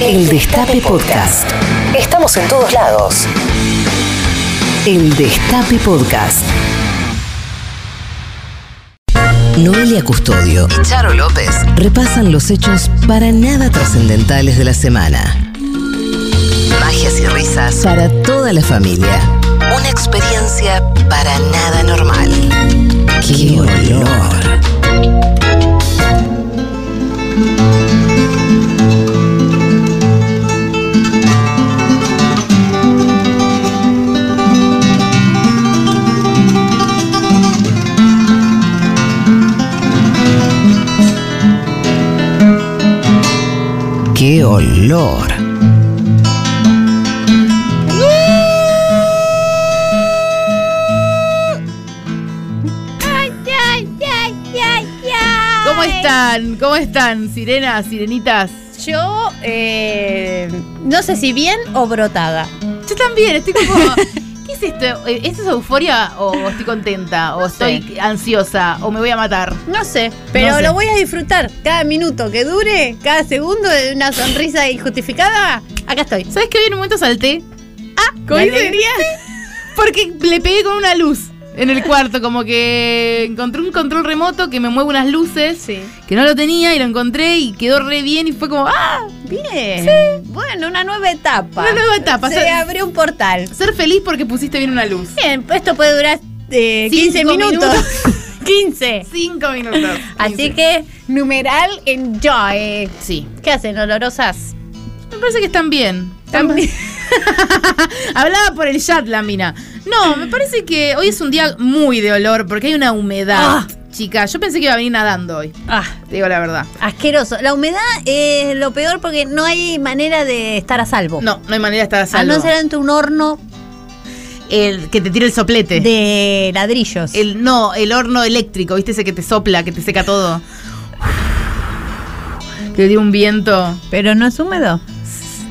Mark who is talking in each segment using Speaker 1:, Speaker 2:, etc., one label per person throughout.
Speaker 1: El Destape Podcast. Estamos en todos lados. El Destape Podcast. Noelia Custodio y Charo López repasan los hechos para nada trascendentales de la semana. Magias y risas para toda la familia. Una experiencia para nada normal. ¡Qué olor! ¡Qué olor!
Speaker 2: ¿Cómo están? ¿Cómo están, sirenas, sirenitas?
Speaker 3: Yo eh, no sé si bien o brotada.
Speaker 2: Yo también, estoy como. ¿Qué es esto? Eh, ¿Esto es euforia o estoy contenta? ¿O
Speaker 3: sé.
Speaker 2: estoy ansiosa? ¿O me voy a matar?
Speaker 3: No sé, pero
Speaker 2: No sé.
Speaker 3: lo voy a disfrutar. Cada minuto que dure, cada segundo de una sonrisa injustificada, acá estoy.
Speaker 2: ¿Sabes que hoy en un momento salté?
Speaker 3: Ah,
Speaker 2: ¿Cómo Porque le pegué con una luz en el cuarto, como que encontré un control remoto que me mueve unas luces.
Speaker 3: Sí.
Speaker 2: Que no lo tenía y lo encontré y quedó re bien y fue como, ¡ah!
Speaker 3: Bien. Bueno, una nueva etapa.
Speaker 2: Una nueva etapa.
Speaker 3: Se
Speaker 2: Se-
Speaker 3: abrió un portal.
Speaker 2: Ser feliz porque pusiste bien una luz.
Speaker 3: Bien, esto puede durar eh,
Speaker 2: Cinco
Speaker 3: 15 minutos.
Speaker 2: minutos.
Speaker 3: 15.
Speaker 2: Cinco minutos.
Speaker 3: Así que, numeral enjoy.
Speaker 2: Sí.
Speaker 3: ¿Qué hacen, olorosas?
Speaker 2: Me parece que están bien.
Speaker 3: También.
Speaker 2: Hablaba por el chat la mina. No, me parece que hoy es un día muy de olor porque hay una humedad.
Speaker 3: Ah.
Speaker 2: Chica, yo pensé que iba a venir nadando hoy.
Speaker 3: Ah.
Speaker 2: Te digo la verdad.
Speaker 3: Asqueroso. La humedad es lo peor porque no hay manera de estar a salvo.
Speaker 2: No, no hay manera de estar a
Speaker 3: A
Speaker 2: salvo.
Speaker 3: Ah, no ser ante un horno
Speaker 2: el que te tire el soplete.
Speaker 3: de ladrillos.
Speaker 2: El, no, el horno eléctrico, ¿viste? Ese que te sopla, que te seca todo. Que dio un viento.
Speaker 3: Pero no es húmedo.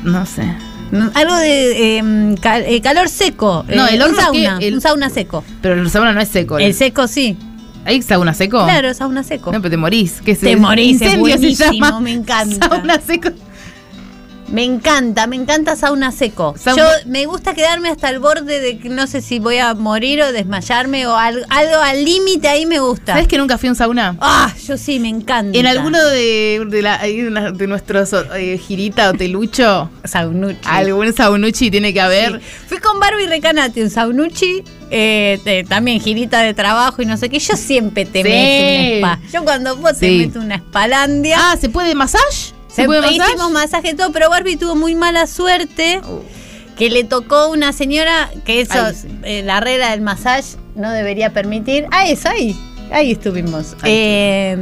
Speaker 2: No sé.
Speaker 3: No, Algo de em, cal- eh, calor seco.
Speaker 2: No,
Speaker 3: Eh,
Speaker 2: el
Speaker 3: un
Speaker 2: horno
Speaker 3: sauna.
Speaker 2: que- el-
Speaker 3: Un sauna seco.
Speaker 2: Pero el sauna no es seco.
Speaker 3: El seco sí.
Speaker 2: ¿Hay sauna seco?
Speaker 3: Claro, sauna seco.
Speaker 2: Oh. No, pero te morís. ¿Qué es
Speaker 3: Te
Speaker 2: eso?
Speaker 3: morís, es
Speaker 2: e Incendio se
Speaker 3: buenísimo,
Speaker 2: llama.
Speaker 3: me encanta.
Speaker 2: Sauna seco.
Speaker 3: Me encanta, me encanta sauna seco.
Speaker 2: Sauna-
Speaker 3: Yo me gusta quedarme hasta el borde de que no sé si voy a morir o desmayarme o al- algo al límite ahí me gusta.
Speaker 2: ¿Sabes que nunca fui a un sauna?
Speaker 3: Ah, yo sí, me encanta.
Speaker 2: En alguno de, de, la- ahí de una- de nuestros eh, girita o telucho,
Speaker 3: Saunuchi.
Speaker 2: algún saunuchi tiene que haber.
Speaker 3: Sí. Fui con Barbie Recanati en Saunuchi, eh, te- también girita de trabajo y no sé qué. Yo siempre te
Speaker 2: Sí.
Speaker 3: meto un spa. Yo cuando vos te
Speaker 2: Sí.
Speaker 3: meto una espalandia.
Speaker 2: Ah, ¿se puede masaje? ¿Se, puede masaje?
Speaker 3: hicimos masaje y todo, pero Barbie tuvo muy mala suerte
Speaker 2: Uh,
Speaker 3: que le tocó una señora que eso,
Speaker 2: Ay, sí.
Speaker 3: eh, la regla del masaje no debería permitir. Ah, eso ahí. Ahí estuvimos.
Speaker 2: Ahí
Speaker 3: Eh,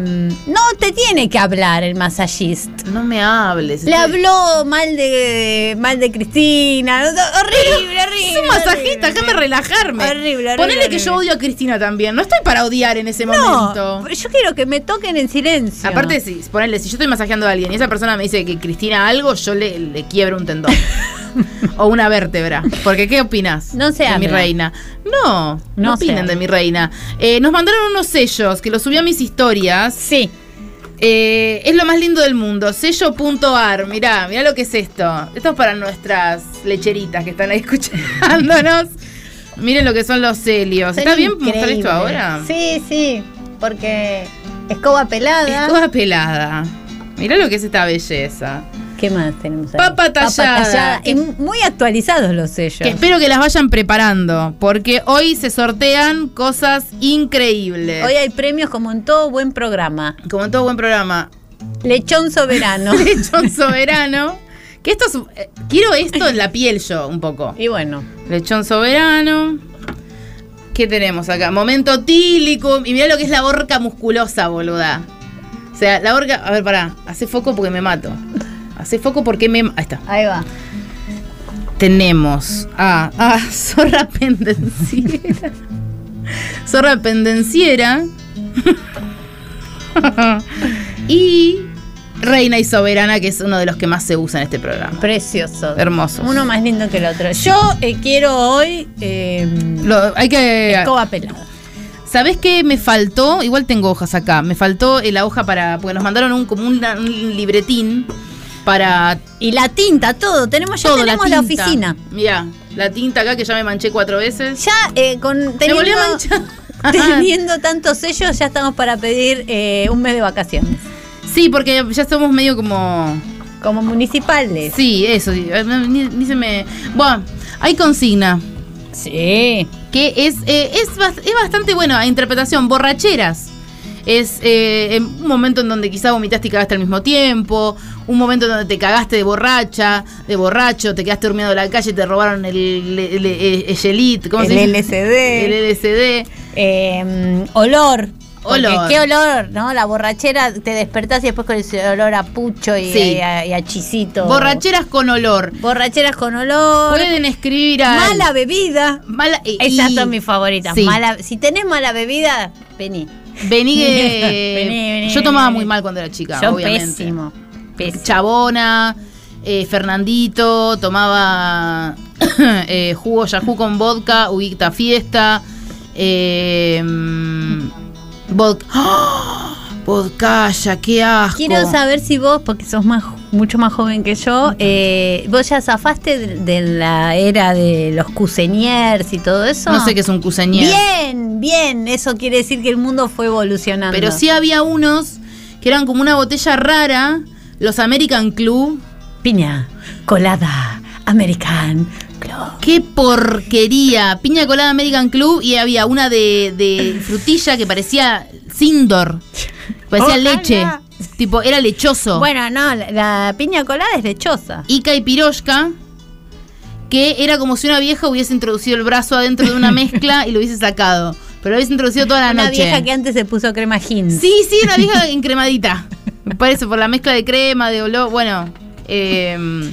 Speaker 3: no te tiene que hablar el masajista.
Speaker 2: no me hables.
Speaker 3: Le
Speaker 2: estoy-
Speaker 3: habló mal de mal de Cristina. no, no, Horrible, horrible.
Speaker 2: Es un masajista, déjame relajarme.
Speaker 3: Horrible, horrible,
Speaker 2: Ponele que
Speaker 3: horrible.
Speaker 2: yo odio a Cristina también. No estoy para odiar en ese momento.
Speaker 3: No, yo quiero que me toquen en silencio.
Speaker 2: Aparte, si, ponele, si yo estoy masajeando a alguien y esa persona me dice que Cristina algo, yo le, le quiebro un tendón. o una vértebra. Porque, ¿qué opinas?
Speaker 3: No se
Speaker 2: De mi
Speaker 3: habla.
Speaker 2: reina. No, no,
Speaker 3: No se
Speaker 2: opinan
Speaker 3: habla.
Speaker 2: de mi reina. Eh, nos mandaron unos sellos que los subí a mis historias.
Speaker 3: Sí.
Speaker 2: Eh, es lo más lindo del mundo. Sello.ar. Mirá, mirá lo que es esto. Esto es para nuestras lecheritas que están ahí escuchándonos. Miren lo que son los celios.
Speaker 3: son
Speaker 2: ¿Está bien mostrar
Speaker 3: increíbles.
Speaker 2: esto ahora?
Speaker 3: Sí, sí. Porque escoba pelada.
Speaker 2: Escoba pelada. Mirá lo que es esta belleza.
Speaker 3: ¿Qué más tenemos ahí?
Speaker 2: Papa tallada.
Speaker 3: Y muy actualizados los sellos.
Speaker 2: Que espero que las vayan preparando, porque hoy se sortean cosas increíbles.
Speaker 3: Hoy hay premios como en todo buen programa.
Speaker 2: Como en todo buen programa,
Speaker 3: Lechón soberano.
Speaker 2: lechón soberano. Que esto es- eh, quiero esto en la piel yo un poco.
Speaker 3: y bueno.
Speaker 2: Lechón soberano. ¿Qué tenemos acá? Momento tílico. Y mirá lo que es la horca musculosa, boluda. O sea, la horca. A ver, pará. Hace foco porque me mato. Hace foco porque me. Ahí está.
Speaker 3: Ahí va.
Speaker 2: tenemos Ah, a, a Zorra Pendenciera. Zorra Pendenciera. y Reina y Soberana, que es uno de los que más se usa en este programa.
Speaker 3: Precioso.
Speaker 2: Hermoso.
Speaker 3: Uno más lindo que el otro. Yo eh, quiero hoy eh,
Speaker 2: Lo- hay que.
Speaker 3: escoba pelada.
Speaker 2: ¿Sabés qué me faltó? Igual tengo hojas acá. Me faltó eh, la hoja para. Porque nos mandaron un, como un, un libretín para
Speaker 3: Y la tinta, todo. Tenemos, ya
Speaker 2: todo.
Speaker 3: tenemos la,
Speaker 2: la, tinta.
Speaker 3: oficina.
Speaker 2: Mirá, la tinta acá que ya me manché cuatro veces.
Speaker 3: Ya eh, con
Speaker 2: me volví
Speaker 3: teniendo,
Speaker 2: a manchar.
Speaker 3: teniendo tantos sellos, ya estamos para pedir eh, un mes de vacaciones.
Speaker 2: sí, porque ya somos medio como.
Speaker 3: Como municipales.
Speaker 2: Sí, eso. sí. Eh, no, Ni, ni se me. Bueno, hay consigna.
Speaker 3: Sí.
Speaker 2: que es, eh, es, bas- es bastante buena a interpretación, borracheras. Es eh, en un momento en donde quizá vomitaste y cagaste al mismo tiempo, un momento en donde te cagaste de borracha, de borracho, te quedaste durmiendo en la calle, te robaron el, el, el- el Yelit, ¿cómo
Speaker 3: El
Speaker 2: se
Speaker 3: LSD.
Speaker 2: dice? El LSD.
Speaker 3: Eh, olor. Porque
Speaker 2: Olor.
Speaker 3: qué olor, ¿no? La borrachera te despertás y después con ese olor a pucho y,
Speaker 2: Sí.
Speaker 3: y a, y a chisito.
Speaker 2: Borracheras con olor.
Speaker 3: Borracheras con olor.
Speaker 2: Pueden escribir a...
Speaker 3: Mala bebida.
Speaker 2: Mala, y-
Speaker 3: Esas son
Speaker 2: y-
Speaker 3: mis favoritas.
Speaker 2: sí.
Speaker 3: Mala, si tenés mala bebida, vení.
Speaker 2: Vení que-
Speaker 3: Vení, vení,
Speaker 2: Yo tomaba
Speaker 3: vení,
Speaker 2: muy
Speaker 3: vení.
Speaker 2: mal cuando era chica,
Speaker 3: Yo
Speaker 2: obviamente.
Speaker 3: pésimo. pésimo.
Speaker 2: Chabona, eh, Fernandito, tomaba eh, jugo Yahoo con vodka, Uguita Fiesta, eh, vodka. Vodkaya, qué asco.
Speaker 3: Quiero saber si vos, porque sos más, mucho más joven que yo, eh, vos ya zafaste de, de la era de los cuseñers y todo eso.
Speaker 2: No sé qué es un cuseñer.
Speaker 3: Bien, bien. Eso quiere decir que el mundo fue evolucionando.
Speaker 2: Pero sí había unos que eran como una botella rara, los American Club.
Speaker 3: Piña, colada, American Club.
Speaker 2: ¡Qué porquería! Piña colada American Club y había una de, de frutilla que parecía Sindor. Parecía
Speaker 3: Ojalá.
Speaker 2: leche. Tipo, era lechoso.
Speaker 3: Bueno, no, la, la piña colada es lechosa.
Speaker 2: Ica y Piroshka, que era como si una vieja hubiese introducido el brazo adentro de una mezcla y lo hubiese sacado. Pero lo hubiese introducido toda la
Speaker 3: Una
Speaker 2: noche.
Speaker 3: vieja que antes se puso crema Hint.
Speaker 2: Sí, sí, una vieja encremadita. Me parece, por la mezcla de crema, de olor. Bueno. eh,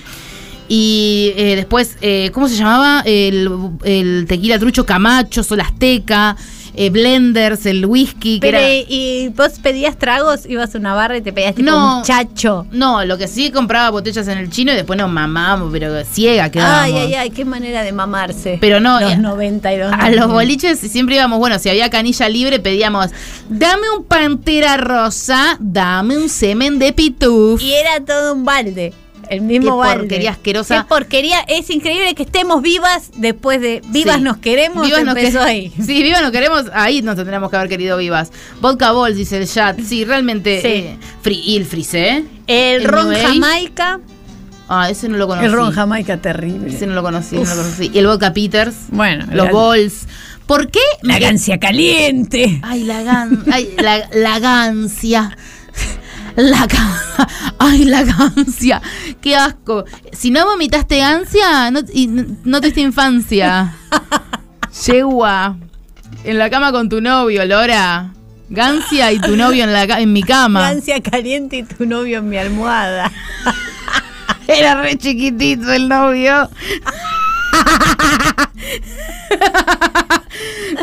Speaker 2: y eh, después, eh, ¿cómo se llamaba? El, el tequila trucho Camacho, Sol Azteca, eh, Blenders, el whisky. Que
Speaker 3: Pero
Speaker 2: era-
Speaker 3: y, y vos pedías tragos, ibas a una barra y te pedías tipo
Speaker 2: No.
Speaker 3: un chacho.
Speaker 2: No, lo que sí compraba botellas en el chino y después nos mamamos, pero ciega quedábamos.
Speaker 3: Ay, ay, ay, qué manera de mamarse.
Speaker 2: Pero no,
Speaker 3: los
Speaker 2: eh,
Speaker 3: 92.
Speaker 2: A los boliches siempre íbamos, bueno, si había canilla libre pedíamos, dame un pantera rosa, dame un semen de pituf.
Speaker 3: Y era todo un balde. El mismo
Speaker 2: Qué
Speaker 3: balde.
Speaker 2: porquería asquerosa.
Speaker 3: Qué porquería. Es increíble que estemos vivas después de Vivas
Speaker 2: Sí.
Speaker 3: nos queremos.
Speaker 2: Vivas nos
Speaker 3: empezó
Speaker 2: que-
Speaker 3: ahí.
Speaker 2: Sí, vivas nos queremos, ahí nos tendríamos que haber querido vivas. Vodka Balls, dice el chat. Sí, realmente.
Speaker 3: Sí.
Speaker 2: eh, Free Ilfris, ¿eh?
Speaker 3: El,
Speaker 2: El
Speaker 3: ron
Speaker 2: New Age.
Speaker 3: jamaica.
Speaker 2: Ah, ese no lo conocí.
Speaker 3: El ron jamaica terrible.
Speaker 2: Ese no lo conocí, no lo conocí. Y el Vodka Peters.
Speaker 3: Bueno,
Speaker 2: Los
Speaker 3: la-
Speaker 2: Balls. ¿Por qué?
Speaker 3: La gancia caliente.
Speaker 2: Ay, la gan, ay, la, la gancia. La ga- ay, la gancia. Qué asco. Si no vomitaste gancia, no, y no- no tuviste infancia. Yegua. En la cama con tu novio, Lora. Gancia y tu novio en, la, ca- en mi cama.
Speaker 3: Gancia caliente y tu novio en mi almohada.
Speaker 2: Era re chiquitito el novio.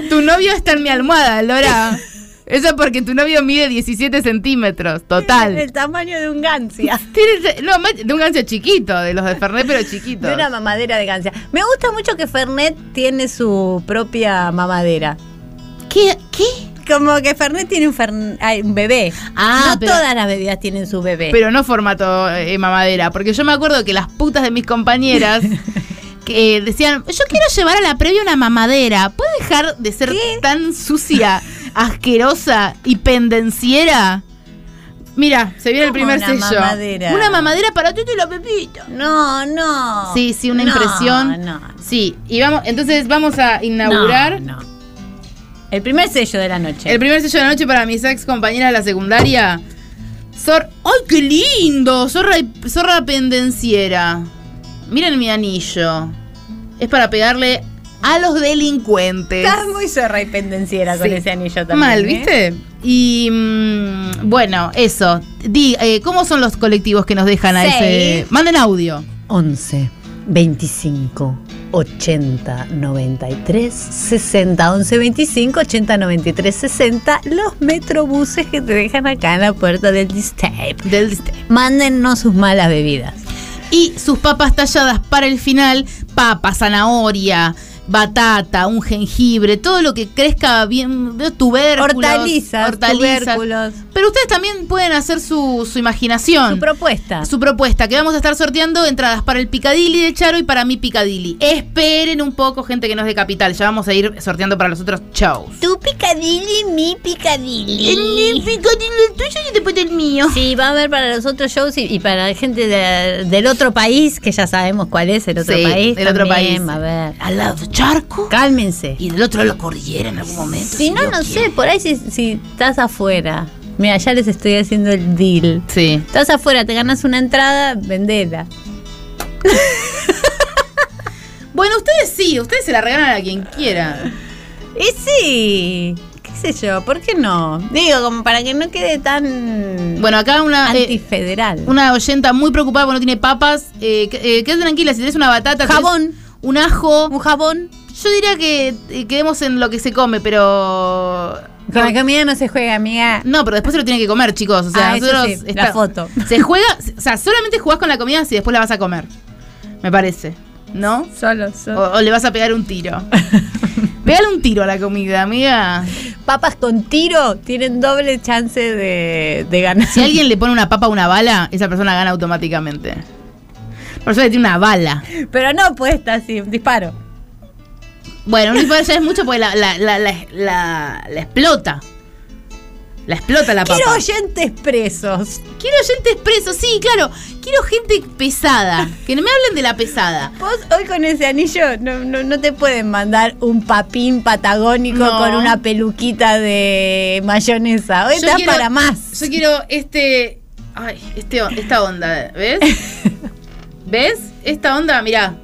Speaker 2: tu novio está en mi almohada, Lora. Eso es porque tu novio mide 17 centímetros, total.
Speaker 3: El tamaño de un gancia.
Speaker 2: Tiene- no, más- de un ganso chiquito, de los de Fernet, pero chiquito.
Speaker 3: De una mamadera de gancia. Me gusta mucho que Fernet tiene su propia mamadera.
Speaker 2: ¿Qué? ¿Qué?
Speaker 3: Como que Fernet tiene un, fern- ay, un bebé.
Speaker 2: Ah,
Speaker 3: no
Speaker 2: pero-
Speaker 3: todas las bebidas tienen su bebé.
Speaker 2: Pero no formato eh, mamadera, porque yo me acuerdo que las putas de mis compañeras que eh, decían, yo quiero llevar a la previa una mamadera, ¿puedo dejar de ser tan sucia, asquerosa y pendenciera? Mira, se viene el
Speaker 3: ¿Cómo
Speaker 2: primer
Speaker 3: una
Speaker 2: sello.
Speaker 3: mamadera?
Speaker 2: Una mamadera para Tito y la Pepita.
Speaker 3: no, no.
Speaker 2: Sí, sí, una
Speaker 3: No,
Speaker 2: impresión.
Speaker 3: No,
Speaker 2: Sí, y vamos, entonces vamos a inaugurar
Speaker 3: No, no. El primer sello de la noche.
Speaker 2: el primer sello de la noche para mis ex compañeras de la secundaria. Zor ¡Ay, qué lindo! Zorra, zorra pendenciera. Miren mi anillo. Es para pegarle a los delincuentes.
Speaker 3: Estás muy zorra y pendenciera con
Speaker 2: Sí.
Speaker 3: ese anillo también.
Speaker 2: Mal,
Speaker 3: ¿eh?
Speaker 2: ¿viste? Y mm, bueno, eso. Di, eh, ¿Cómo son los colectivos que nos dejan a ese?
Speaker 3: Seis.
Speaker 2: Manden audio.
Speaker 3: 11 25 80 93 60 11 25 80 93 60 los metrobuses que te dejan acá en la puerta del distape.
Speaker 2: Del,
Speaker 3: Mándennos sus malas bebidas.
Speaker 2: y sus papas talladas para el final, papa, zanahoria, batata, un jengibre, todo lo que crezca bien, tubérculos,
Speaker 3: Hortalizas,
Speaker 2: hortalizas,
Speaker 3: tubérculos.
Speaker 2: Pero ustedes también pueden hacer su, su imaginación.
Speaker 3: Su propuesta.
Speaker 2: Su propuesta, que vamos a estar sorteando entradas para el Picadilly de Charo y para mi Picadilly. Esperen un poco, gente que no es de Capital. Ya vamos a ir sorteando para los otros shows.
Speaker 4: Tu Picadilly, mi Picadilly.
Speaker 5: El Picadilly el tuyo y después el mío.
Speaker 3: Sí, va a haber para los otros shows y, y para la gente de- del otro país, que ya sabemos cuál es el otro
Speaker 2: Sí,
Speaker 3: país.
Speaker 2: del otro
Speaker 3: también
Speaker 2: país.
Speaker 3: Va a haber.
Speaker 5: Al lado charco
Speaker 3: Cálmense.
Speaker 5: y del otro lado la cordillera en algún momento.
Speaker 3: Si no,
Speaker 5: Dios
Speaker 3: no
Speaker 5: quiere.
Speaker 3: sé, por ahí si, si estás afuera. Mira, ya les estoy haciendo el deal.
Speaker 2: Sí.
Speaker 3: Estás afuera, te ganas una entrada, vendela.
Speaker 2: Bueno, ustedes sí, ustedes se la regalan a quien quiera.
Speaker 3: Y sí, qué sé yo, ¿por qué no? Digo, como para que no quede tan
Speaker 2: Bueno, acá una, eh,
Speaker 3: antifederal.
Speaker 2: una oyenta muy preocupada porque no tiene papas. Eh, que- eh, quédate tranquila, si tenés una batata, tenés
Speaker 3: Jabón.
Speaker 2: un ajo.
Speaker 3: Un jabón.
Speaker 2: Yo diría que eh, quedemos en lo que se come, pero.
Speaker 3: Con la comida no se juega, amiga.
Speaker 2: No, pero después se lo tienen que comer, chicos. O sea,
Speaker 3: Ah, eso
Speaker 2: nosotros.
Speaker 3: sí, la foto.
Speaker 2: Se juega. O sea, solamente jugás con la comida si después la vas a comer. Me parece. ¿No?
Speaker 3: Solo,
Speaker 2: O,
Speaker 3: solo.
Speaker 2: o le vas a pegar un tiro. Pegale un tiro a la comida, amiga.
Speaker 3: Papas con tiro tienen doble chance de, de ganar.
Speaker 2: Si alguien le pone una papa a una bala, esa persona gana automáticamente. Por suerte tiene una bala.
Speaker 3: Pero no puesta así, un disparo.
Speaker 2: Bueno, un disparo ya es mucho porque la, la, la, la, la- la explota. La explota la papa.
Speaker 3: Quiero oyentes presos.
Speaker 2: Quiero oyentes presos, sí, claro. Quiero gente pesada. Que no me hablen de la pesada.
Speaker 3: Vos hoy con ese anillo no, no, no te pueden mandar un papín patagónico
Speaker 2: No.
Speaker 3: con una peluquita de mayonesa. Hoy
Speaker 2: Yo
Speaker 3: estás
Speaker 2: quiero-
Speaker 3: para más.
Speaker 2: Yo quiero este. Ay, este, esta onda, ¿ves? ¿Ves? Esta onda, mirá.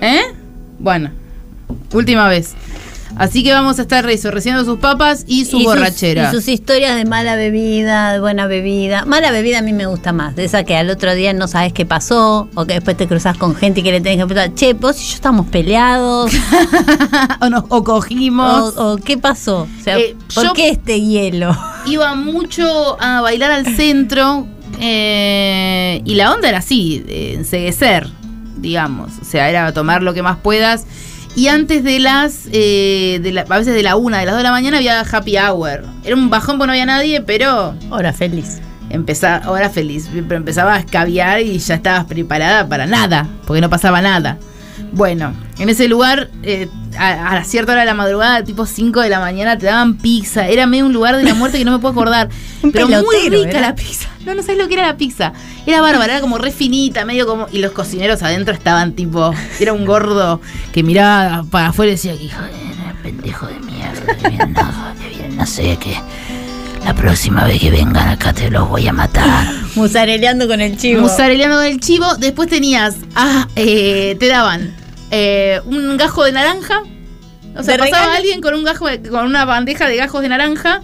Speaker 2: ¿Eh? Bueno, última vez. Así que vamos a estar eso, recibiendo sus papas y su
Speaker 3: Y
Speaker 2: borrachera.
Speaker 3: y sus historias de mala bebida, de buena bebida. Mala bebida a mí me gusta más. De esa que al otro día no sabes qué pasó. O que después te cruzas con gente que le tenés que preguntar, che, vos y yo estamos peleados.
Speaker 2: o, nos- o cogimos.
Speaker 3: o, o qué pasó. O sea,
Speaker 2: Eh,
Speaker 3: ¿por
Speaker 2: yo-
Speaker 3: qué este hielo?
Speaker 2: Iba mucho a bailar al centro. eh, y la onda era así, de enseguecer, digamos. O sea, era tomar lo que más puedas. Y antes de las. eh, de la- a veces de la una, de las dos de la mañana había happy hour. Era un bajón porque no había nadie, pero.
Speaker 3: Hora feliz.
Speaker 2: Empezaba, hora feliz, pero empezaba a escabiar y ya estabas preparada para nada, porque no pasaba nada. Bueno, en ese lugar, eh, a, a la cierta hora de la madrugada, tipo 5 de la mañana, te daban pizza. Era medio un lugar de la muerte que no me puedo acordar.
Speaker 3: Un
Speaker 2: pero muy
Speaker 3: pelotero,
Speaker 2: rica
Speaker 3: era.
Speaker 2: la pizza. No, no sabes lo que era la pizza. Era bárbara, era como refinita, medio como. Y los cocineros adentro estaban tipo. Era un gordo que miraba para afuera y decía, hijo de
Speaker 5: Pendejo de mierda, que vienen a- que vienen a sé que la próxima vez que vengan acá te los voy a matar.
Speaker 3: Musareleando con el chivo.
Speaker 2: Musareleando del chivo. Después tenías. Ah, eh, te daban eh, un gajo de naranja. O sea,
Speaker 3: ¿De
Speaker 2: pasaba
Speaker 3: regalo?
Speaker 2: alguien con un gajo de- con una bandeja de gajos de naranja.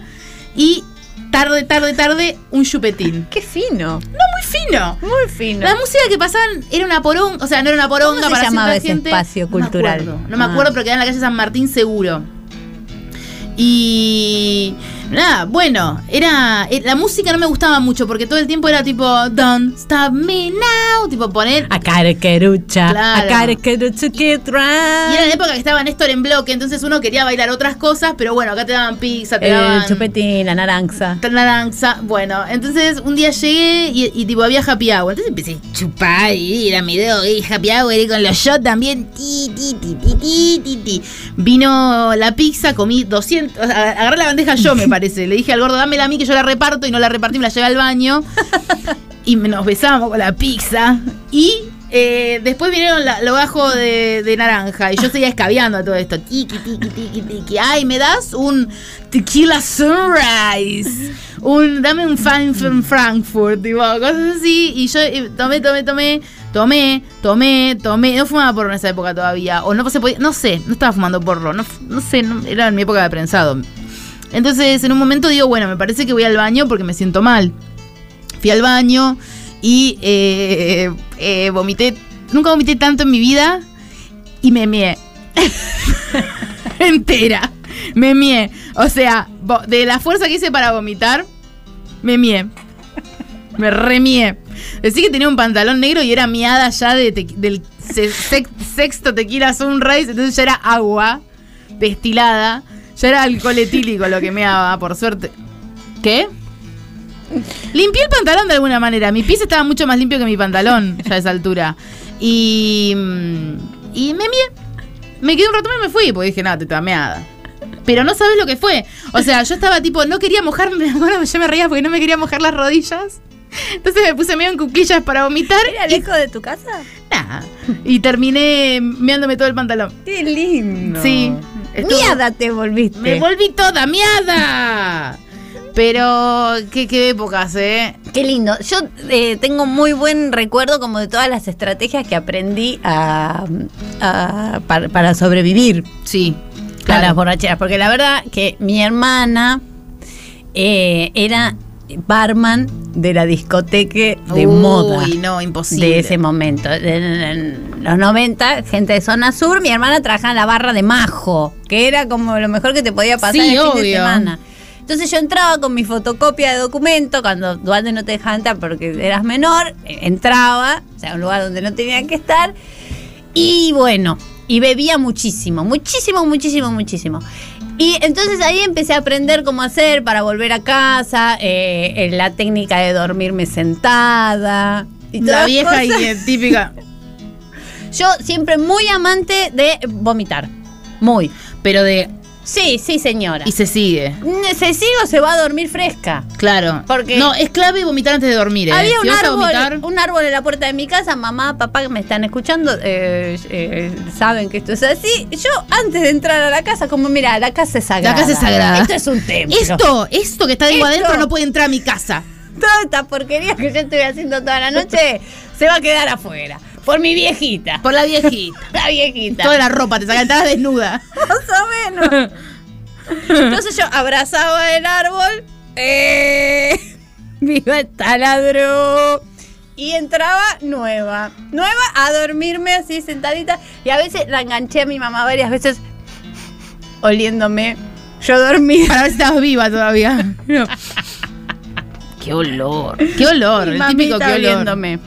Speaker 2: Y tarde, tarde, tarde, un chupetín.
Speaker 3: Qué fino.
Speaker 2: Muy fino.
Speaker 3: Muy fino.
Speaker 2: La música que pasaban era una poronga, o sea, no era una poronga
Speaker 3: ¿Cómo se
Speaker 2: para
Speaker 3: llamaba
Speaker 2: cierta
Speaker 3: ese
Speaker 2: gente.
Speaker 3: espacio cultural?
Speaker 2: No me acuerdo, no me
Speaker 3: Ah.
Speaker 2: acuerdo, pero quedaba en la calle San Martín seguro. Y nada, bueno, era eh, la música no me gustaba mucho porque todo el tiempo era tipo Don't stop me now, tipo poner
Speaker 3: A carequerucha.
Speaker 2: Claro.
Speaker 3: A carequerucha que
Speaker 2: y era
Speaker 3: trae.
Speaker 2: la época que estaba Néstor en bloque, entonces uno quería bailar otras cosas, pero bueno, acá te daban pizza, te
Speaker 3: El
Speaker 2: daban
Speaker 3: chupetín, la naranja.
Speaker 2: naranja. Bueno, entonces un día llegué y, y tipo había happy hour. Entonces empecé a chupar y era mi dedo y happy hour y con los shots también. Ti, ti, ti, ti, ti, ti, ti. Vino la pizza, comí 200. o sea, Agarré la bandeja yo, me parece. Le dije al gordo, dámela a mí que yo la reparto y no la repartí, me la llevé al baño. y me- nos besamos con la pizza. Y. eh, después vinieron la- lo bajo de, de naranja y yo seguía escabeando a todo esto. Tiki, tiki, tiki, tiki. Ay, me das un tequila sunrise. Un, dame un fan from Frankfurt, tipo, cosas así. Y yo eh, tomé, tomé, tomé, tomé, tomé, tomé. No fumaba porro en esa época todavía. O no se podía, no sé, no estaba fumando porro. No, f- no sé, no- era en mi época de prensado. Entonces, en un momento digo, bueno, me parece que voy al baño porque me siento mal. Fui al baño y eh, eh, vomité. Nunca vomité tanto en mi vida y me mié. Entera. Me mié. O sea, vo- de la fuerza que hice para vomitar, me mié. Me remié. Decí que tenía un pantalón negro y era miada ya de tequi- del se- sec- sexto tequila sunrise, entonces ya era agua destilada. Ya era alcohol etílico lo que me daba, por suerte. ¿Qué? Limpié el pantalón de alguna manera. Mi pies estaba mucho más limpio que mi pantalón ya a esa altura. Y. mm, Y me mié. Me quedé un rato más y me fui, porque dije, nada, te tameada. Pero no sabes lo que fue. O sea, yo estaba tipo, no quería mojarme. me acuerdo, Yo me reía porque no me quería mojar las rodillas. Entonces me puse medio en cuclillas para vomitar.
Speaker 6: ¿Era lejos de tu casa?
Speaker 2: Y, nada. y terminé meándome todo el pantalón.
Speaker 3: Qué lindo.
Speaker 2: Sí. Estuvo-
Speaker 3: Miada te volviste.
Speaker 2: Me volví toda miada. Pero, qué, qué épocas, ¿eh?
Speaker 3: Qué lindo. Yo eh, tengo muy buen recuerdo como de todas las estrategias que aprendí a, a- para, para sobrevivir
Speaker 2: Sí.
Speaker 3: a las borracheras. Porque la verdad que mi hermana eh, era barman de la discoteque de
Speaker 2: Uy,
Speaker 3: moda.
Speaker 2: no, imposible.
Speaker 3: De ese momento. En, en los 90, gente de zona sur, mi hermana trabajaba en la barra de Majo, que era como lo mejor que te podía pasar
Speaker 2: Sí,
Speaker 3: el fin de
Speaker 2: obvio.
Speaker 3: semana. Entonces yo entraba con mi fotocopia de documento, cuando Duarte no te dejaba entrar porque eras menor, eh, entraba, o sea, un lugar donde no tenía que estar, y bueno, y bebía muchísimo, muchísimo, muchísimo, muchísimo. Y entonces ahí empecé a aprender cómo hacer para volver a casa, eh, eh, la técnica de dormirme sentada. Y
Speaker 2: La
Speaker 3: todas
Speaker 2: vieja
Speaker 3: cosas.
Speaker 2: y eh, típica.
Speaker 3: Yo siempre muy amante de vomitar. Muy.
Speaker 2: Pero de.
Speaker 3: Sí, sí, señora.
Speaker 2: Y se sigue.
Speaker 3: Mm, Se sigue o se va a dormir fresca.
Speaker 2: Claro.
Speaker 3: Porque-
Speaker 2: No, es clave vomitar antes de dormir, ¿eh?
Speaker 3: Había
Speaker 2: si
Speaker 3: un
Speaker 2: vas a
Speaker 3: árbol,
Speaker 2: vomitar.
Speaker 3: un árbol en la puerta de mi casa, mamá, papá que me están escuchando, eh, eh, saben que esto es así. Yo antes de entrar a la casa, como mira, la casa es sagrada.
Speaker 2: casa es sagrada.
Speaker 3: Esto es un templo.
Speaker 2: Esto, esto que está ahí
Speaker 3: Esto.
Speaker 2: adentro no puede entrar a mi casa.
Speaker 3: Toda esta porquería que yo estoy haciendo toda la noche se va a quedar afuera. Por mi viejita.
Speaker 2: Por la viejita.
Speaker 3: La viejita.
Speaker 2: Toda la ropa, te sacan, estabas desnuda.
Speaker 3: Más o menos. Entonces yo abrazaba el árbol. ¡Eh! ¡Viva el taladro! Y entraba nueva. Nueva a dormirme así sentadita. Y a veces la enganché a mi mamá varias veces oliéndome. Yo dormí.
Speaker 2: Para ver si estabas viva todavía. No.
Speaker 7: Qué olor.
Speaker 2: Qué olor, el típico
Speaker 3: Mamita
Speaker 2: que olor.
Speaker 3: oliéndome.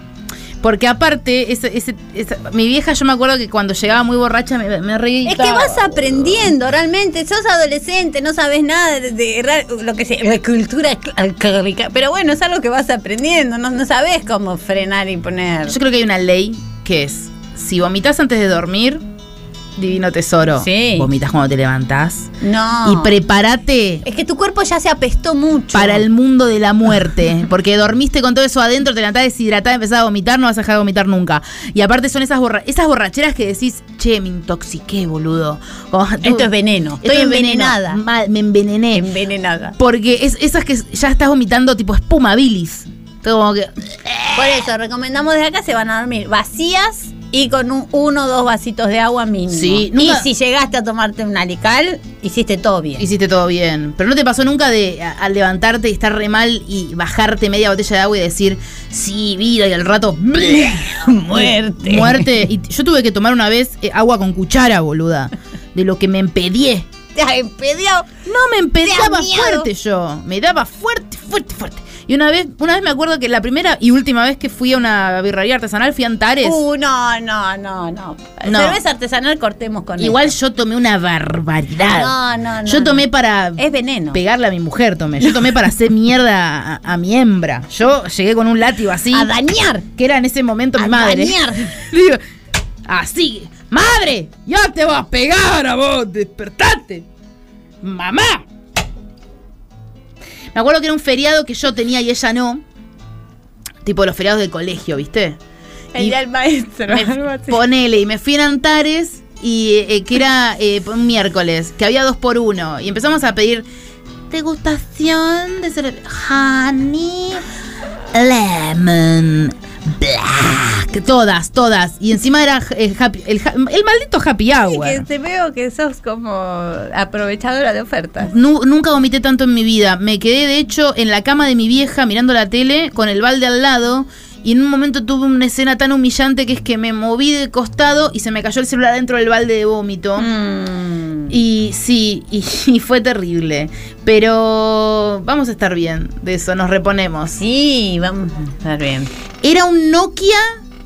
Speaker 2: Porque aparte, ese- ese- esa- mi vieja, yo me acuerdo que cuando llegaba muy borracha me, me reí.
Speaker 3: Es que vas aprendiendo realmente, sos adolescente, no sabes nada de, de ra- lo que se, la cultura alc- alcohólica, pero bueno, es algo que vas aprendiendo, no, no sabes cómo frenar y poner.
Speaker 2: Yo creo que hay una ley que es: si vomitas antes de dormir, divino tesoro.
Speaker 3: Sí.
Speaker 2: Vomitas cuando te levantás.
Speaker 3: no.
Speaker 2: Y prepárate
Speaker 3: es que tu cuerpo ya se apestó mucho.
Speaker 2: para el mundo de la muerte. Porque dormiste con todo eso adentro, te levantás deshidratada, empezás a vomitar, no vas a dejar de vomitar nunca. Y aparte son esas, borra- esas borracheras que decís, che, me intoxiqué, boludo. Como, tú-
Speaker 3: Esto es veneno.
Speaker 2: esto
Speaker 3: Estoy
Speaker 2: es veneno.
Speaker 3: envenenada.
Speaker 2: Mal, me envenené.
Speaker 3: Envenenada.
Speaker 2: Porque es esas que ya estás vomitando tipo espuma bilis. Todo como que.
Speaker 3: Por eso, recomendamos desde acá, se van a dormir vacías y con un, uno o dos vasitos de agua mínimo.
Speaker 2: Sí, nunca-
Speaker 3: Y si llegaste a tomarte un alical, hiciste todo bien.
Speaker 2: Hiciste todo bien. Pero no te pasó nunca de a- al levantarte y estar re mal y bajarte media botella de agua y decir, sí, vida, y al rato.
Speaker 3: Muerte.
Speaker 2: Muerte. Y t- yo tuve que tomar una vez eh, agua con cuchara, boluda. De lo que me empedié.
Speaker 3: Te has impedido.
Speaker 2: No, me empedaba
Speaker 3: Te has miado.
Speaker 2: fuerte yo. Me daba fuerte, fuerte, fuerte. Y una vez, una vez me acuerdo que la primera y última vez que fui a una birrería artesanal fui a Antares.
Speaker 3: Uh, no, no, no, no.
Speaker 2: No.
Speaker 3: Cerveza artesanal cortemos con
Speaker 2: Igual
Speaker 3: esto.
Speaker 2: yo tomé una barbaridad.
Speaker 3: No, no, no,
Speaker 2: Yo tomé
Speaker 3: no.
Speaker 2: para
Speaker 3: Es veneno.
Speaker 2: pegarle a mi mujer, tomé. Yo tomé para hacer mierda a, a mi hembra. Yo llegué con un látigo así,
Speaker 3: A dañar.
Speaker 2: que era en ese momento mi
Speaker 3: a
Speaker 2: madre.
Speaker 3: dañar.
Speaker 2: Le digo, así, madre, ya te vas a pegar a vos, despertate. Mamá. Me acuerdo que era un feriado que yo tenía y ella no. Tipo los feriados del colegio, ¿viste?
Speaker 3: El
Speaker 2: Y-
Speaker 3: día del maestro.
Speaker 2: me-
Speaker 3: algo así.
Speaker 2: Ponele, y me fui en Antares, y eh, que era eh, un miércoles, que había dos por uno, y empezamos a pedir degustación de cere- honey, lemon, black, todas, todas, y encima era el, happy- el ha- el maldito happy
Speaker 3: Sí,
Speaker 2: hour.
Speaker 3: que te veo que sos como aprovechadora de ofertas.
Speaker 2: Nu- nunca vomité tanto en mi vida. Me quedé, de hecho, en la cama de mi vieja mirando la tele con el balde al lado. Y en un momento tuve una escena tan humillante que es que me moví de costado y se me cayó el celular dentro del balde de vómito.
Speaker 3: Mm.
Speaker 2: Y sí, y, y fue terrible. Pero vamos a estar bien de eso, nos reponemos.
Speaker 3: Sí, vamos a estar bien.
Speaker 2: Era un Nokia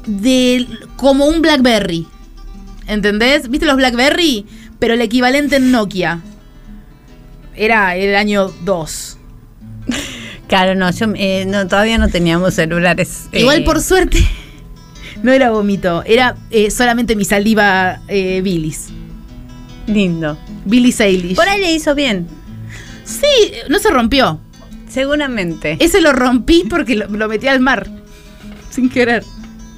Speaker 2: de, como un Blackberry. ¿Entendés? ¿Viste los Blackberry? Pero el equivalente en Nokia. era el año 2.
Speaker 3: Claro, no, yo eh, no, todavía no teníamos celulares. eh,
Speaker 2: Igual por suerte no era vómito, era eh, solamente mi saliva eh, bilis.
Speaker 3: Lindo.
Speaker 2: Bilis Eilish.
Speaker 3: Por ahí le hizo bien,
Speaker 2: Sí, no se rompió.
Speaker 3: seguramente.
Speaker 2: Ese lo rompí porque lo, lo metí al mar. Sin querer.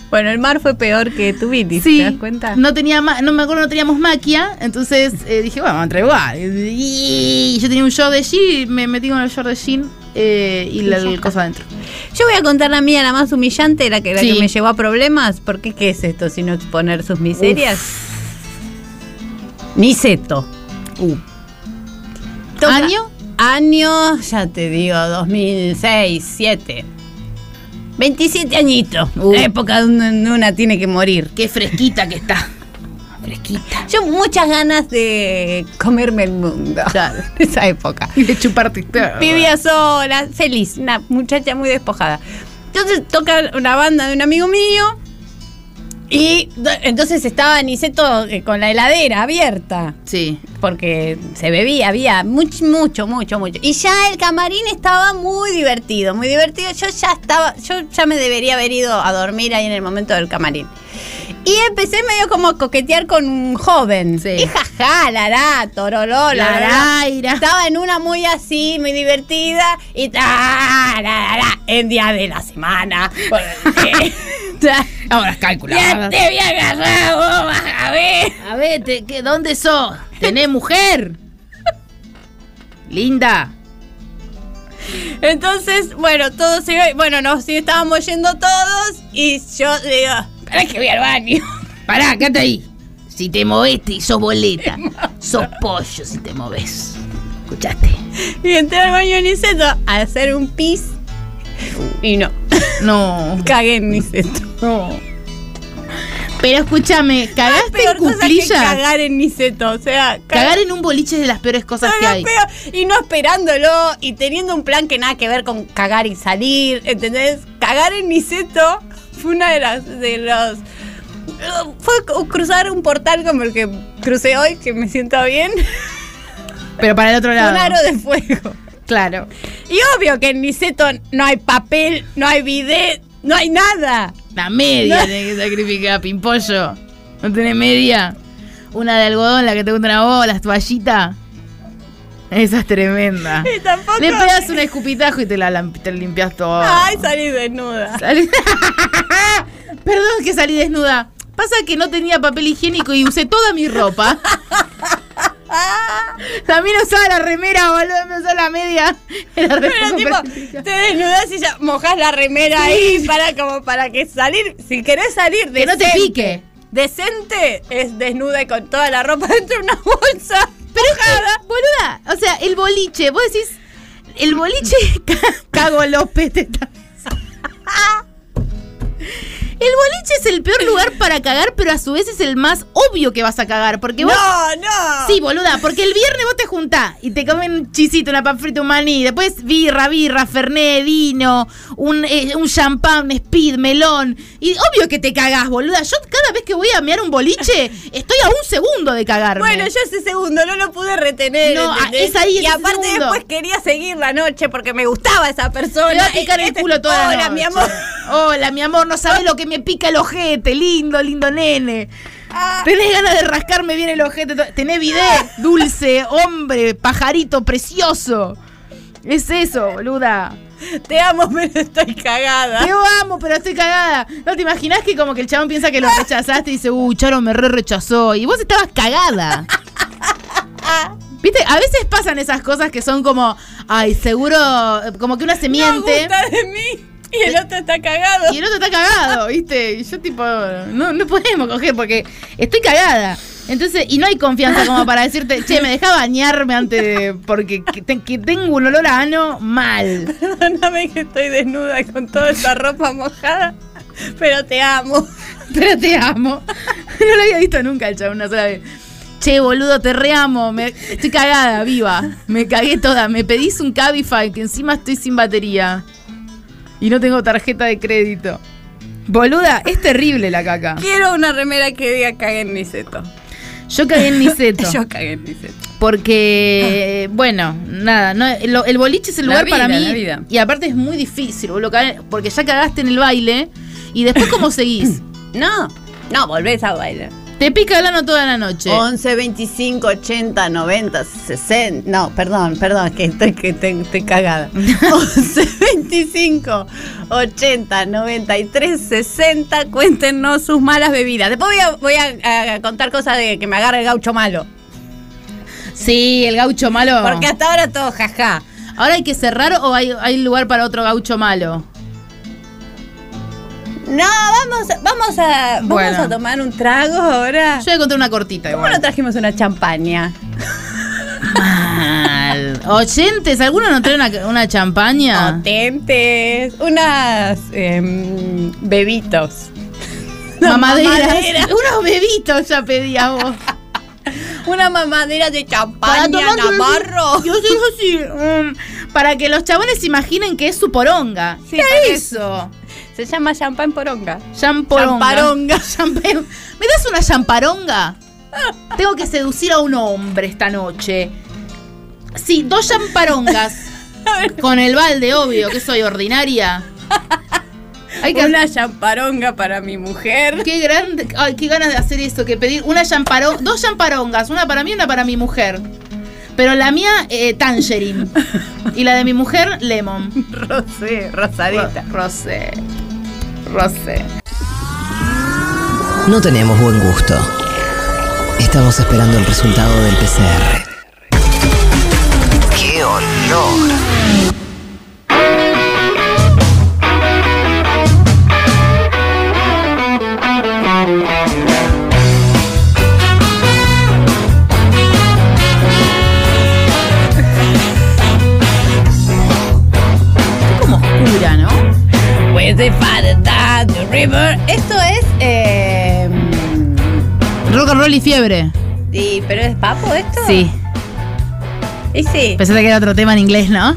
Speaker 3: Bueno, el mar fue peor que tu bilis,
Speaker 2: Sí,
Speaker 3: ¿te das cuenta?
Speaker 2: No tenía ma- no me acuerdo, no teníamos maquia, entonces eh, dije, bueno, vamos a entrar igual. Y yo tenía un short de jean, y me metí con el short de jean eh, y la, el coso adentro.
Speaker 3: Yo voy a contar la mía, la más humillante, la que, la
Speaker 2: Sí.
Speaker 3: que me llevó a problemas. ¿Por qué qué es esto sino exponer sus miserias? Niceto. Toca-
Speaker 2: Uh. ¿Año?
Speaker 3: Año, ya te digo, 2006, 7. 27 añitos.
Speaker 2: Uh.
Speaker 3: La época donde una, tiene que morir.
Speaker 2: Qué fresquita que está. Fresquita.
Speaker 3: Yo muchas ganas de comerme el mundo.
Speaker 2: Claro.
Speaker 3: Esa época.
Speaker 2: Y de chuparte.
Speaker 3: Vivía sola, feliz, una muchacha muy despojada. Entonces toca una banda de un amigo mío y do- entonces estaba Niceto eh, con la heladera abierta.
Speaker 2: Sí.
Speaker 3: Porque se bebía, había mucho, mucho, mucho, mucho. Y ya el camarín estaba muy divertido, muy divertido. Yo ya estaba, yo ya me debería haber ido a dormir ahí en el momento del camarín. Y empecé medio como a coquetear con un joven.
Speaker 2: Sí.
Speaker 3: Y jajá, lará, toroló, lará. Estaba en una muy así, muy divertida. Y ta, la, la, la, en día de la semana. porque-
Speaker 2: Ahora
Speaker 3: ya
Speaker 2: calcula.
Speaker 3: te había agarrado, vos, vas a ver.
Speaker 2: A ver, te- ¿qué- ¿dónde sos? ¿Tenés mujer? Linda.
Speaker 3: Entonces, bueno, todos se iba- bueno, nos estábamos yendo todos y yo le digo, para que voy al baño.
Speaker 2: Pará, quédate ahí. Si te moviste, sos boleta. sos pollo si te moves. ¿Escuchaste?
Speaker 3: Y entré al baño de Niceto a hacer un pis y no,
Speaker 2: No,
Speaker 3: cagué en Niceto.
Speaker 2: no. Pero escúchame, ¿cagaste en
Speaker 3: Peor cosa que
Speaker 2: cuclillas?
Speaker 3: cagar en Niceto, o sea,
Speaker 2: Cagar en un boliche es de las peores cosas que
Speaker 3: lo
Speaker 2: hay.
Speaker 3: peor. Y no esperándolo y teniendo un plan que nada que ver con cagar y salir, ¿entendés? Cagar en Niceto fue una de las de los fue cu- cruzar un portal como el que crucé hoy, que me siento bien,
Speaker 2: Pero para el otro
Speaker 3: un aro
Speaker 2: lado.
Speaker 3: de fuego.
Speaker 2: Claro.
Speaker 3: Y obvio que en Niceto no hay papel, no hay bidet, no hay nada.
Speaker 2: La media tenés que sacrificar, pimpollo. ¿No tenés media? Una de algodón, la que te gustan a vos, las toallitas. Esa es tremenda.
Speaker 3: Y tampoco.
Speaker 2: Le pegas un escupitajo y te la lam- te limpias todo.
Speaker 3: Ay, salí desnuda.
Speaker 2: Salí- Perdón que salí desnuda. Pasa que no tenía papel higiénico y usé toda mi ropa. También usaba la remera, boludo, me usaba la media. Era re
Speaker 3: Pero
Speaker 2: poco
Speaker 3: tipo,
Speaker 2: práctica.
Speaker 3: te desnudas y ya mojas la remera ahí para como para que salir, si querés salir
Speaker 2: Que no te
Speaker 3: decente.
Speaker 2: pique.
Speaker 3: Decente es desnuda y con toda la ropa dentro de una bolsa.
Speaker 2: Pero es que, boluda, o sea, el boliche, vos decís, el boliche ca- cago López te está- El boliche es el peor lugar para cagar, pero a su vez es el más obvio que vas a cagar, porque vos
Speaker 3: No, no.
Speaker 2: Sí, boluda, porque el viernes vos te juntás y te comen un chisito, una pan frita, un maní, después birra, birra, ferné, vino, un, eh, un champán, un speed, melón. Y obvio que te cagás, boluda. Yo cada vez que voy a mear un boliche, estoy a un segundo de cagarme.
Speaker 3: Bueno, yo ese segundo no lo pude retener.
Speaker 2: No,
Speaker 3: Eh, ¿entendés?
Speaker 2: ah, es ahí,
Speaker 3: Y
Speaker 2: ese
Speaker 3: aparte
Speaker 2: segundo.
Speaker 3: después quería seguir la noche porque me gustaba esa persona.
Speaker 2: Te va a picar el
Speaker 3: Este-
Speaker 2: culo toda la
Speaker 3: Hola, mi
Speaker 2: noche.
Speaker 3: amor.
Speaker 2: Hola, mi amor, no sabes lo que me pica el ojete. Lindo, lindo nene.
Speaker 3: Ah.
Speaker 2: Tenés ganas de rascarme bien el ojete. to- Tenés bidet, dulce, hombre, pajarito, precioso. Es eso, boluda.
Speaker 3: Te amo, pero estoy cagada.
Speaker 2: Te amo, pero estoy cagada. ¿No te imaginas que como que el chabón piensa que lo rechazaste y dice, uh, Charo me re rechazó? Y vos estabas cagada. Viste, a veces pasan esas cosas que son como, ay, seguro, eh, como que una se
Speaker 3: No
Speaker 2: miente.
Speaker 3: gusta de mí y el otro está cagado.
Speaker 2: Y el otro está cagado, ¿viste? Y yo tipo, no, no podemos coger porque estoy cagada. Entonces, y no hay confianza como para decirte, che, me deja bañarme antes de, porque que, te- que tengo un olor a ano mal.
Speaker 3: Perdóname que estoy desnuda y con toda esta ropa mojada, pero te amo.
Speaker 2: Pero te amo. No lo había visto nunca el chabón una sola vez. Che, boludo, te reamo. Me, estoy cagada, viva. Me cagué toda. Me pedís un Cabify que encima estoy sin batería. Y no tengo tarjeta de crédito. Boluda, es terrible la caca.
Speaker 3: Quiero una remera que diga cagué en mi seto.
Speaker 2: Yo cagué en Niceto.
Speaker 3: Yo cagué en mi seto.
Speaker 2: Porque, eh, bueno, nada, no, el, el boliche es el
Speaker 8: La
Speaker 2: lugar
Speaker 8: vida,
Speaker 2: para mí.
Speaker 8: la vida.
Speaker 2: Y aparte es muy difícil, boludo, cagar- porque ya cagaste en el baile y después cómo seguís.
Speaker 8: No, no, volvés a bailar.
Speaker 2: Te pica el ano toda la noche.
Speaker 8: Oh,
Speaker 3: 11, 25, 80, 90, 60. No, perdón, perdón, que estoy, que estoy- estoy cagada. 11, 25, 80, 93, 60. Cuéntenos sus malas bebidas. Después voy a, voy a- a contar cosas de que me agarre el gaucho malo.
Speaker 2: Sí, el gaucho malo.
Speaker 3: Porque hasta ahora todo jajá.
Speaker 2: ¿Ahora hay que cerrar o hay, hay lugar para otro gaucho malo?
Speaker 3: No, vamos, vamos, a, vamos
Speaker 2: Bueno.
Speaker 3: Ah, a tomar un trago ahora.
Speaker 2: Yo voy a contar una cortita
Speaker 3: ¿Cómo no
Speaker 2: igual.
Speaker 3: trajimos una champaña?
Speaker 2: Mal. Oyentes, ¿alguno no trae una, una champaña?
Speaker 3: potentes, unas em, bebitos.
Speaker 2: mamaderas.
Speaker 3: mamadera.
Speaker 2: Unos bebitos ya pedías vos.
Speaker 3: Una mamadera de champaña,
Speaker 2: tomar-
Speaker 3: Navarro.
Speaker 2: Yo soy así. mm, para que los chabones se imaginen que es su poronga. ¿Qué es eso?
Speaker 3: Se llama champán poronga.
Speaker 2: Champoronga. Champe- ¿Me das una champaronga? Tengo que seducir a un hombre esta noche. Sí, dos champarongas. Con el balde, obvio, que soy ordinaria. Hay que
Speaker 3: Una champaronga para mi mujer.
Speaker 2: Qué grande, ay, qué ganas de hacer eso, que pedir una champaro, dos champarongas, una para mí y una para mi mujer. Pero la mía, eh, tangerine. Y la de mi mujer, lemon.
Speaker 3: Rosé, rosadita.
Speaker 2: Rosé. Rosé.
Speaker 1: No tenemos buen gusto. Estamos esperando el resultado del PCR. ¡Qué olor!
Speaker 2: Como oscura, ¿no?
Speaker 3: With the father that the river. Esto es. em,
Speaker 2: Rock and roll y fiebre.
Speaker 3: sí, pero es papo esto.
Speaker 2: Sí.
Speaker 3: Y sí.
Speaker 2: Pensaste que era otro tema en inglés, ¿no?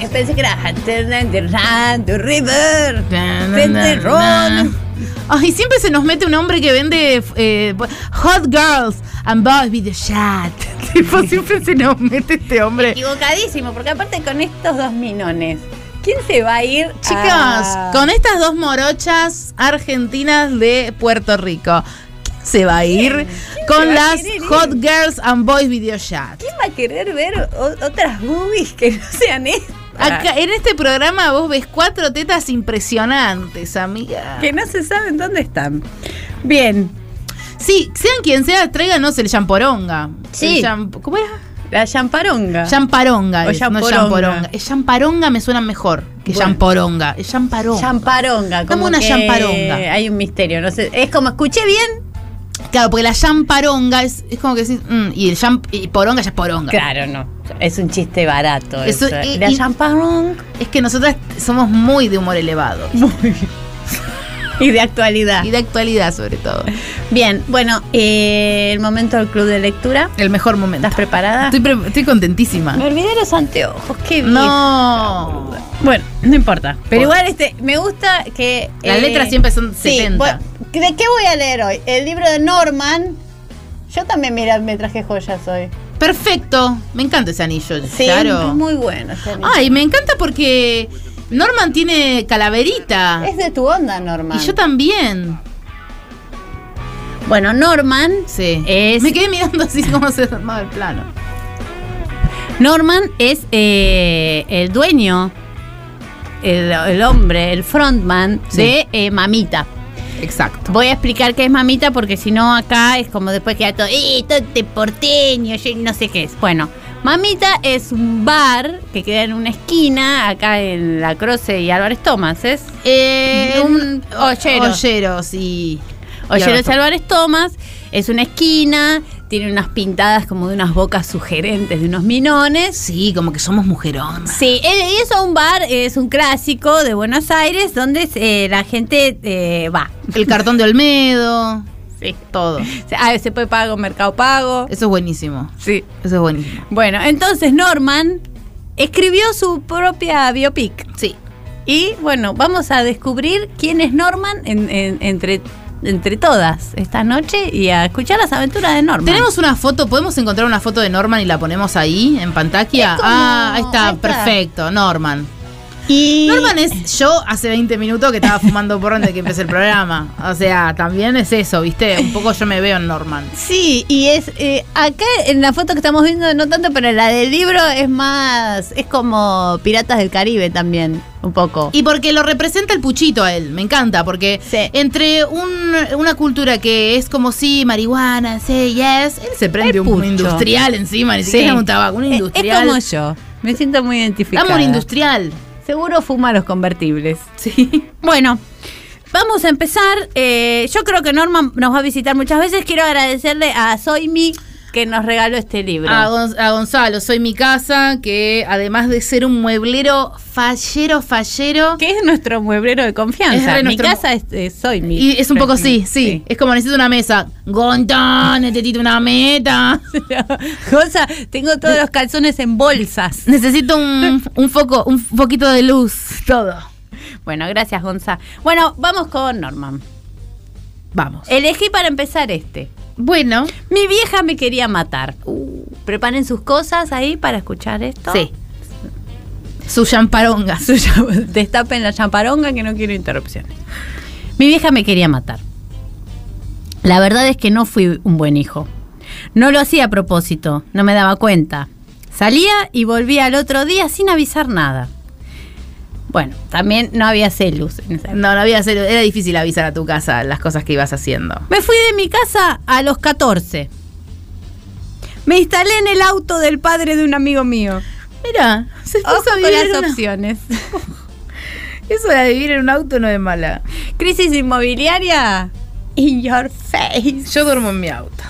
Speaker 3: Yo pensé que era Haternan the Rand, the River. Vende ron.
Speaker 2: Ay, siempre se nos mete un hombre que vende eh, Hot Girls and Boys with the Chat. Tipo, siempre se nos mete este hombre.
Speaker 3: Equivocadísimo, porque aparte con estos dos minones, ¿quién se va a ir? a-
Speaker 2: Chicos,
Speaker 3: Ah.
Speaker 2: con estas dos morochas argentinas de Puerto Rico, ¿quién se va a ir
Speaker 3: se va
Speaker 2: con
Speaker 3: a
Speaker 2: las
Speaker 3: querer ir?
Speaker 2: Hot Girls and Boys Video Chat?
Speaker 3: ¿Quién va a querer ver o- otras boobies que no sean estas?
Speaker 2: Acá, en este programa vos ves cuatro tetas impresionantes, amiga.
Speaker 3: Que no se saben dónde están. Bien,
Speaker 2: Sí, sean quien sea, tráiganos el champoronga.
Speaker 3: Sí.
Speaker 2: El cham- ¿Cómo era?
Speaker 3: la champaronga.
Speaker 2: Champaronga.
Speaker 3: O
Speaker 2: es, no
Speaker 3: champoronga.
Speaker 2: champoronga. El champaronga me suena mejor que
Speaker 3: Bueno.
Speaker 2: champoronga. El champaronga.
Speaker 3: champaronga, como
Speaker 2: Dame una
Speaker 3: que
Speaker 2: champaronga.
Speaker 3: Hay un misterio, no sé. Es como, escuché bien.
Speaker 2: claro, porque la champaronga es, es como que decís, mm, y el champ y poronga ya es poronga.
Speaker 3: Claro, no. Es un chiste barato.
Speaker 2: Eso,
Speaker 3: eso.
Speaker 2: y-
Speaker 3: la
Speaker 2: y-
Speaker 3: champaronga.
Speaker 2: Es que nosotras somos muy de humor elevado
Speaker 3: Y de actualidad.
Speaker 2: y de actualidad sobre todo.
Speaker 3: Bien, bueno, eh, el momento del club de lectura.
Speaker 2: El mejor momento.
Speaker 3: ¿Estás preparada?
Speaker 2: Estoy, pre- estoy contentísima.
Speaker 3: Me olvidé los anteojos, qué bien.
Speaker 2: No.
Speaker 3: Bueno, no importa. Pero eh, igual este, me gusta que.
Speaker 2: Las letras siempre son 70.
Speaker 3: voy- ¿De qué voy a leer hoy? El libro de Norman. Yo también, mira, me traje joyas hoy.
Speaker 2: Perfecto. Me encanta ese anillo.
Speaker 3: Sí, es
Speaker 2: claro.
Speaker 3: muy bueno. este anillo.
Speaker 2: Ay, me encanta porque Norman tiene calaverita.
Speaker 3: Es de tu onda, Norman.
Speaker 2: Y yo también.
Speaker 3: bueno, Norman.
Speaker 2: Sí.
Speaker 3: Es-
Speaker 2: Me quedé mirando así como se armaba el plano.
Speaker 3: Norman es eh, el dueño, el, el hombre, el frontman
Speaker 2: Sí.
Speaker 3: de eh, Mamita.
Speaker 2: Exacto.
Speaker 3: Voy a explicar qué es mamita porque si no acá es como después queda todo, ¡eh, todo este porteño! Yo no sé qué es. Bueno, mamita es un bar que queda en una esquina acá en La Croce y Álvarez Tomás, ¿es?
Speaker 2: Eh,
Speaker 3: Un ollero.
Speaker 2: Olleros y.
Speaker 3: Olleros y
Speaker 2: y
Speaker 3: Álvarez Tomás, es una esquina, tiene unas pintadas como de unas bocas sugerentes de unos minones.
Speaker 2: Sí, como que somos mujeronas.
Speaker 3: Sí, e- y eso un bar, es un clásico de Buenos Aires donde eh, la gente eh, va.
Speaker 2: El cartón de Olmedo.
Speaker 3: Sí.
Speaker 2: Todo.
Speaker 3: Ah, se puede pago, mercado pago.
Speaker 2: Eso es buenísimo.
Speaker 3: Sí.
Speaker 2: Eso es buenísimo.
Speaker 3: Bueno, entonces Norman escribió su propia biopic.
Speaker 2: Sí.
Speaker 3: Y bueno, vamos a descubrir quién es Norman en- en- entre entre todas esta noche y a escuchar las aventuras de Norman.
Speaker 2: Tenemos una foto, podemos encontrar una foto de Norman y la ponemos ahí en pantalla.
Speaker 3: Es como-
Speaker 2: ah, ahí está,
Speaker 3: ahí está.
Speaker 2: perfecto, Norman.
Speaker 3: Y
Speaker 2: Norman es yo hace 20 minutos que estaba fumando porro antes de que empecé el programa. O sea, también es eso, ¿viste? Un poco yo me veo en Norman.
Speaker 3: Sí, y es eh, acá en la foto que estamos viendo no tanto, pero la del libro es más, es como Piratas del Caribe también, un poco.
Speaker 2: Y porque lo representa el puchito a él, me encanta, porque
Speaker 3: Sí.
Speaker 2: entre un- una cultura que es como sí, marihuana, sí, yes, él se prende
Speaker 3: El
Speaker 2: un
Speaker 3: pucho.
Speaker 2: industrial encima, ni
Speaker 3: Sí.
Speaker 2: siquiera un tabaco, un
Speaker 3: Es-
Speaker 2: industrial.
Speaker 3: Es, como yo, me siento muy identificada.
Speaker 2: Dame un industrial.
Speaker 3: Seguro fuma los convertibles.
Speaker 2: Sí.
Speaker 3: Bueno, vamos a empezar. Eh, yo creo que Norman nos va a visitar muchas veces. Quiero agradecerle a Soimi que nos regaló este libro.
Speaker 2: A, Gon- a Gonzalo, soy mi casa, que además de ser un mueblero fallero, fallero.
Speaker 3: que es nuestro mueblero de
Speaker 2: Es
Speaker 3: confianza.
Speaker 2: re
Speaker 3: Mi
Speaker 2: nuestro-
Speaker 3: casa es eh, Soimi.
Speaker 2: Y es un poco así, sí, Es como necesito una mesa. Gontán, necesito una meta.
Speaker 3: Cosa, tengo todos los calzones en bolsas.
Speaker 2: Necesito un, un foco, un foquito de luz. Todo.
Speaker 3: Bueno, gracias, Gonza. Bueno, vamos con Norman.
Speaker 2: Vamos.
Speaker 3: Elegí para empezar este.
Speaker 2: Bueno. Uh.
Speaker 3: Mi vieja me quería matar. Preparen sus cosas ahí para escuchar esto.
Speaker 2: Sí. Su champaronga.
Speaker 3: Su llam- Destapen la champaronga que no quiero interrupciones. Mi vieja me quería matar. La verdad es que no fui un buen hijo. No lo hacía a propósito, no me daba cuenta. Salía y volvía al otro día sin avisar nada. Bueno, también no había celus en esa época.
Speaker 2: No, no había serio. Era difícil avisar a tu casa las cosas que ibas haciendo.
Speaker 3: Me fui de mi casa a los 14. Me instalé en el auto del padre de un amigo mío.
Speaker 2: Mira, se
Speaker 3: Ojo
Speaker 2: puso a
Speaker 3: con
Speaker 2: vivir en
Speaker 3: las
Speaker 2: una-
Speaker 3: opciones.
Speaker 2: Eso de vivir en un auto no es mala.
Speaker 3: Crisis inmobiliaria. In your face.
Speaker 2: Yo duermo en mi auto.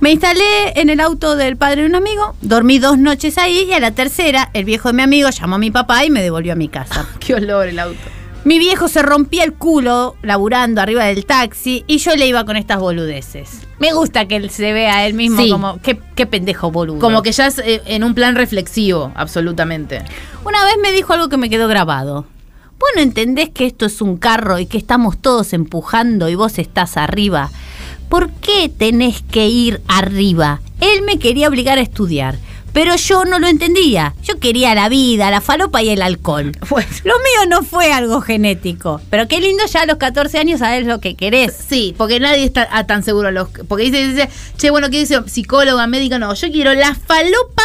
Speaker 3: Me instalé en el auto del padre de un amigo, dormí dos noches ahí y a la tercera el viejo de mi amigo llamó a mi papá y me devolvió a mi casa.
Speaker 2: Qué olor el auto.
Speaker 3: Mi viejo se rompía el culo laburando arriba del taxi y yo le iba con estas boludeces. Me gusta que él se vea a él mismo
Speaker 2: Sí.
Speaker 3: como qué, qué pendejo boludo.
Speaker 2: Como que ya es eh, en un plan reflexivo, absolutamente.
Speaker 3: Una vez me dijo algo que me quedó grabado. Vos no entendés que esto es un carro y que estamos todos empujando y vos estás arriba. ¿Por qué tenés que ir arriba? Él me quería obligar a estudiar, pero yo no lo entendía. Yo quería la vida, la falopa y el alcohol.
Speaker 2: Bueno.
Speaker 3: Lo mío no fue algo genético, pero qué lindo ya a los 14 años sabés lo que querés.
Speaker 2: Sí, porque nadie está ah, tan seguro. Los, porque dice, dice, che, bueno, ¿qué dice? Psicóloga, médica, no. Yo quiero la falopa.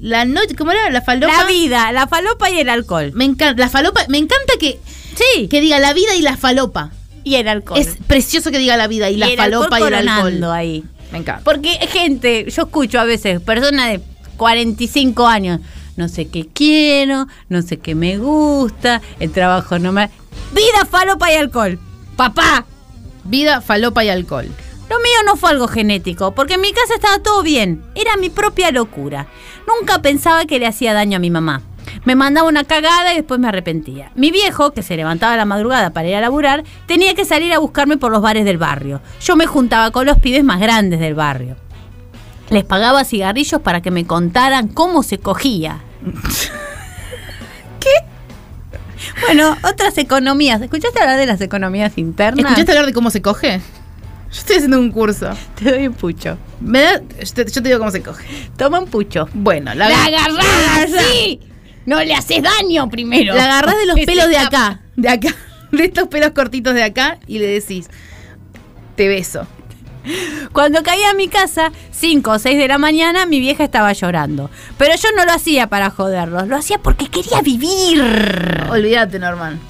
Speaker 2: La noche, ¿cómo era? La falopa.
Speaker 3: La vida, la falopa y el alcohol.
Speaker 2: Me encanta, la falopa, me encanta que,
Speaker 3: Sí,
Speaker 2: que diga la vida y la falopa.
Speaker 3: y el alcohol.
Speaker 2: Es precioso que diga la vida y la
Speaker 3: el alcohol
Speaker 2: falopa y el alcohol.
Speaker 3: coronando ahí.
Speaker 2: Me encanta.
Speaker 3: Porque eh, gente, yo escucho a veces personas de 45 años, no sé qué quiero, no sé qué me gusta, el trabajo no me... Vida, falopa y alcohol. Papá,
Speaker 2: Vida, falopa y alcohol.
Speaker 3: lo mío no fue algo genético, porque en mi casa estaba todo bien, era mi propia locura. Nunca pensaba que le hacía daño a mi mamá. Me mandaba una cagada y después me arrepentía. Mi viejo, que se levantaba a la madrugada para ir a laburar, tenía que salir a buscarme por los bares del barrio. Yo me juntaba con los pibes más grandes del barrio. Les pagaba cigarrillos para que me contaran cómo se cogía. ¿Qué? Bueno, otras economías. ¿Escuchaste hablar de las economías internas?
Speaker 2: ¿Escuchaste hablar de cómo se coge? Yo estoy haciendo un curso.
Speaker 3: Te doy un pucho.
Speaker 2: Me da- yo, te, yo te digo cómo se coge.
Speaker 3: Toma un pucho.
Speaker 2: Bueno, la,
Speaker 9: ¡La agarrás así! ¡No le haces daño primero!
Speaker 2: la agarrás de los
Speaker 9: Ese
Speaker 2: pelos de
Speaker 9: tapa.
Speaker 2: acá. De acá. De estos pelos cortitos de acá y le decís, te beso.
Speaker 3: Cuando caía a mi casa, 5 o 6 de la mañana, mi vieja estaba llorando. Pero yo no lo hacía para joderlos, lo hacía porque quería vivir.
Speaker 2: Olvídate, Norman.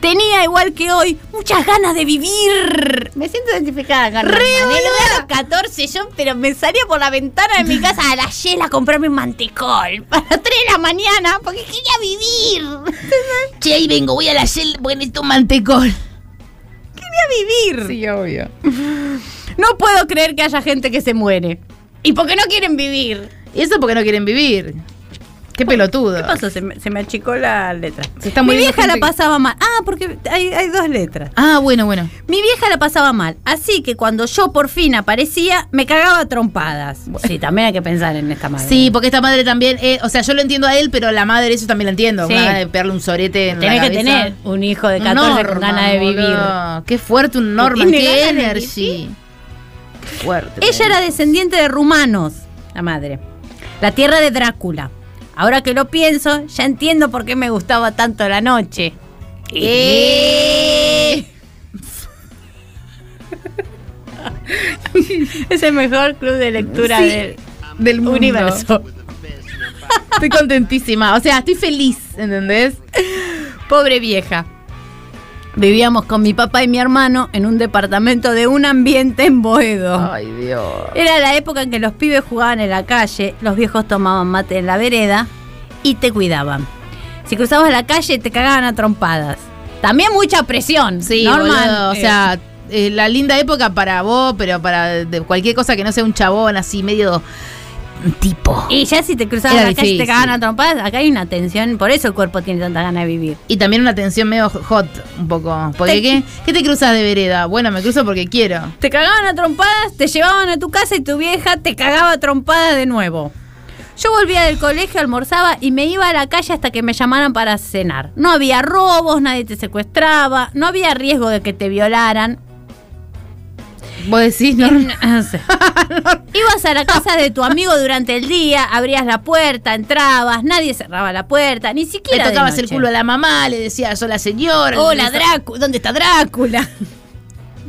Speaker 3: Tenía, igual que hoy, muchas ganas de vivir. Me siento identificada con
Speaker 9: Re
Speaker 3: Norman, ¿eh?
Speaker 9: boluda. a los 14 yo, pero me salía por la ventana de mi casa a la Yela a comprarme un mantecol para las 3 de la mañana porque quería vivir. che, ahí vengo, voy a la Yela porque necesito un mantecol.
Speaker 3: Quería vivir.
Speaker 2: Sí, obvio.
Speaker 3: No puedo creer que haya gente que se muere.
Speaker 9: ¿Y por qué no quieren vivir?
Speaker 2: Y eso porque no quieren vivir. Qué pelotudo.
Speaker 3: ¿Qué pasó? Se me, se me achicó la letra.
Speaker 2: Se está
Speaker 3: Mi
Speaker 2: muriendo
Speaker 3: vieja la
Speaker 2: gente que-
Speaker 3: pasaba mal. Ah, porque hay, hay dos letras.
Speaker 2: Ah, bueno, bueno.
Speaker 3: Mi vieja la pasaba mal, así que cuando yo por fin aparecía, me cagaba a trompadas. Sí, también hay que pensar en esta madre.
Speaker 2: Sí, porque esta madre también, eh, o sea, yo lo entiendo a él, pero la madre eso también la entiendo.
Speaker 3: Sí.
Speaker 2: Una gana de pegarle un sorete en
Speaker 3: tenés
Speaker 2: la
Speaker 3: que
Speaker 2: cabeza.
Speaker 3: tener un hijo de 14 con
Speaker 2: Norman,
Speaker 3: ganas de vivir.
Speaker 2: boludo. Qué fuerte un Norman,
Speaker 3: ¿Tiene
Speaker 2: qué
Speaker 3: ganas de
Speaker 2: energy. Qué fuerte. eh.
Speaker 3: Ella era descendiente de rumanos, la madre. La tierra de Drácula. Ahora que lo pienso, ya entiendo por qué me gustaba tanto la noche. Eh. es el mejor club de lectura
Speaker 2: Sí,
Speaker 3: del
Speaker 2: del mundo.
Speaker 3: universo.
Speaker 2: Estoy
Speaker 3: Ah.
Speaker 2: contentísima, o sea, estoy feliz, ¿entendés?
Speaker 3: Pobre vieja. Vivíamos con mi papá y mi hermano en un departamento de un ambiente en Boedo.
Speaker 2: Ay, Dios.
Speaker 3: Era la época en que los pibes jugaban en la calle, los viejos tomaban mate en la vereda y te cuidaban. Si cruzabas la calle te cagaban a trompadas. También mucha presión.
Speaker 2: Sí,
Speaker 3: Norman,
Speaker 2: boludo, o
Speaker 3: eh,
Speaker 2: sea, eh, la linda época para vos, pero para de cualquier cosa que no sea un chabón así medio un tipo.
Speaker 3: Y ya si te cruzabas
Speaker 2: Era
Speaker 3: la calle te
Speaker 2: difícil.
Speaker 3: cagaban a trompadas, acá hay una tensión, por eso el cuerpo tiene tanta ganas de vivir.
Speaker 2: Y también una tensión medio hot, un poco. Porque,
Speaker 3: Te-
Speaker 2: ¿qué, ¿qué te cruzas de vereda? Bueno, me cruzo porque quiero.
Speaker 3: Te cagaban a trompadas, te llevaban a tu casa y tu vieja te cagaba a trompadas de nuevo. Yo volvía del colegio, almorzaba y me iba a la calle hasta que me llamaran para cenar. No había robos, nadie te secuestraba, no había riesgo de que te violaran.
Speaker 2: Vos decís, no,
Speaker 3: No sé. Ibas a la casa de tu amigo durante el día, abrías la puerta, entrabas, nadie cerraba la puerta, ni
Speaker 2: le
Speaker 3: siquiera. de
Speaker 2: tocabas el
Speaker 3: noche.
Speaker 2: culo a la mamá, le decías, hola señora.
Speaker 3: Hola,
Speaker 2: le-
Speaker 3: Drácula. ¿Dónde está Drácula?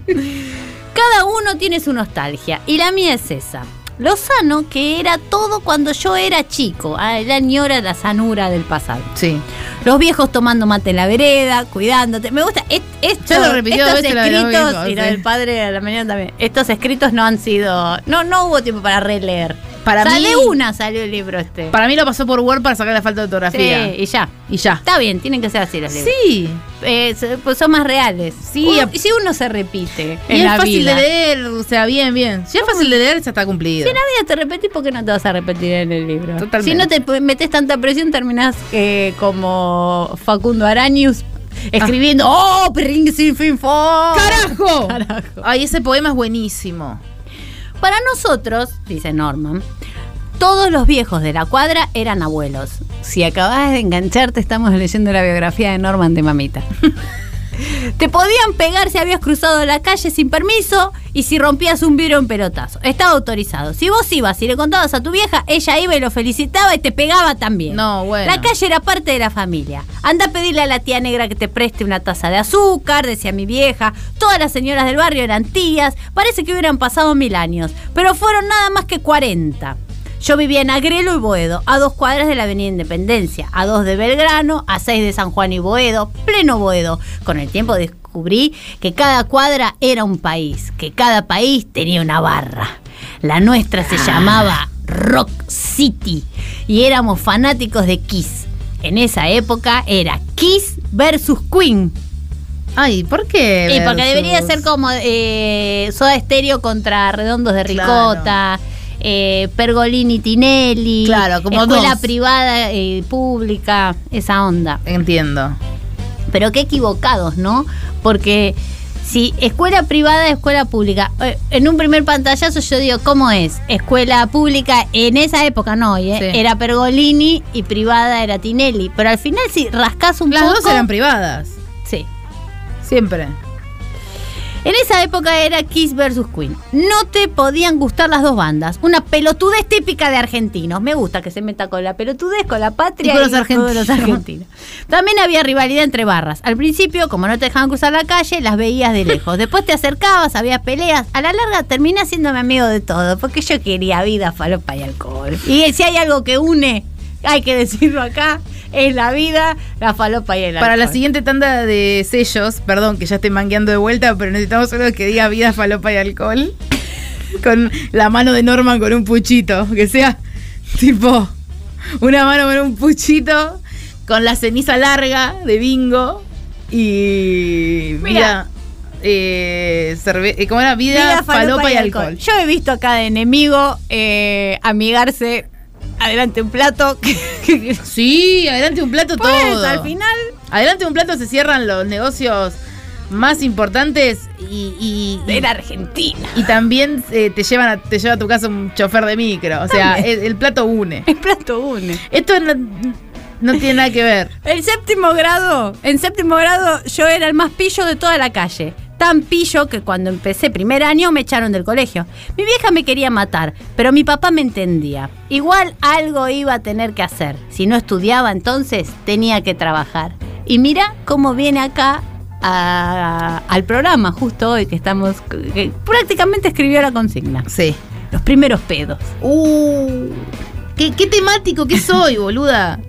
Speaker 3: Cada uno tiene su nostalgia y la mía es esa. Lo sano que era todo cuando yo era chico. Ah, Era ñora la sanura del pasado.
Speaker 2: Sí.
Speaker 3: Los viejos tomando mate en la vereda, cuidándote. Me gusta. est- esto-
Speaker 2: Ya lo repitió dos
Speaker 3: estos
Speaker 2: veces la de los
Speaker 3: escritos
Speaker 2: viejos,
Speaker 3: y la
Speaker 2: sí.
Speaker 3: del padre a la mañana también. Estos escritos no han sido. No, no hubo tiempo para releer.
Speaker 2: Para
Speaker 3: O sea,
Speaker 2: mí-
Speaker 3: de una salió el libro este.
Speaker 2: Para mí lo pasó por Word para sacar la falta de ortografía.
Speaker 3: Sí, y ya.
Speaker 2: Y ya.
Speaker 3: Está bien, tienen que ser así los libros.
Speaker 2: Sí.
Speaker 3: Eh, so- pues son más reales.
Speaker 2: Sí,
Speaker 3: Uno-
Speaker 2: ap-
Speaker 3: y si uno se repite
Speaker 2: Y
Speaker 3: en
Speaker 2: es
Speaker 3: la
Speaker 2: fácil
Speaker 3: vida.
Speaker 2: de leer, o sea, bien, bien. Si es fácil de leer, ya está cumplido.
Speaker 3: Si en la vida te repetís, ¿por qué no te vas a repetir en el libro?
Speaker 2: Totalmente.
Speaker 3: Si no te p- metes tanta presión, terminás eh, como Facundo Aranius
Speaker 2: Ah.
Speaker 3: escribiendo ¡Oh, Pring sin fin fo".
Speaker 2: ¡Carajo!
Speaker 3: Carajo.
Speaker 2: Ay, ese poema es buenísimo.
Speaker 3: Para nosotros, dice Norman, todos los viejos de la cuadra eran abuelos. Si acabas de engancharte, estamos leyendo la biografía de Norman de mamita. Te podían pegar si habías cruzado la calle sin permiso y si rompías un vidrio en pelotazo. Estaba autorizado. Si vos ibas y le contabas a tu vieja, ella iba y lo felicitaba y te pegaba también.
Speaker 2: No, bueno.
Speaker 3: La calle era parte de la familia. Anda a pedirle a la tía negra que te preste una taza de azúcar, decía mi vieja. Todas las señoras del barrio eran tías. Parece que hubieran pasado mil años, pero fueron nada más que 40. Yo vivía en Agrelo y Boedo, a dos cuadras de la Avenida Independencia, a dos de Belgrano, a seis de San Juan y Boedo, pleno Boedo. Con el tiempo descubrí que cada cuadra era un país, que cada país tenía una barra. La nuestra se llamaba Rock City y éramos fanáticos de Kiss. En esa época era Kiss versus Queen.
Speaker 2: Ay, ¿por qué?
Speaker 3: Y porque
Speaker 2: versus?
Speaker 3: debería ser como eh, Soda Stereo contra Redondos de
Speaker 2: Claro.
Speaker 3: Ricota, eh, Pergolini Tinelli,
Speaker 2: Claro, como
Speaker 3: escuela
Speaker 2: dos.
Speaker 3: privada y pública, esa onda.
Speaker 2: Entiendo.
Speaker 3: Pero qué equivocados, ¿no? Porque si escuela privada, escuela pública, eh, en un primer pantallazo yo digo, ¿cómo es? Escuela pública en esa época no, ¿eh?
Speaker 2: Sí.
Speaker 3: era Pergolini y privada era Tinelli. Pero al final si rascas un
Speaker 2: Las
Speaker 3: poco...
Speaker 2: dos eran privadas.
Speaker 3: sí.
Speaker 2: Siempre.
Speaker 3: En esa época era Kiss versus Queen. No te podían gustar las dos bandas. Una pelotudez típica de argentinos. Me gusta que se meta con la pelotudez, con la patria
Speaker 2: Y con los argentinos.
Speaker 3: con los argentinos. También había rivalidad entre barras. Al principio, como no te dejaban cruzar la calle, las veías de lejos. Después te acercabas, había peleas. A la larga terminé haciéndome amigo de todo, porque yo quería vida, falopa y alcohol. Y si hay algo que une, hay que decirlo acá, es la vida, la falopa y el alcohol.
Speaker 2: Para la siguiente tanda de sellos, perdón que ya esté mangueando de vuelta, pero necesitamos algo que diga vida, falopa y alcohol. Con la mano de Norman con un puchito. Que sea tipo una mano con un puchito, con la ceniza larga de bingo y.
Speaker 3: Mirá.
Speaker 2: Mira. Eh, cerve- eh, ¿Cómo era? Vida, falopa, y alcohol.
Speaker 3: Yo he visto a cada enemigo eh, amigarse adelante un plato.
Speaker 2: Sí, adelante un plato
Speaker 3: Pues,
Speaker 2: todo.
Speaker 3: al final.
Speaker 2: Adelante un plato se cierran los negocios más importantes y, y- y-
Speaker 3: De la Argentina.
Speaker 2: y también eh, te llevan a, te lleva a tu casa un chofer de micro. O sea, el, el plato une.
Speaker 3: El plato une.
Speaker 2: Esto no, no tiene nada que ver.
Speaker 3: El séptimo grado, en séptimo grado yo era el más pillo de toda la calle. Tan pillo que cuando empecé primer año me echaron del colegio. Mi vieja me quería matar, pero mi papá me entendía. Igual algo iba a tener que hacer. Si no estudiaba entonces tenía que trabajar. Y mira cómo viene acá a- al programa justo hoy que estamos... que prácticamente escribió la consigna.
Speaker 2: Sí.
Speaker 3: Los primeros pedos.
Speaker 2: Uh, ¿qué, qué temático que soy, boluda.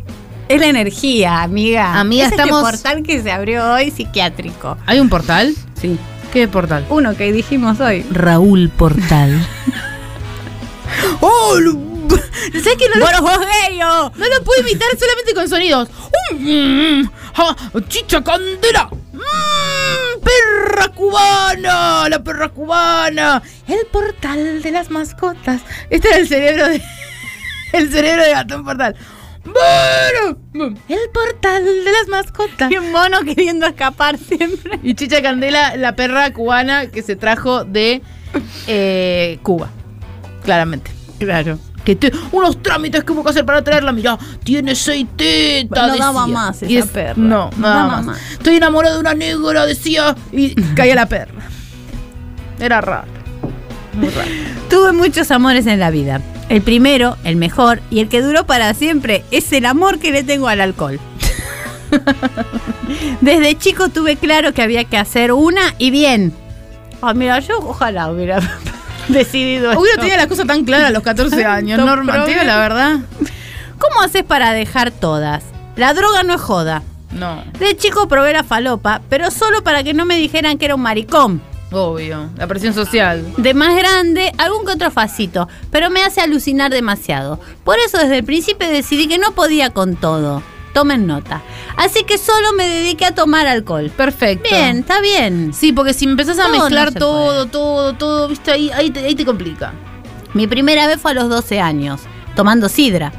Speaker 3: Es la energía, amiga.
Speaker 2: Amiga,
Speaker 3: es este
Speaker 2: estamos-
Speaker 3: portal que se abrió hoy psiquiátrico.
Speaker 2: ¿Hay un portal?
Speaker 3: Sí.
Speaker 2: ¿Qué portal?
Speaker 3: Uno que dijimos hoy.
Speaker 9: Raúl Portal.
Speaker 3: ¡Oh! ¿Sabes que no lo... Boros
Speaker 2: No lo puedo imitar solamente con sonidos. Mm, ja, ¡Chicha candela! Mm, ¡Perra cubana! ¡La perra cubana! El portal de las mascotas. Este era el cerebro de. El cerebro de Gatón Portal. Bueno, el portal de las mascotas.
Speaker 3: Bien mono queriendo escapar siempre.
Speaker 2: Y Chicha Candela, la perra cubana que se trajo de eh, Cuba. Claramente.
Speaker 3: Claro.
Speaker 2: que te- unos trámites que hubo que hacer para traerla. Mirá, tiene seis tetas.
Speaker 3: No
Speaker 2: decía.
Speaker 3: daba más
Speaker 2: Y
Speaker 3: esa perra.
Speaker 2: No, no
Speaker 3: No
Speaker 2: daba
Speaker 3: daba
Speaker 2: más.
Speaker 3: más.
Speaker 2: Estoy enamorada de una negra, decía. Y caía la perra. Era raro. Muy raro.
Speaker 3: Tuve muchos amores en la vida. El primero, el mejor y el que duró para siempre es el amor que le tengo al alcohol. Desde chico tuve claro que había que hacer una y bien. Ah, mira, yo ojalá hubiera decidido
Speaker 2: Hubiera
Speaker 3: esto.
Speaker 2: tenido las cosas tan claras a los 14 años,
Speaker 3: Tanto
Speaker 2: Norma. Te digo la verdad.
Speaker 3: ¿Cómo haces para dejar todas? La droga no es joda.
Speaker 2: No,
Speaker 3: De chico probé la falopa, pero solo para que no me dijeran que era un maricón.
Speaker 2: obvio. La presión social.
Speaker 3: De más grande, algún que otro facito, pero me hace alucinar demasiado. Por eso desde el principio decidí que no podía con todo. Tomen nota. Así que solo me dediqué a tomar alcohol.
Speaker 2: Perfecto.
Speaker 3: Bien, está bien.
Speaker 2: Sí, porque si empezás a
Speaker 3: Todo no
Speaker 2: mezclar
Speaker 3: se
Speaker 2: todo, todo, todo, viste, ahí, ahí, te, ahí te complica.
Speaker 3: Mi primera vez fue a los 12 años, tomando sidra.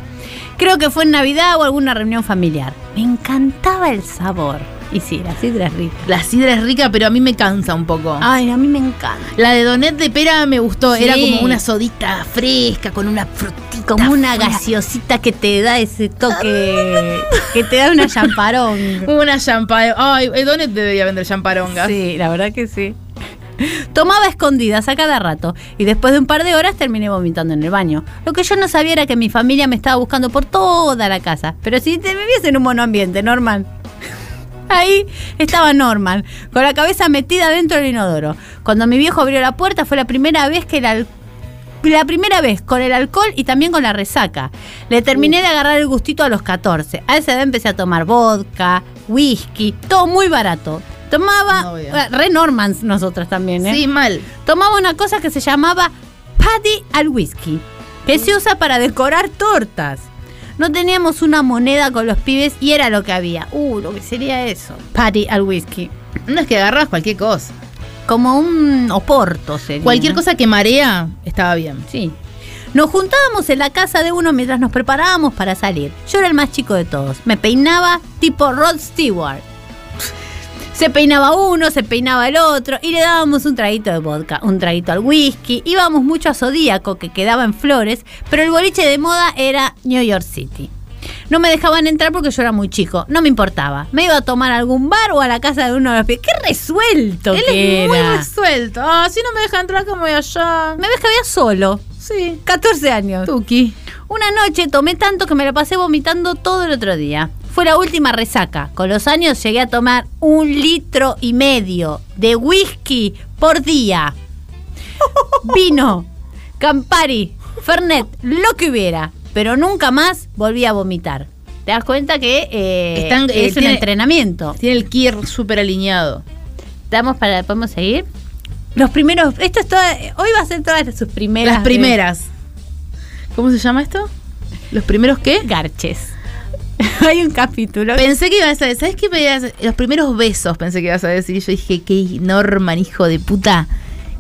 Speaker 3: Creo que fue en Navidad o alguna reunión familiar. Me encantaba el sabor. Y sí, la sidra es rica.
Speaker 2: La sidra es rica, pero a mí me cansa un poco.
Speaker 3: Ay, a mí me encanta.
Speaker 2: La de Donet de pera me gustó.
Speaker 3: Sí.
Speaker 2: Era como una sodita fresca con una frutita.
Speaker 3: Como una gaseosita que te da ese toque, que te da una champarón.
Speaker 2: Una champa. Ay, eh, Donet debería vender champarongas.
Speaker 3: Sí, la verdad que sí. Tomaba escondidas a cada rato y después de un par de horas terminé vomitando en el baño. Lo que yo no sabía era que mi familia me estaba buscando por toda la casa. Pero si te vivías en un monoambiente, Norman. Ahí estaba Norman, con la cabeza metida dentro del inodoro. Cuando mi viejo abrió la puerta fue la primera vez que el al- la primera vez con el alcohol y también con la resaca. Le terminé de agarrar el gustito a los 14. A esa edad empecé a tomar vodka, whisky, todo muy barato. Tomaba
Speaker 2: Obvio.
Speaker 3: eh, re Normans nosotras también, ¿eh?
Speaker 2: Sí, mal.
Speaker 3: Tomaba una cosa que se llamaba patty al whisky, que se usa para decorar tortas. No teníamos una moneda con los pibes y era lo que había. Uh, lo que sería eso. Patty al whisky.
Speaker 2: No es que agarras cualquier cosa.
Speaker 3: Como un oporto sería.
Speaker 2: Cualquier
Speaker 3: ¿no?
Speaker 2: cosa que marea estaba bien.
Speaker 3: Sí. Nos juntábamos en la casa de uno mientras nos preparábamos para salir. Yo era el más chico de todos. Me peinaba tipo Rod Stewart. Se peinaba uno, se peinaba el otro y le dábamos un traguito de vodka, un traguito al whisky. Íbamos mucho a Zodíaco, que quedaba en Flores, pero el boliche de moda era New York City. No me dejaban entrar porque yo era muy chico, no me importaba. Me iba a tomar a algún bar o a la casa de uno de los pibes. ¡Qué resuelto
Speaker 2: Él
Speaker 3: que
Speaker 2: es muy
Speaker 3: era!
Speaker 2: resuelto. Ah, si no me deja entrar, como voy allá?
Speaker 3: Me ves que había solo.
Speaker 2: Sí.
Speaker 3: 14 años.
Speaker 2: Tuki.
Speaker 3: Una noche tomé tanto que me la pasé vomitando todo el otro día. Fue la última resaca. Con los años llegué a tomar un litro y medio de whisky por día. Vino, Campari, Fernet, lo que hubiera. Pero nunca más volví a vomitar. Te das cuenta que eh,
Speaker 2: Están- eh,
Speaker 3: es un
Speaker 2: tiene-
Speaker 3: entrenamiento.
Speaker 2: Tiene el kier súper alineado.
Speaker 3: Estamos para, ¿Podemos seguir? Los primeros. Esto es toda- Hoy va a ser todas sus primeras.
Speaker 2: Las primeras. ¿Cómo se llama esto? ¿Los primeros qué?
Speaker 3: Garches. Hay un capítulo.
Speaker 2: Pensé que ibas a decir, ¿sabes qué? me ibas a- Los primeros besos pensé que ibas a decir. Y yo dije, qué Norman, hijo de puta,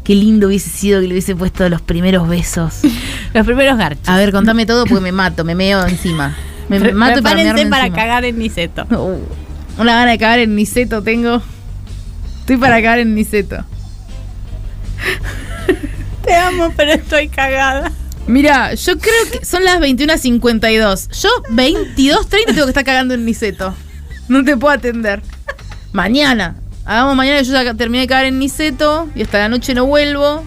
Speaker 9: Qué lindo hubiese sido que le hubiese puesto los primeros besos.
Speaker 3: Los primeros garchos.
Speaker 2: A ver, contame todo porque me mato, me meo encima. Me, me mato para,
Speaker 3: Prepárense
Speaker 2: mearme
Speaker 3: para
Speaker 2: encima.
Speaker 3: cagar en Niceto.
Speaker 2: Uh, una gana de cagar en Niceto tengo. Estoy para cagar en Niceto.
Speaker 3: Te amo, pero estoy cagada.
Speaker 2: Mira, yo creo que son las 21.52. Yo 22.30 tengo que estar cagando en Niceto. No te puedo atender. Mañana. Hagamos mañana que yo ya terminé de cagar en Niceto y hasta la noche no vuelvo.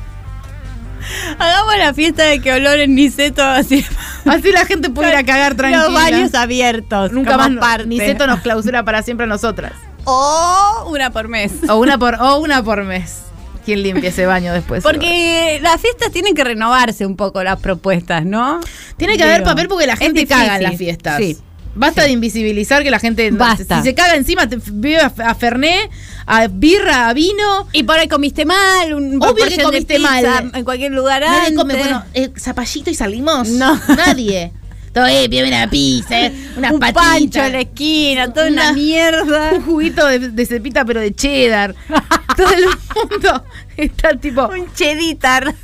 Speaker 3: Hagamos la fiesta de que olor en Niceto así.
Speaker 2: Así la gente pudiera cagar tranquila.
Speaker 3: Los baños abiertos.
Speaker 2: Nunca
Speaker 3: como
Speaker 2: más no-
Speaker 3: parte.
Speaker 2: Niceto nos clausura para siempre a nosotras.
Speaker 3: O una por mes.
Speaker 2: O una por, o una por mes. ¿Quién limpia ese baño después?
Speaker 3: Porque las fiestas tienen que renovarse un poco las propuestas, ¿no?
Speaker 2: Tiene que haber
Speaker 3: Digo,
Speaker 2: papel porque la
Speaker 3: es
Speaker 2: gente caga en
Speaker 3: difícil.
Speaker 2: las fiestas.
Speaker 3: Sí.
Speaker 2: Basta de invisibilizar que la gente.
Speaker 3: Basta.
Speaker 2: Si se caga encima, te vive a, a Fernet, a birra, a vino.
Speaker 3: Y por ahí comiste mal, un
Speaker 2: Obvio que
Speaker 3: proporción de
Speaker 2: comiste
Speaker 3: pizza
Speaker 2: mal.
Speaker 3: En cualquier lugar
Speaker 2: Nadie
Speaker 3: antes.
Speaker 2: come, bueno, eh, zapallito y salimos.
Speaker 3: No.
Speaker 2: Nadie. Todo, eh, bien una pizza, eh, unas
Speaker 3: un
Speaker 2: patitas.
Speaker 3: pancho a la esquina, toda una,
Speaker 2: Una-
Speaker 3: mierda.
Speaker 2: Un juguito de, de cepita, pero de cheddar. Todo el mundo está tipo.
Speaker 3: Un cheditar.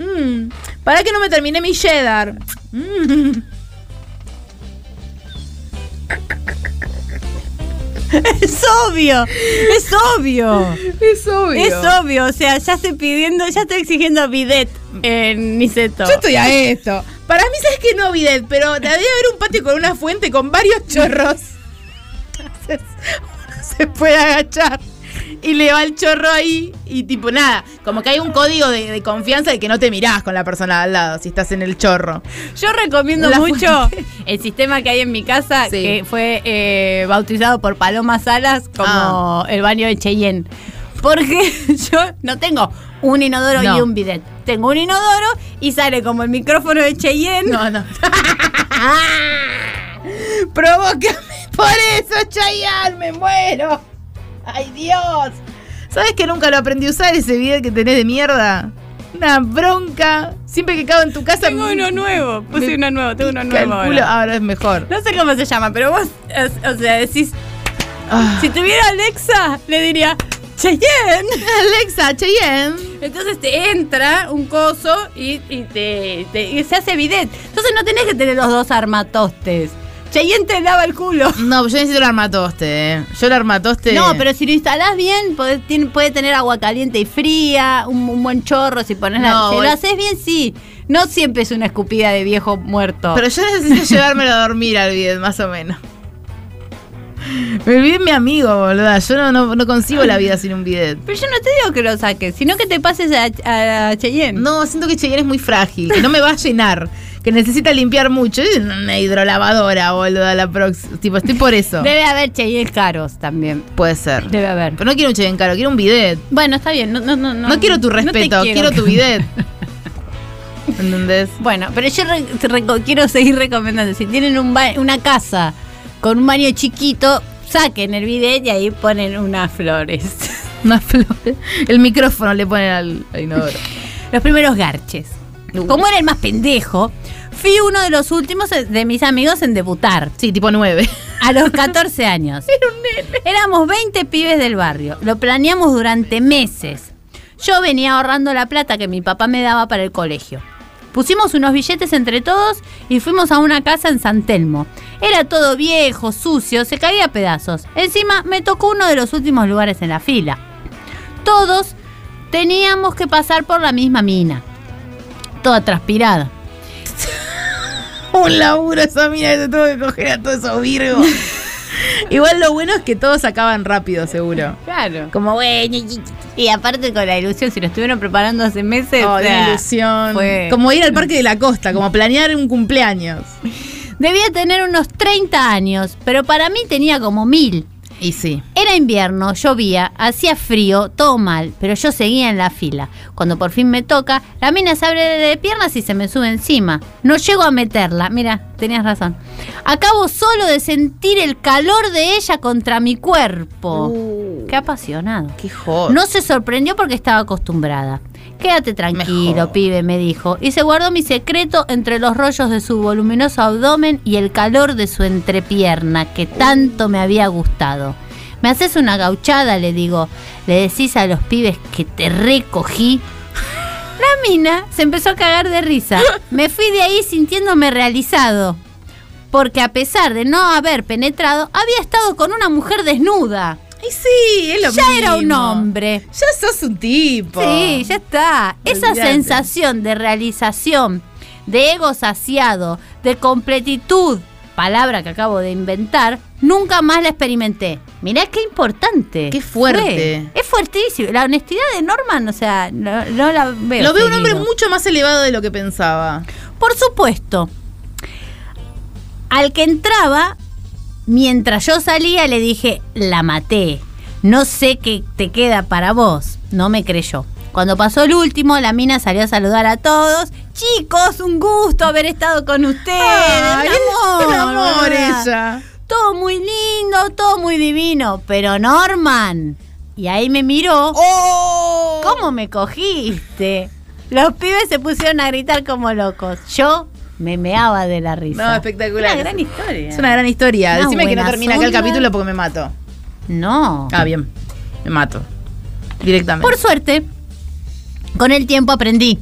Speaker 2: "Mm, ¿Para que no me terminé mi cheddar? Mm.
Speaker 3: Es obvio, es obvio.
Speaker 2: Es obvio.
Speaker 3: Es obvio, o sea, ya estoy pidiendo, ya estoy exigiendo bidet en Niceto.
Speaker 2: Yo estoy a esto. Para mí, sabes que no bidet, pero debería haber un patio con una fuente con varios chorros. Entonces, uno se puede agachar y le va el chorro ahí y tipo nada. Como que hay un código de, de confianza de que no te mirás con la persona al lado si estás en el chorro.
Speaker 3: Yo recomiendo
Speaker 2: La
Speaker 3: mucho
Speaker 2: fuente.
Speaker 3: el sistema que hay en mi casa,
Speaker 2: Sí.
Speaker 3: que fue eh, bautizado por Paloma Salas como
Speaker 2: Ah.
Speaker 3: el baño de Cheyenne. Porque yo no tengo un inodoro
Speaker 2: No.
Speaker 3: y un bidet. Tengo un inodoro y sale como el micrófono de Cheyenne.
Speaker 2: No, no. Provócame por eso, Chayanne, me muero. Ay, Dios. ¿Sabes que nunca lo aprendí a usar ese bidet que tenés de mierda? Una bronca. Siempre que cago en tu casa.
Speaker 3: Tengo uno nuevo, puse
Speaker 2: Me-
Speaker 3: uno nuevo, tengo uno nuevo
Speaker 2: Calculo,
Speaker 3: ahora.
Speaker 2: ahora es mejor.
Speaker 3: No sé cómo se llama, pero vos, es- o sea, decís,
Speaker 2: Ah.
Speaker 3: si tuviera Alexa, le diría, Cheyenne.
Speaker 2: Alexa, Cheyenne.
Speaker 3: Entonces te entra un coso y, y te, te- y se hace bidet. Entonces no tenés que tener los dos armatostes. Cheyenne te lava el culo.
Speaker 2: No, pues yo necesito el armatoste, eh. Yo el armatoste.
Speaker 3: No, pero si lo instalás bien, podés- tiene- puede tener agua caliente y fría, un, un buen chorro si pones la...
Speaker 2: No,
Speaker 3: Si
Speaker 2: voy-
Speaker 3: lo haces bien, sí. No siempre es una escupida de viejo muerto.
Speaker 2: Pero yo necesito llevármelo a dormir al bidet, más o menos. El bidet es mi amigo, boluda. Yo no, no, no concibo la vida sin un bidet.
Speaker 3: Pero yo no te digo que lo saques, sino que te pases a, a Cheyenne.
Speaker 2: No, siento que Cheyenne es muy frágil, que no me va a llenar, que necesita limpiar mucho. Es una hidrolavadora, boluda, la próxima. Tipo, estoy por eso.
Speaker 3: Debe haber Cheyenne caros también.
Speaker 2: Puede ser.
Speaker 3: Debe haber.
Speaker 2: Pero no quiero un Cheyenne caro, quiero un bidet.
Speaker 3: Bueno, está bien. No, no, no,
Speaker 2: No, quiero tu
Speaker 3: no te
Speaker 2: respeto, quiero. tu bidet. ¿Entendés?
Speaker 3: Bueno, pero yo re- reco- quiero seguir recomendando. Si tienen un ba- una casa con un baño chiquito, saquen el bidet y ahí ponen unas flores.
Speaker 2: Una flor. El micrófono le ponen al, al inodoro.
Speaker 3: Los primeros garches. Como era el más pendejo, fui uno de los últimos eh, de mis amigos en debutar.
Speaker 2: Sí, tipo 9.
Speaker 3: A los 14 años. Éramos 20 pibes del barrio. Lo planeamos durante meses. Yo venía ahorrando la plata que mi papá me daba para el colegio. Pusimos unos billetes entre todos y fuimos a una casa en San Telmo. Era todo viejo, sucio, se caía a pedazos. Encima me tocó uno de los últimos lugares en la fila. Todos teníamos que pasar por la misma mina. Toda transpirada.
Speaker 2: Un laburo esa mina que se tuvo que coger a todos esos virgos. Igual lo bueno es que todos acaban rápido, seguro.
Speaker 3: Claro.
Speaker 2: Como, bueno,
Speaker 3: Y aparte con la ilusión, si lo estuvieron preparando hace meses.
Speaker 2: Oh,
Speaker 3: o
Speaker 2: de
Speaker 3: sea,
Speaker 2: ilusión.
Speaker 3: fue-
Speaker 2: Como ir al Parque de la Costa, como planear un cumpleaños.
Speaker 3: Debía tener unos 30 años, pero para mí tenía como mil.
Speaker 2: Y sí.
Speaker 3: Era invierno, llovía, hacía frío, todo mal, pero yo seguía en la fila. Cuando por fin me toca, la mina se abre de piernas y se me sube encima. No llego a meterla, mira, tenías razón. Acabo solo de sentir el calor de ella contra mi cuerpo.
Speaker 2: Uh.
Speaker 3: Uh. Qué apasionado.
Speaker 2: Qué joder.
Speaker 3: No se sorprendió porque estaba acostumbrada. Quédate tranquilo,
Speaker 2: Mejor.
Speaker 3: pibe, me dijo, y se guardó mi secreto entre los rollos de su voluminoso abdomen y el calor de su entrepierna que tanto me había gustado. Me haces una gauchada, le digo. Le decís a los pibes que te recogí. La mina se empezó a cagar de risa. Me fui de ahí sintiéndome realizado. Porque a pesar de no haber penetrado, había estado con una mujer desnuda.
Speaker 2: Y sí, es lo
Speaker 3: Ya
Speaker 2: mismo.
Speaker 3: era un hombre.
Speaker 2: Ya sos un tipo.
Speaker 3: Sí, ya está. Esa
Speaker 2: Olvídate.
Speaker 3: sensación de realización, de ego saciado, de completitud, palabra que acabo de inventar, nunca más la experimenté. Mirá qué importante.
Speaker 2: Qué fuerte.
Speaker 3: Fue. Es fuertísimo. La honestidad de Norman, o sea, no, no la veo.
Speaker 2: Lo veo un
Speaker 3: seguido.
Speaker 2: hombre mucho más elevado de lo que pensaba.
Speaker 3: Por supuesto. Al que entraba, mientras yo salía, le dije, la maté. No sé qué te queda para vos. No me creyó. Cuando pasó el último, la mina salió a saludar a todos. Chicos, un gusto haber estado con ustedes.
Speaker 2: Ay,
Speaker 3: un amor,
Speaker 2: un amor
Speaker 3: ¿verdad?
Speaker 2: ella.
Speaker 3: Todo muy lindo, todo muy divino. Pero Norman. Y ahí me miró.
Speaker 2: ¡Oh!
Speaker 3: ¿Cómo me cogiste? Los pibes se pusieron a gritar como locos. Yo me meaba de la risa.
Speaker 2: No, espectacular.
Speaker 3: Una gran historia.
Speaker 2: Es una gran historia.
Speaker 3: Una
Speaker 2: Decime que no
Speaker 3: buena
Speaker 2: termina acá el
Speaker 3: sonda.
Speaker 2: capítulo porque me mato.
Speaker 3: No.
Speaker 2: Ah, bien. Me mato. Directamente.
Speaker 3: Por suerte, con el tiempo aprendí.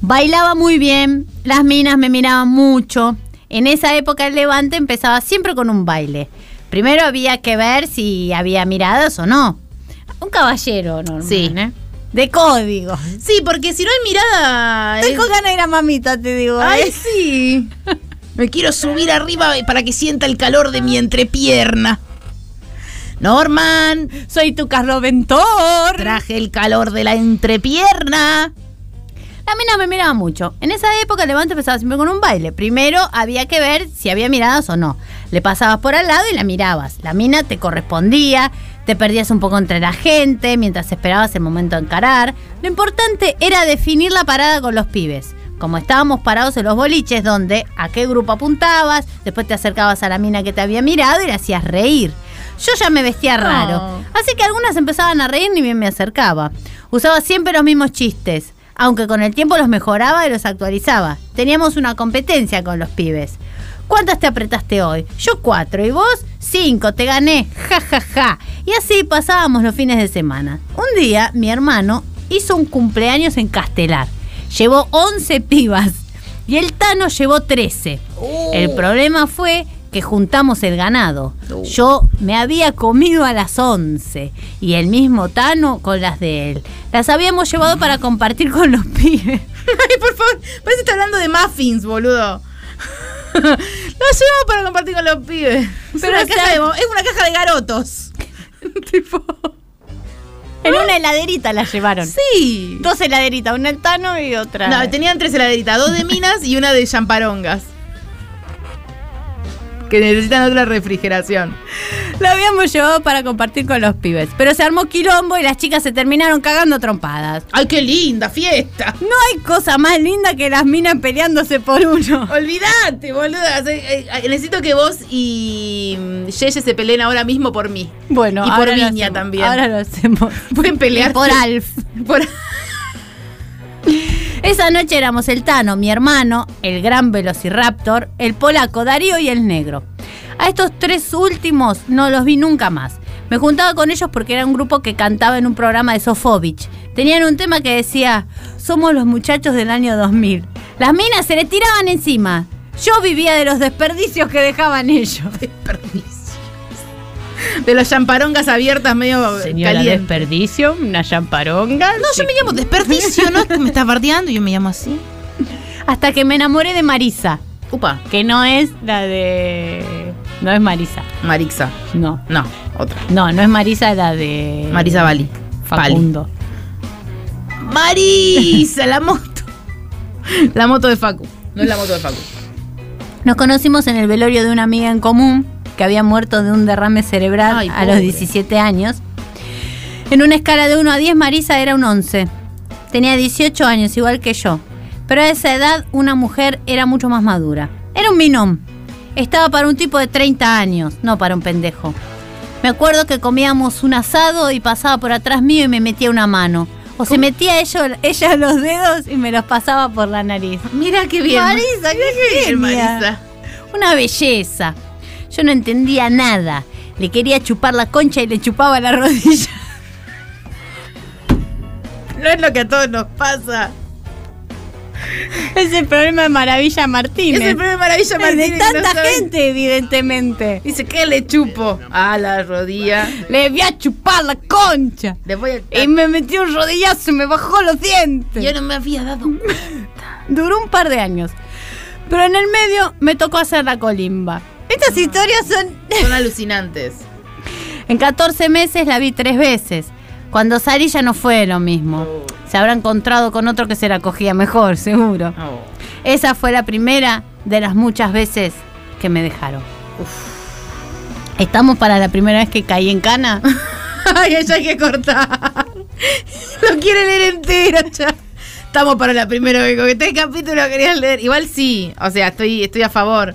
Speaker 3: Bailaba muy bien, las minas me miraban mucho. En esa época el levante empezaba siempre con un baile. Primero había que ver si había miradas o no. Un caballero normal,
Speaker 2: Sí.
Speaker 3: ¿eh? De código.
Speaker 2: Sí, porque si no hay mirada.
Speaker 3: Estoy
Speaker 2: es-
Speaker 3: con ganas de ir a mamita, te digo. ¿eh?
Speaker 2: Ay, sí.
Speaker 9: Me quiero subir arriba para que sienta el calor de mi entrepierna. Norman,
Speaker 3: Soy tu Carlos Ventor.
Speaker 9: traje el calor de la entrepierna.
Speaker 3: La mina me miraba mucho. En esa época el levante empezaba siempre con un baile. Primero había que ver si había miradas o no. Le pasabas por al lado y la mirabas. La mina te correspondía, te perdías un poco entre la gente mientras esperabas el momento de encarar. Lo importante era definir la parada con los pibes. Como estábamos parados en los boliches, donde a qué grupo apuntabas, después te acercabas a la mina que te había mirado y le hacías reír. Yo ya me vestía raro. Así que algunas empezaban a reír ni bien me acercaba. Usaba siempre los mismos chistes, aunque con el tiempo los mejoraba y los actualizaba. Teníamos una competencia con los pibes. ¿Cuántas te apretaste hoy? Yo cuatro y vos cinco, te gané, ja ja ja. Y así pasábamos los fines de semana. Un día mi hermano hizo un cumpleaños en Castelar. Llevó 11 pibas y el Tano llevó 13. El problema fue que juntamos el ganado.
Speaker 2: Uh.
Speaker 3: Yo me había comido a las 11 y el mismo Tano con las de él. Las habíamos llevado para compartir con los pibes.
Speaker 2: Ay, por favor. Parece que está hablando de muffins, boludo. Lo llevamos para compartir con los pibes. Es,
Speaker 3: Pero
Speaker 2: una,
Speaker 3: acá-
Speaker 2: caja de, mo- es una caja de garotos. tipo.
Speaker 3: En una heladerita las llevaron.
Speaker 2: Sí.
Speaker 3: Dos heladeritas, una del Tano y otra.
Speaker 2: No, tenían tres heladeritas, dos de minas y una de champarongas. Que necesitan otra refrigeración.
Speaker 3: Lo habíamos llevado para compartir con los pibes. Pero se armó quilombo y las chicas se terminaron cagando a trompadas.
Speaker 2: ¡Ay, qué linda fiesta!
Speaker 3: No hay cosa más linda que las minas peleándose por uno.
Speaker 2: Olvídate, boluda. Eh, eh, Necesito que vos y mm, Yeye se peleen ahora mismo por mí.
Speaker 3: Bueno,
Speaker 2: y por
Speaker 3: ahora lo
Speaker 2: Viña
Speaker 3: hacemos,
Speaker 2: también.
Speaker 3: Ahora lo hacemos.
Speaker 2: Pueden pelear
Speaker 3: Y por Alf.
Speaker 2: Por-
Speaker 3: Esa noche éramos el Tano, mi hermano, el gran Velociraptor, el polaco Darío y el negro. A estos tres últimos no los vi nunca más. Me juntaba con ellos porque era un grupo que cantaba en un programa de Sofovich. Tenían un tema que decía, somos los muchachos del año 2000. Las minas se le tiraban encima. Yo vivía de los desperdicios que dejaban ellos.
Speaker 2: de las champarongas abiertas medio caliente.
Speaker 3: desperdicio, una champaronga.
Speaker 9: No, yo me llamo desperdicio, ¿no? Me estás bardeando y yo me llamo así.
Speaker 3: Hasta que me enamoré de Marisa,
Speaker 2: Upa,
Speaker 3: que no es la de... No es Marisa,
Speaker 2: Marixa.
Speaker 3: no.
Speaker 2: No, otra.
Speaker 3: No, no es Marisa la de
Speaker 2: Marisa Bali.
Speaker 3: Facundo.
Speaker 2: Marisa, la moto. La moto de Facu. No es la moto de Facu.
Speaker 3: Nos conocimos en el velorio de una amiga en común que había muerto de un derrame cerebral
Speaker 2: Ay,
Speaker 3: a los
Speaker 2: pobre.
Speaker 3: 17 años. En una escala de 1 a 10, Marisa era un 11. Tenía 18 años, igual que yo. Pero a esa edad, una mujer era mucho más madura. Era un minón. Estaba para un tipo de 30 años, no para un pendejo. Me acuerdo que comíamos un asado y pasaba por atrás mío y me metía una mano. O se metía ello- ella los dedos y me los pasaba por la nariz.
Speaker 2: Mira qué bien.
Speaker 3: Marisa, qué
Speaker 2: Bien,
Speaker 3: genia.
Speaker 2: Marisa.
Speaker 3: Una belleza. Yo no entendía nada. Le quería chupar la concha y le chupaba la rodilla.
Speaker 2: No es lo que a todos nos pasa.
Speaker 3: Es el problema de Maravilla Martínez.
Speaker 2: Es el problema de Maravilla
Speaker 3: Es de
Speaker 2: Martínez. que no
Speaker 3: tanta
Speaker 2: saben-
Speaker 3: gente, evidentemente.
Speaker 2: Dice, ¿qué le chupo? A la rodilla.
Speaker 3: Le voy a chupar la concha.
Speaker 2: Le voy a...
Speaker 3: Y me metió un rodillazo y me bajó los dientes.
Speaker 9: Yo no me había dado.
Speaker 3: Duró un par de años. Pero en el medio me tocó hacer la colimba. Estas historias son...
Speaker 2: Ah. Son alucinantes.
Speaker 3: En 14 meses la vi tres veces. Cuando salí ya no fue lo mismo. Se habrá encontrado con otro que se la cogía mejor, seguro.
Speaker 2: Oh.
Speaker 3: Esa fue la primera de las muchas veces que me dejaron. ¿Estamos para la primera vez que caí en cana?
Speaker 2: Ay, ella hay que cortar. Lo quiere leer entero ya. Estamos para la primera vez. Con este capítulo querías leer. Igual sí. O sea, estoy, estoy a favor.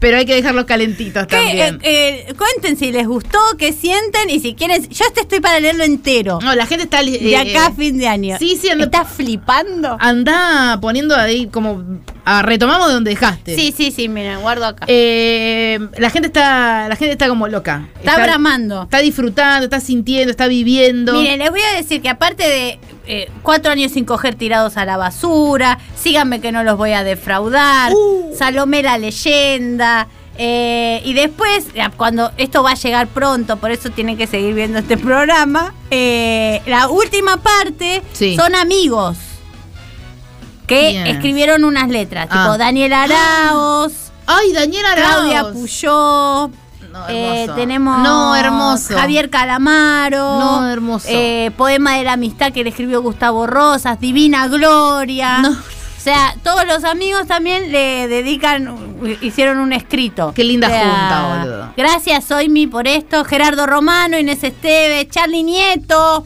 Speaker 2: Pero hay que dejarlos calentitos
Speaker 3: ¿Qué,
Speaker 2: también.
Speaker 3: eh, eh, cuenten si les gustó, qué sienten y si quieren. Yo este estoy para leerlo entero.
Speaker 2: no, la gente está. eh,
Speaker 3: De acá a
Speaker 2: eh,
Speaker 3: fin de año.
Speaker 2: sí, sí, ando-
Speaker 3: ¿Estás flipando?
Speaker 2: Andá poniendo ahí como. ah, retomamos de donde dejaste.
Speaker 3: Sí, sí, sí, mira, guardo acá.
Speaker 2: Eh, la gente está. La gente está como loca.
Speaker 3: está, bramando.
Speaker 2: Está disfrutando, está sintiendo, está viviendo.
Speaker 3: Miren, les voy a decir que aparte de eh, cuatro años sin coger tirados a la basura, síganme que no los voy a defraudar,
Speaker 2: Uh.
Speaker 3: Salomé la leyenda. eh, y después, ya, cuando esto va a llegar pronto, por eso tienen que seguir viendo este programa. eh, la última parte
Speaker 2: Sí.
Speaker 3: son amigos que
Speaker 2: Bien.
Speaker 3: escribieron unas letras,
Speaker 2: Ah.
Speaker 3: tipo Daniel Araos,
Speaker 2: Ay, Daniela
Speaker 3: Claudia
Speaker 2: Arauz.
Speaker 3: Puyó.
Speaker 2: No,
Speaker 3: Eh,
Speaker 2: hermoso.
Speaker 3: tenemos
Speaker 2: No, hermoso.
Speaker 3: Javier Calamaro.
Speaker 2: No, hermoso.
Speaker 3: eh, poema de la amistad que le escribió Gustavo Rosas, Divina Gloria.
Speaker 2: No.
Speaker 3: O sea, todos los amigos también le dedican, hicieron un escrito.
Speaker 2: Qué linda
Speaker 3: O sea,
Speaker 2: junta, boludo.
Speaker 3: Gracias, Soymi, por esto. Gerardo Romano, Inés Esteves, Charlie Nieto,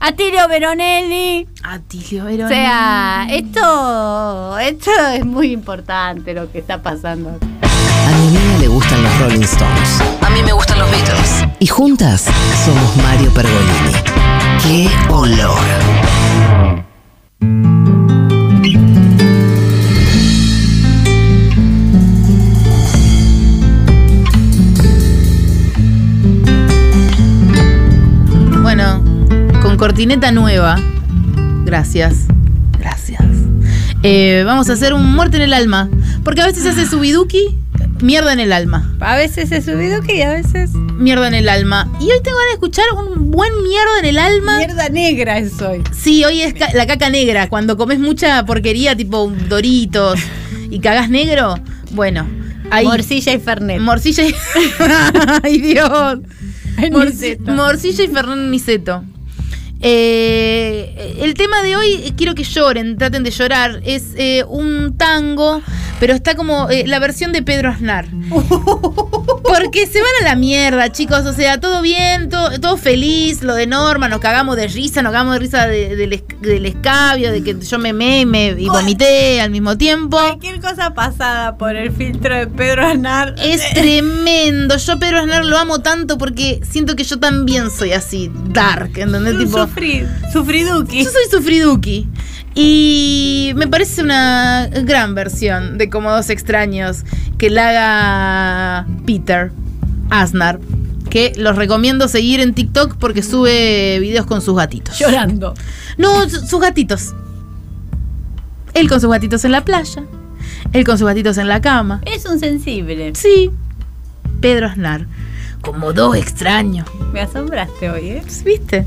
Speaker 3: Atilio Veronelli.
Speaker 2: Atilio
Speaker 3: O
Speaker 2: Verón.
Speaker 3: sea, esto, esto es muy importante lo que está pasando. acá.
Speaker 1: A mi niña le gustan los Rolling Stones. A mí me gustan los Beatles. Y juntas somos Mario Pergolini. ¡Qué olor!
Speaker 2: Bueno, con cortineta nueva. Gracias. Gracias. Eh, vamos a hacer un muerte en el alma. Porque a veces se hace subiduki, mierda en el alma.
Speaker 3: A veces he subido que a veces
Speaker 2: Mierda en el alma. Y hoy tengo ganas de escuchar un buen mierda en el alma.
Speaker 3: mierda negra es hoy.
Speaker 2: Sí, hoy es ca- la caca negra. Cuando comes mucha porquería, tipo un doritos, y cagás negro. Bueno, ahí.
Speaker 3: Morcilla y Fernet.
Speaker 2: Morcilla y. ¡Ay, Dios!
Speaker 3: Ay,
Speaker 2: Mor-
Speaker 3: Niceto.
Speaker 2: Morcilla y Fernán Niceto. Eh, el tema de hoy, eh, quiero que lloren, traten de llorar. Es eh, un tango, pero está como eh, la versión de Pedro Aznar. Porque se van a la mierda, chicos. O sea, todo bien, todo, todo feliz, lo de Norma, nos cagamos de risa, nos cagamos de risa de- del esc- del escabio, de que yo me meme y vomité al mismo tiempo.
Speaker 3: Cualquier cosa pasada por el filtro de Pedro eh. Anar.
Speaker 2: Es tremendo. Yo a Pedro Aznar lo amo tanto porque siento que yo también soy así, dark, ¿entendés? Tipo, yo
Speaker 3: Sufrí, sufriduki.
Speaker 2: soy sufriduki. Y me parece una gran versión de Cómodos Extraños que la haga Peter Aznar. Que los recomiendo seguir en TikTok porque sube videos con sus gatitos.
Speaker 3: Llorando.
Speaker 2: No, su- sus gatitos. Él con sus gatitos en la playa. Él con sus gatitos en la cama.
Speaker 3: Es un sensible.
Speaker 2: Sí, Pedro Aznar. Como dos extraños.
Speaker 3: Me asombraste hoy, ¿eh?
Speaker 2: ¿Viste?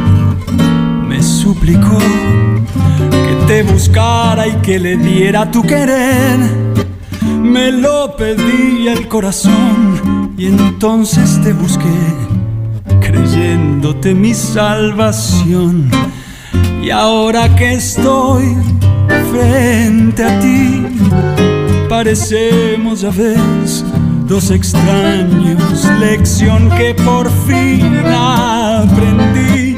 Speaker 10: me suplicó que te buscara y que le diera tu querer. Me lo pedí el corazón y entonces te busqué, creyéndote mi salvación. Y ahora que estoy frente a ti, parecemos a veces dos extraños, lección que por fin aprendí.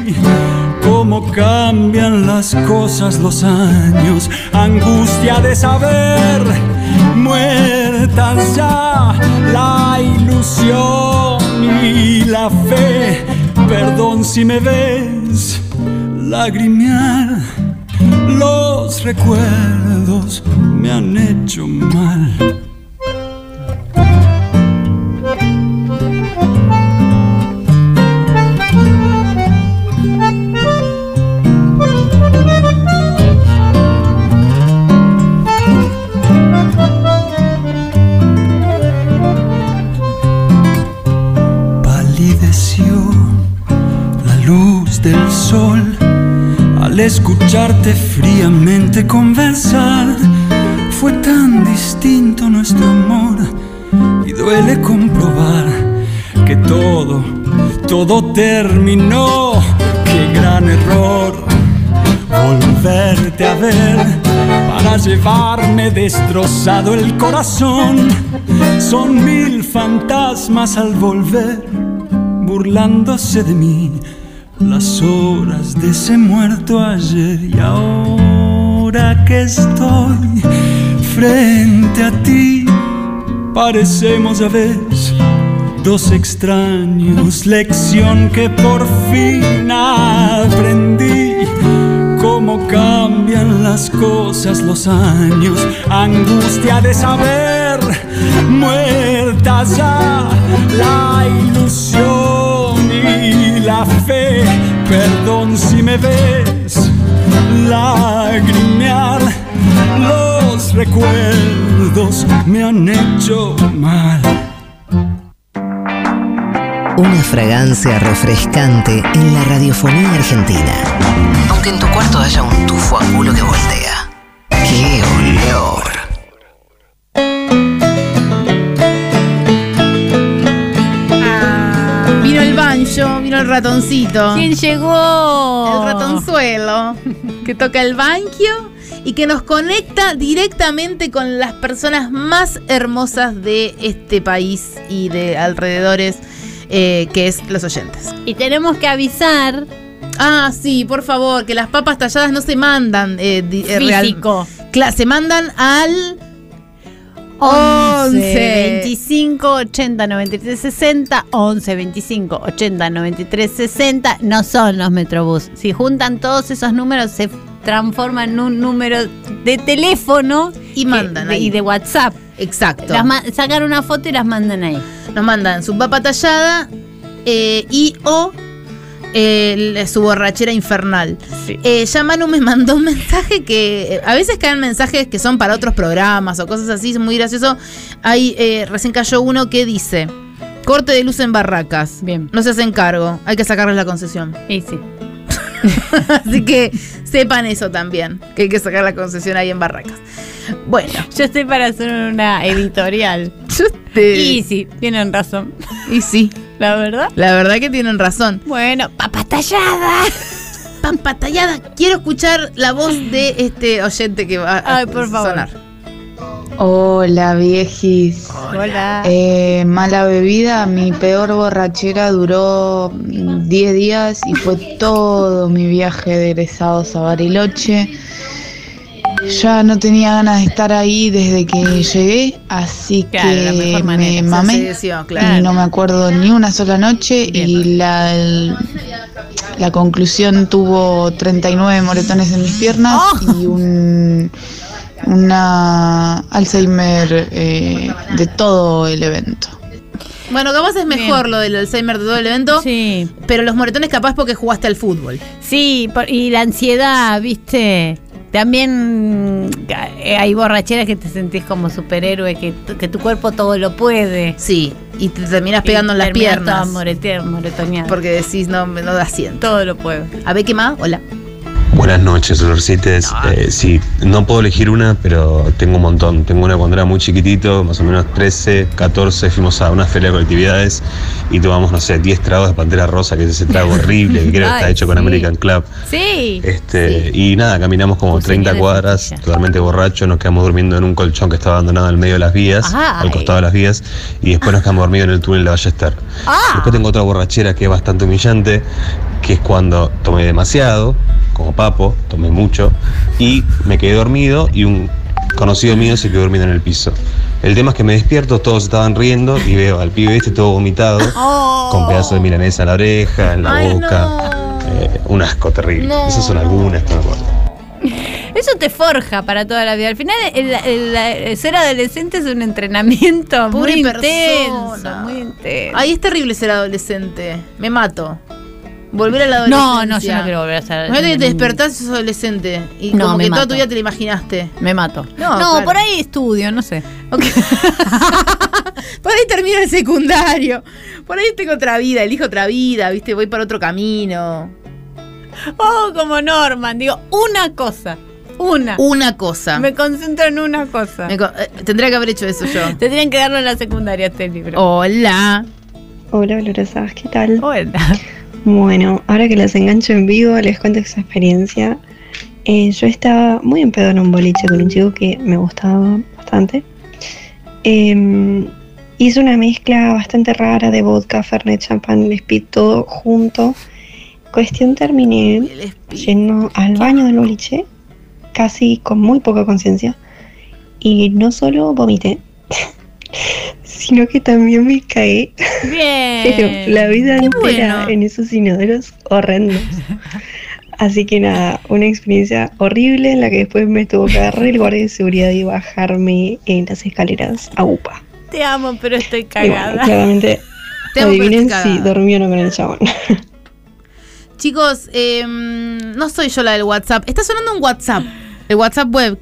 Speaker 10: Cómo cambian las cosas los años, angustia de saber, muerta ya la ilusión y la fe. Perdón si me ves lagrimear, los recuerdos me han hecho mal. del sol al escucharte fríamente conversar. Fue tan distinto nuestro amor y duele comprobar que todo, todo terminó. Qué gran error volverte a ver para llevarme destrozado el corazón. Son mil fantasmas al volver burlándose de mí las horas de ese muerto ayer y ahora que estoy frente a ti, parecemos a veces dos extraños, lección que por fin aprendí. Cómo cambian las cosas los años, angustia de saber, muerta ya la ilusión y la fe, perdón si me ves lagrimear, los recuerdos me han hecho mal.
Speaker 1: Una fragancia refrescante en la radiofonía argentina. Aunque en tu cuarto haya un tufo a culo que voltea. ¡Qué olor!
Speaker 2: Vino el banjo, vino el ratoncito.
Speaker 3: ¿Quién llegó?
Speaker 2: El ratonzuelo que toca el banquio y que nos conecta directamente con las personas más hermosas de este país y de alrededores, eh, que es los oyentes.
Speaker 3: Y tenemos que avisar
Speaker 2: Ah, sí, por favor, que las papas talladas no se mandan eh, di- eh, real-
Speaker 3: físico.
Speaker 2: Cla- se mandan al
Speaker 3: 11
Speaker 2: 11.
Speaker 3: 25 80 93 60 11 25 80 93 60 no son los Metrobús. Si juntan todos esos números se transforman en un número de teléfono
Speaker 2: y
Speaker 3: que-
Speaker 2: mandan
Speaker 3: de-
Speaker 2: ahí.
Speaker 3: y de WhatsApp.
Speaker 2: Exacto.
Speaker 3: Las ma- sacan una foto y las mandan ahí.
Speaker 2: Nos mandan su papa tallada eh, y o eh, el- su borrachera infernal. Eh, ya Manu me mandó un mensaje que eh, a veces caen mensajes que son para otros programas o cosas así, es muy gracioso. Hay, eh, recién cayó uno que dice, corte de luz en barracas.
Speaker 3: Bien.
Speaker 2: No se hacen cargo, hay que sacarles la concesión.
Speaker 3: Y sí.
Speaker 2: Así que sepan eso también, que hay que sacar la concesión ahí en barracas. Bueno,
Speaker 3: Yo estoy para hacer una editorial.
Speaker 2: yo te-
Speaker 3: Y sí, tienen razón.
Speaker 2: y sí,
Speaker 3: La verdad.
Speaker 2: la verdad que tienen razón.
Speaker 3: Bueno, papas talladas.
Speaker 2: Pampa tallada. Quiero escuchar la voz de este oyente que va a
Speaker 3: Ay, por favor.
Speaker 2: sonar.
Speaker 11: Hola viejis.
Speaker 3: Hola.
Speaker 11: Eh, mala bebida, mi peor borrachera duró mm, 10 días y fue todo mi viaje de egresados a Bariloche. Ya no tenía ganas de estar ahí desde que llegué, así
Speaker 3: Claro, la
Speaker 11: que
Speaker 3: mejor
Speaker 11: me
Speaker 3: manera.
Speaker 11: mamé
Speaker 2: Seducción,
Speaker 11: y
Speaker 2: claro.
Speaker 11: no me acuerdo ni una sola noche y la, el- la conclusión tuvo 39 moretones en mis piernas
Speaker 3: Oh.
Speaker 11: y un una Alzheimer eh, de todo el evento.
Speaker 2: Bueno, capaz es mejor lo del Alzheimer de todo el evento,
Speaker 3: Sí.
Speaker 2: pero los moretones capaz porque jugaste al fútbol.
Speaker 3: Sí, por- y la ansiedad, viste. También eh, hay borracheras que te sentís como superhéroe, que, tu- que tu cuerpo todo lo puede.
Speaker 2: Sí, y te terminas pegando
Speaker 3: Y
Speaker 2: en las
Speaker 3: terminás
Speaker 2: piernas.
Speaker 3: toda morete- moretoneada.
Speaker 2: Porque decís, no, me- no da asiento.
Speaker 3: todo lo puede.
Speaker 2: A ver, ¿qué más? Hola.
Speaker 12: Buenas noches, olorcites. Eh, sí, no puedo elegir una, pero tengo un montón. Tengo una cuando era muy chiquitito, más o menos 13, 14, fuimos a una feria de colectividades y tomamos, no sé, 10 tragos de Pantera Rosa, que es ese trago horrible, que creo que está
Speaker 3: Ay,
Speaker 12: hecho con
Speaker 3: sí.
Speaker 12: American Club.
Speaker 3: Sí.
Speaker 12: Este, Y nada, caminamos como
Speaker 3: Puse
Speaker 12: 30
Speaker 3: bien de
Speaker 12: cuadras,
Speaker 3: frutilla.
Speaker 12: totalmente borracho, nos quedamos durmiendo en un colchón que estaba abandonado en el medio de las vías,
Speaker 3: Ay.
Speaker 12: al costado de las vías, y después nos quedamos dormidos en el túnel de Ballester.
Speaker 2: Ah.
Speaker 12: Después tengo otra borrachera que es bastante humillante, que es cuando tomé demasiado, como papo, tomé mucho, y me quedé dormido y un conocido mío se quedó dormido en el piso. El tema es que me despierto, todos estaban riendo y veo al pibe este todo vomitado, con pedazos de milanesa en la oreja, en la
Speaker 2: Oh. Ay,
Speaker 12: boca.
Speaker 2: no.
Speaker 12: Eh, un asco terrible.
Speaker 2: No.
Speaker 12: Esas son algunas que me acuerdo.
Speaker 3: Eso te forja para toda la vida. Al final, el, el- el ser adolescente es un entrenamiento
Speaker 2: Pobre
Speaker 3: muy intenso.
Speaker 2: persona.
Speaker 3: Muy intenso.
Speaker 2: Ay, es terrible ser adolescente. Me mato. Volver a la
Speaker 3: no,
Speaker 2: adolescencia.
Speaker 3: no, yo no quiero volver a ser.
Speaker 2: Imagínate que te despertás y sos adolescente. Y
Speaker 3: No,
Speaker 2: como
Speaker 3: me
Speaker 2: que toda
Speaker 3: mato.
Speaker 2: tu vida te lo imaginaste.
Speaker 3: Me mato. No,
Speaker 2: No, claro.
Speaker 3: por ahí estudio, no sé.
Speaker 2: Por ahí termino el secundario. Por ahí tengo otra vida, elijo otra vida, ¿viste? Voy para otro camino.
Speaker 3: Oh, como Norman, digo, una cosa. Una.
Speaker 2: Una cosa.
Speaker 3: Me concentro en una cosa.
Speaker 2: Me co- eh, tendría que haber hecho eso yo.
Speaker 3: Tendrían que darlo en la secundaria este libro.
Speaker 2: Hola.
Speaker 13: Hola, Glorosas, ¿qué tal?
Speaker 3: Hola.
Speaker 13: Bueno, ahora que las engancho en vivo, les cuento esa experiencia. Eh, yo estaba muy en pedo en un boliche con un chico que me gustaba bastante. Eh, hizo una mezcla bastante rara de vodka, fernet, champán, speed, todo junto. Cuestión terminé
Speaker 2: El espi-
Speaker 13: yendo al baño del boliche, casi con muy poca conciencia. Y no solo vomité, sino que también me caí pero
Speaker 3: Bien.
Speaker 13: la vida entera
Speaker 2: bueno.
Speaker 13: en esos inodoros horrendos. Así que nada, una experiencia horrible en la que después me tuvo que agarrar el guardia de seguridad y bajarme en las escaleras a UPA.
Speaker 2: Oh.
Speaker 3: Te amo, pero estoy
Speaker 13: Y bueno,
Speaker 3: cagada.
Speaker 13: claramente,
Speaker 2: Te amo, pero
Speaker 13: adivinen
Speaker 2: estoy
Speaker 13: si
Speaker 2: cagada.
Speaker 13: dormí o no con el chabón.
Speaker 2: Chicos, eh, no soy yo la del WhatsApp. Está sonando un WhatsApp. El WhatsApp web.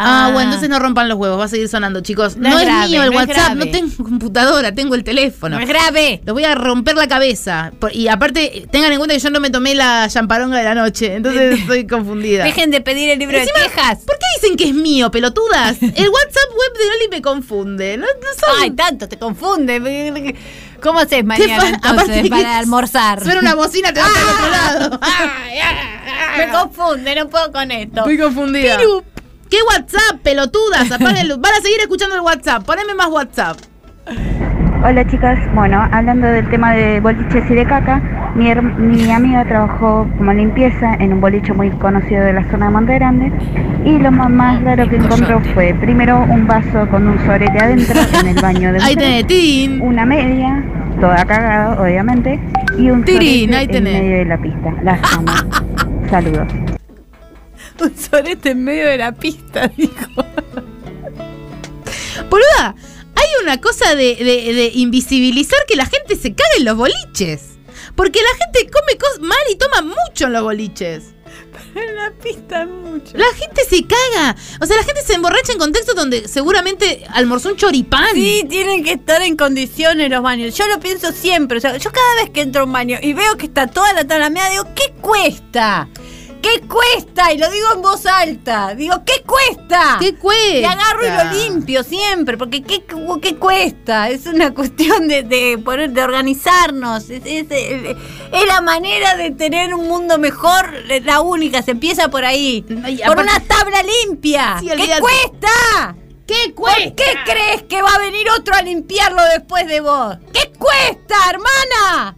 Speaker 2: Ah, bueno, entonces no rompan los huevos. Va a seguir sonando, chicos.
Speaker 3: No
Speaker 2: No,
Speaker 3: es
Speaker 2: es
Speaker 3: grave,
Speaker 2: mío el
Speaker 3: no es
Speaker 2: WhatsApp.
Speaker 3: grave.
Speaker 2: No tengo computadora, tengo el teléfono.
Speaker 3: No es grave.
Speaker 2: Los voy a romper la cabeza. Por- Y aparte, tengan en cuenta que yo no me tomé la champaronga de la noche. Entonces estoy confundida.
Speaker 3: Dejen de pedir el libro
Speaker 2: Encima-
Speaker 3: de quejas.
Speaker 2: ¿Por qué dicen que es mío, pelotudas? El WhatsApp web de Loli me confunde. No, no soy-
Speaker 3: Ay, tanto, te confunde. ¿Cómo haces
Speaker 2: ¿Qué
Speaker 3: mañana
Speaker 2: fa-
Speaker 3: entonces
Speaker 2: aparte que
Speaker 3: para almorzar? Ah.
Speaker 2: Suena una bocina, te vas al otro lado.
Speaker 3: Ay, ay, Me confunde, no puedo con esto.
Speaker 2: ah. Estoy confundida. ¿Qué WhatsApp, pelotudas? Apáguenlo. Van a seguir escuchando el WhatsApp. Poneme más WhatsApp.
Speaker 14: Hola chicas, bueno, hablando del tema de boliches y de caca, mi, her- mi amiga trabajó como limpieza en un boliche muy conocido de la zona de Monte Grande y lo ma- más raro que encontró fue primero un vaso con un sorete adentro en el baño de
Speaker 2: Ahí tenés,
Speaker 14: mujeres,
Speaker 2: Tin.
Speaker 14: una media, toda cagada obviamente, y un
Speaker 2: Tirín,
Speaker 14: sorete
Speaker 2: ahí
Speaker 14: en
Speaker 2: tenés.
Speaker 14: medio de la pista. Las amo. Saludos.
Speaker 3: Un sorete en medio de la pista, dijo.
Speaker 2: Boluda, hay una cosa de, de- de invisibilizar que la gente se caga en los boliches. Porque la gente come cos- mal y toma mucho en los boliches.
Speaker 3: En la pista mucho.
Speaker 2: La gente se caga. O sea, la gente se emborracha en contextos donde seguramente almorzó un choripán.
Speaker 3: Sí, tienen que estar en condiciones los baños. Yo lo pienso siempre. O sea, yo cada vez que entro a un baño y veo que está toda la tabla media, digo, ¿qué cuesta? ¿Qué cuesta? Y lo digo en voz alta. Digo, ¿qué cuesta?
Speaker 2: ¿Qué cuesta?
Speaker 3: Y agarro y lo limpio siempre, porque ¿qué, cu- qué cuesta? Es una cuestión de, de, poner- de organizarnos. Es, es- es- es la manera de tener un mundo mejor, la única. Se empieza por ahí.
Speaker 2: No, y
Speaker 3: por
Speaker 2: aparte-
Speaker 3: una tabla limpia.
Speaker 2: Sí,
Speaker 3: Ah, ¿Qué
Speaker 2: olvídate.
Speaker 3: cuesta?
Speaker 2: ¿Qué
Speaker 3: ¿Por
Speaker 2: cuesta?
Speaker 3: qué crees que va a venir otro a limpiarlo después de
Speaker 2: oh,
Speaker 3: vos? ¿Qué cuesta, hermana?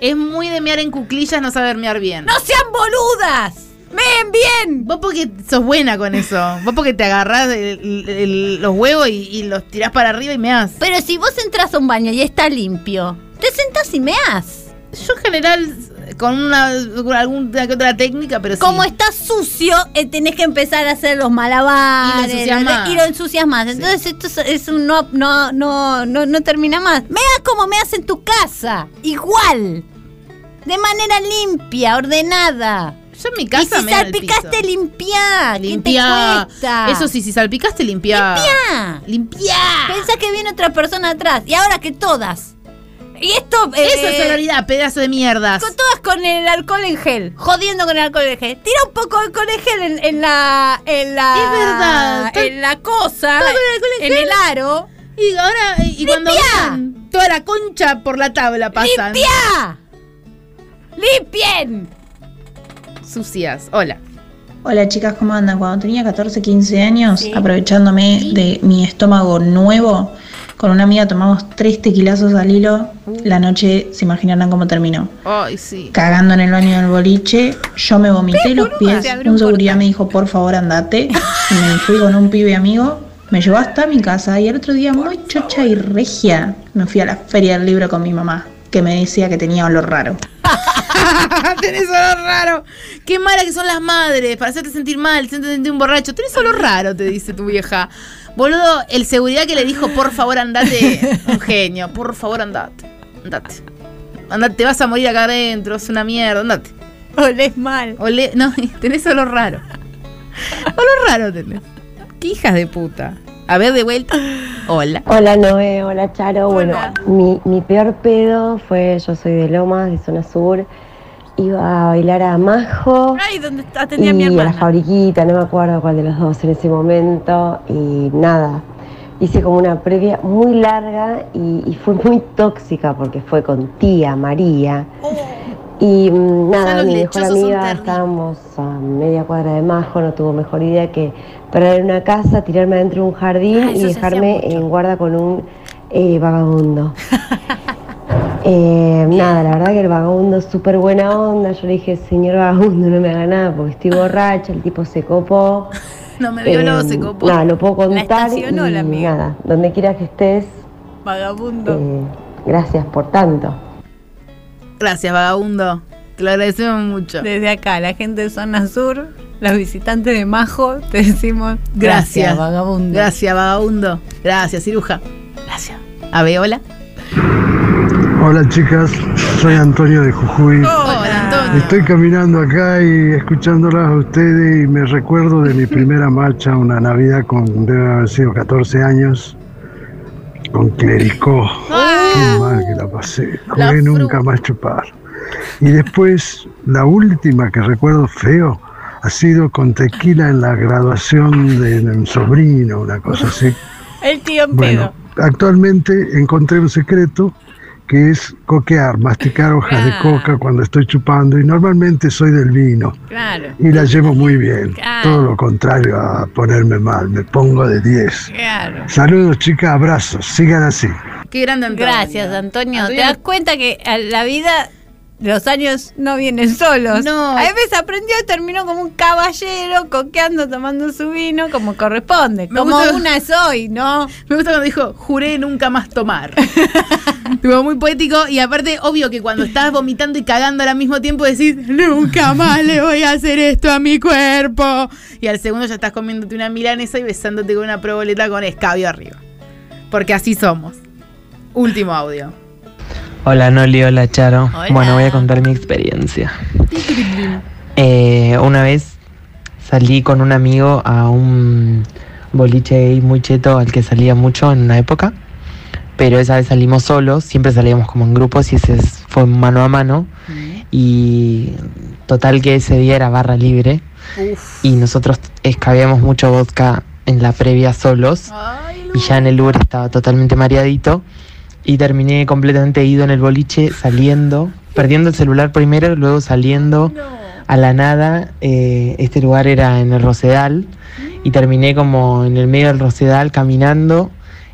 Speaker 2: Es muy de mear en cuclillas no saber mear bien.
Speaker 3: ¡No sean boludas! ¡Meen bien!
Speaker 2: Vos porque sos buena con eso. Vos porque te agarrás el- el- los huevos y, y los tirás para arriba y meás.
Speaker 3: Pero si vos entras a un baño y está limpio, te sentás y meás.
Speaker 2: Yo en general con una con alguna que otra técnica, pero sí.
Speaker 3: Como está sucio, eh, tenés que empezar a hacer los malabares.
Speaker 2: Y lo ensucias más.
Speaker 3: y lo ensucias más. Entonces esto es, es un no, no, no, no, no termina más. Mea como meas en tu casa. Igual. De manera limpia, ordenada.
Speaker 2: Yo en mi casa
Speaker 3: y si
Speaker 2: meo en el piso.
Speaker 3: salpicaste, limpiá. ¿Qué te
Speaker 2: Limpiá.
Speaker 3: cuesta?
Speaker 2: Eso sí, si salpicaste, limpiá.
Speaker 3: Limpiá.
Speaker 2: Limpiá.
Speaker 3: Pensá que viene otra persona atrás. Y ahora que todas Y esto. eh,
Speaker 2: Eso es sororidad, pedazo de mierdas.
Speaker 3: Con todas con el alcohol en gel. Jodiendo con el alcohol en gel. Tira un poco de alcohol en gel en, en la. En la.
Speaker 2: Es verdad.
Speaker 3: En la cosa.
Speaker 2: Todo con el alcohol en gel.
Speaker 3: el aro.
Speaker 2: Y ahora, y, y cuando
Speaker 3: ¡Limpia!
Speaker 2: ven, toda la concha por la tabla pasan.
Speaker 3: ¡Limpia! ¡Limpien!
Speaker 2: Sucias. Hola.
Speaker 15: Hola chicas, ¿cómo andan? Cuando tenía 14, 15 años, aprovechándome de mi estómago nuevo, con una amiga tomamos tres tequilazos al hilo.
Speaker 3: Uh.
Speaker 15: La noche, se imaginarán cómo terminó.
Speaker 2: Ay, sí.
Speaker 15: Cagando en el baño del boliche, yo me vomité los pies.
Speaker 2: se abrió
Speaker 15: Un seguridad me dijo, por favor, andate. Y me fui con un pibe amigo. Me llevó hasta mi casa y al otro día, muy chocha y regia, me fui a la feria del libro con mi mamá, que me decía que tenía olor raro.
Speaker 2: Tenés olor raro. Qué mala que son las madres para hacerte sentir mal, hacerte sentir un borracho. Tenés olor raro, te dice tu vieja. Boludo, el seguridad que le dijo, por favor, andate, un genio, por favor, andate. Andate. Andate, te vas a morir acá adentro, es una mierda, andate.
Speaker 3: Olés mal.
Speaker 2: Olé, no, tenés olor raro. Olor raro tenés. Qué hijas de puta. A ver, de vuelta. Hola.
Speaker 16: Hola Noé, hola Charo. Bueno, mi, mi peor pedo fue, yo soy de Lomas, de zona sur, iba a bailar a Majo
Speaker 3: Ay, donde atendía a mi
Speaker 16: y a la
Speaker 3: hermana.
Speaker 16: fabriquita, no me acuerdo cuál de los dos en ese momento, y nada. Hice como una previa muy larga y, y fue muy tóxica porque fue con tía María. Y mm, nada,
Speaker 17: los
Speaker 16: mi mejor
Speaker 17: lechosos son
Speaker 16: amiga,
Speaker 17: terribles.
Speaker 16: estábamos a media cuadra de Majo, no tuvo mejor idea que parar en una casa, tirarme adentro de un jardín
Speaker 17: Ah, eso
Speaker 16: y
Speaker 17: se
Speaker 16: dejarme en guarda con un eh, vagabundo. Eh, nada, la verdad que el vagabundo es súper buena onda. Yo le dije, señor vagabundo, no me haga nada porque estoy borracha. El tipo se copó. Eh,
Speaker 2: No me violó, se copó.
Speaker 16: Nada, lo puedo
Speaker 2: La
Speaker 16: contar.
Speaker 2: estacionó
Speaker 16: y
Speaker 2: la amiga.
Speaker 16: Nada, donde quiera que estés,
Speaker 3: Vagabundo.
Speaker 16: eh, gracias por tanto.
Speaker 2: Gracias, vagabundo. Te lo agradecemos mucho.
Speaker 3: Desde acá, la gente de Zona Sur, los visitantes de Majo, te decimos gracias,
Speaker 2: Gracias.
Speaker 3: vagabundo.
Speaker 2: Gracias, vagabundo. Gracias, ciruja. Gracias. A ver, hola.
Speaker 18: Hola chicas, soy Antonio de Jujuy. Estoy caminando acá y escuchándolas a ustedes y me recuerdo de mi primera marcha, una Navidad con, debe haber sido 14 años, con Clericó. Qué mal que la pasé,
Speaker 19: La
Speaker 18: jugué nunca más chupar. Y después, la última que recuerdo feo, ha sido con tequila en la graduación de, de mi sobrino, una cosa así.
Speaker 3: El tío en
Speaker 18: Bueno, actualmente encontré un secreto que es coquear, masticar hojas de coca cuando estoy chupando y normalmente soy del vino
Speaker 3: Claro.
Speaker 18: y la llevo muy bien.
Speaker 3: Claro.
Speaker 18: Todo lo contrario a ponerme mal, me pongo de 10.
Speaker 3: Claro.
Speaker 18: Saludos chicas, abrazos, sigan así.
Speaker 2: Qué grande Antonio.
Speaker 3: Gracias, Antonio. Te das cuenta que a la vida, los años no vienen solos. No. A veces aprendió y terminó como un caballero, coqueando, tomando su vino, como corresponde.
Speaker 2: Me
Speaker 3: como
Speaker 2: gusta-
Speaker 3: una soy, ¿no?
Speaker 2: Me gusta cuando dijo, juré nunca más tomar. Tipo, muy poético. Y aparte, obvio que cuando estás vomitando y cagando al mismo tiempo decís, nunca más le voy a hacer esto a mi cuerpo. Y al segundo ya estás comiéndote una milanesa y besándote con una proboleta con escabio arriba. Porque así somos. Último audio.
Speaker 20: Hola Noli, hola Charo.
Speaker 2: Hola.
Speaker 20: Bueno, voy a contar mi experiencia. Eh, una vez salí con un amigo a un boliche gay muy cheto al que salía mucho en una época, pero esa vez salimos solos, siempre salíamos como en grupos y ese es- fue mano a mano y total que ese día era barra libre y nosotros escabeamos mucho vodka en la previa solos y ya en el Uber estaba totalmente mareadito y terminé completamente ido en el boliche saliendo, perdiendo el celular primero, luego saliendo a la nada. Eh, este lugar era en el Rosedal y terminé como en el medio del Rosedal caminando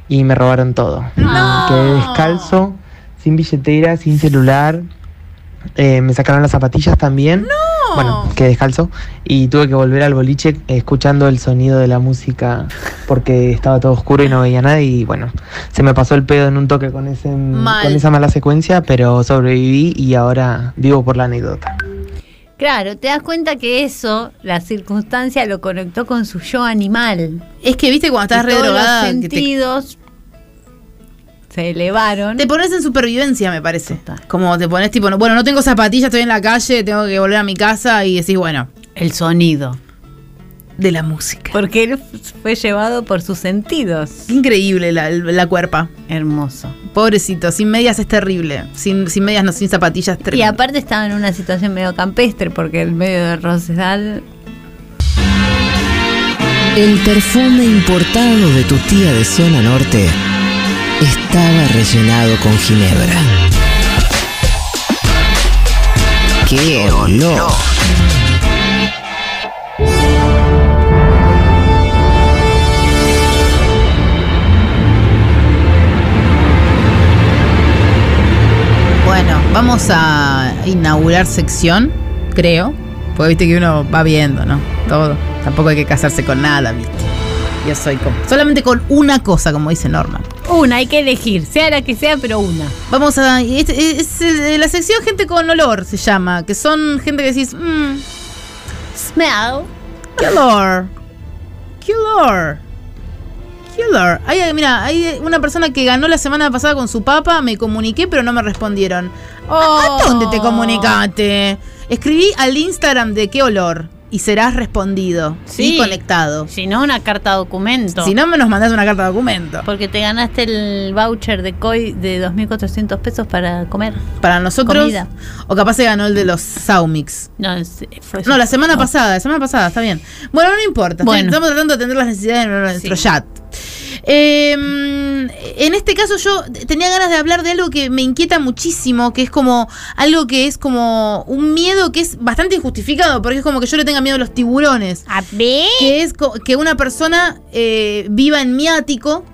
Speaker 20: y me robaron todo. Quedé descalzo, sin billetera, sin celular. Eh, me sacaron las zapatillas también. Bueno, quedé descalzo y tuve que volver al boliche eh, escuchando el sonido de la música porque estaba todo oscuro y no veía nada y bueno, se me pasó el pedo en un toque con ese
Speaker 3: Mal.
Speaker 20: con esa mala secuencia, pero sobreviví y ahora vivo por la anécdota.
Speaker 3: Claro, te das cuenta que eso, la circunstancia lo conectó con su yo animal.
Speaker 2: Es que viste cuando estás re drogada,
Speaker 3: Los
Speaker 2: que te-
Speaker 3: sentidos se elevaron.
Speaker 2: Te pones en supervivencia, me parece. Como te pones tipo, no- bueno, no tengo zapatillas, estoy en la calle, tengo que volver a mi casa y decís, bueno.
Speaker 3: El sonido.
Speaker 2: de la música.
Speaker 3: Porque él fue llevado por sus sentidos.
Speaker 2: Increíble la, la cuerpa.
Speaker 3: Hermoso.
Speaker 2: Pobrecito, sin medias es terrible. Sin, sin medias, no, sin zapatillas.
Speaker 3: Y
Speaker 2: terrible.
Speaker 3: aparte estaba en una situación medio campestre, porque en medio de Rosedal
Speaker 1: El perfume importado de tu tía de zona norte estaba rellenado con ginebra. ¡Qué olor!
Speaker 2: Bueno, vamos a inaugurar sección, creo. Porque viste que uno va viendo, ¿no? Todo. Tampoco hay que casarse con nada, viste. Yo soy como. Solamente con una cosa, como dice Norma.
Speaker 3: Una, hay que elegir, sea la que sea, pero una.
Speaker 2: Vamos a. Es, es, eh, la sección Gente con Olor se llama. Que son gente que decís. Mmm,
Speaker 3: Smell.
Speaker 2: ¿Qué olor? ¿Qué olor? ¿Qué olor? Hay, mira, hay una persona que ganó la semana pasada con su papá, me comuniqué, pero no me respondieron. ¿A, a dónde te comunicaste? Escribí al Instagram de qué olor y serás respondido
Speaker 3: Sí.
Speaker 2: y conectado.
Speaker 3: Si no, una carta documento.
Speaker 2: Si no, me nos mandás una carta de documento.
Speaker 3: Porque te ganaste el voucher de COI de 2.400 pesos para comer.
Speaker 2: Para nosotros.
Speaker 3: Comida.
Speaker 2: O capaz se ganó el de los Saumix.
Speaker 3: No, es- eh, fue
Speaker 2: No, la semana pasada, la semana pasada, está bien. Bueno, no importa.
Speaker 3: Bueno.
Speaker 2: Estamos tratando de atender las necesidades de nuestro chat. Eh, en este caso yo t- tenía ganas de hablar de algo que me inquieta muchísimo, que es como algo que es como un miedo que es bastante injustificado, porque es como que yo le tenga miedo a los tiburones.
Speaker 9: A ver.
Speaker 2: Que es co- que una persona eh, viva en mi ático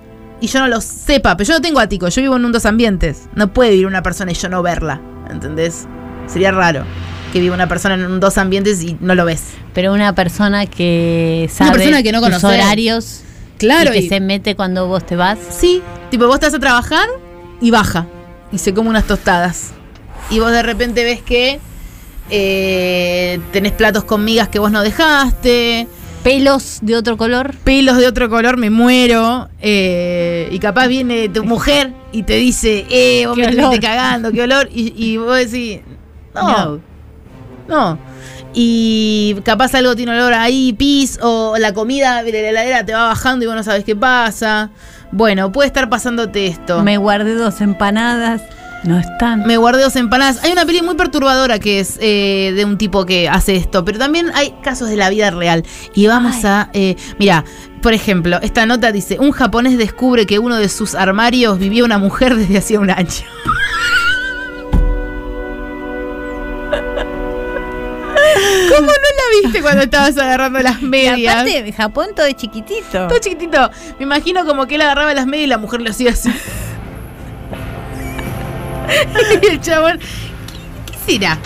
Speaker 2: y yo no lo sepa, pero yo no tengo ático, yo vivo en un dos ambientes. No puede vivir una persona y yo no verla, ¿entendés? Sería raro que viva una persona en un dos ambientes y no lo ves.
Speaker 3: Pero una persona que sabe
Speaker 2: Una persona que no
Speaker 3: tus
Speaker 2: conoces.
Speaker 3: horarios
Speaker 2: Claro,
Speaker 3: y que
Speaker 2: y-
Speaker 3: se mete cuando vos te vas.
Speaker 2: Sí, tipo vos estás a trabajar y baja y se come unas tostadas. Y vos de repente ves que eh, tenés platos con migas que vos no dejaste.
Speaker 3: Pelos de otro color.
Speaker 2: Pelos de otro color, me muero. eh, y capaz viene tu mujer y te dice, eh, vos
Speaker 3: Qué
Speaker 2: me
Speaker 3: olor.
Speaker 2: estuviste cagando, qué olor. Y, y vos decís, no,
Speaker 3: No.
Speaker 2: no. Y capaz algo tiene olor ahí, pis, o la comida de la heladera te va bajando y vos no sabés qué pasa. Bueno, puede estar pasándote esto.
Speaker 3: Me guardé dos empanadas. No están.
Speaker 2: Me guardé dos empanadas. Hay una peli muy perturbadora que es eh, de un tipo que hace esto, pero también hay casos de la vida real. Y vamos a. eh, mira, por ejemplo, esta nota dice: Un japonés descubre que uno de sus armarios vivía una mujer desde hacía un año. ¿Cómo no la viste cuando estabas agarrando las
Speaker 3: Y
Speaker 2: medias?
Speaker 3: aparte, en Japón todo es chiquitito.
Speaker 2: Todo chiquitito. Me imagino como que él agarraba las medias y la mujer le hacía así. y el chabón, ¿qué, qué será?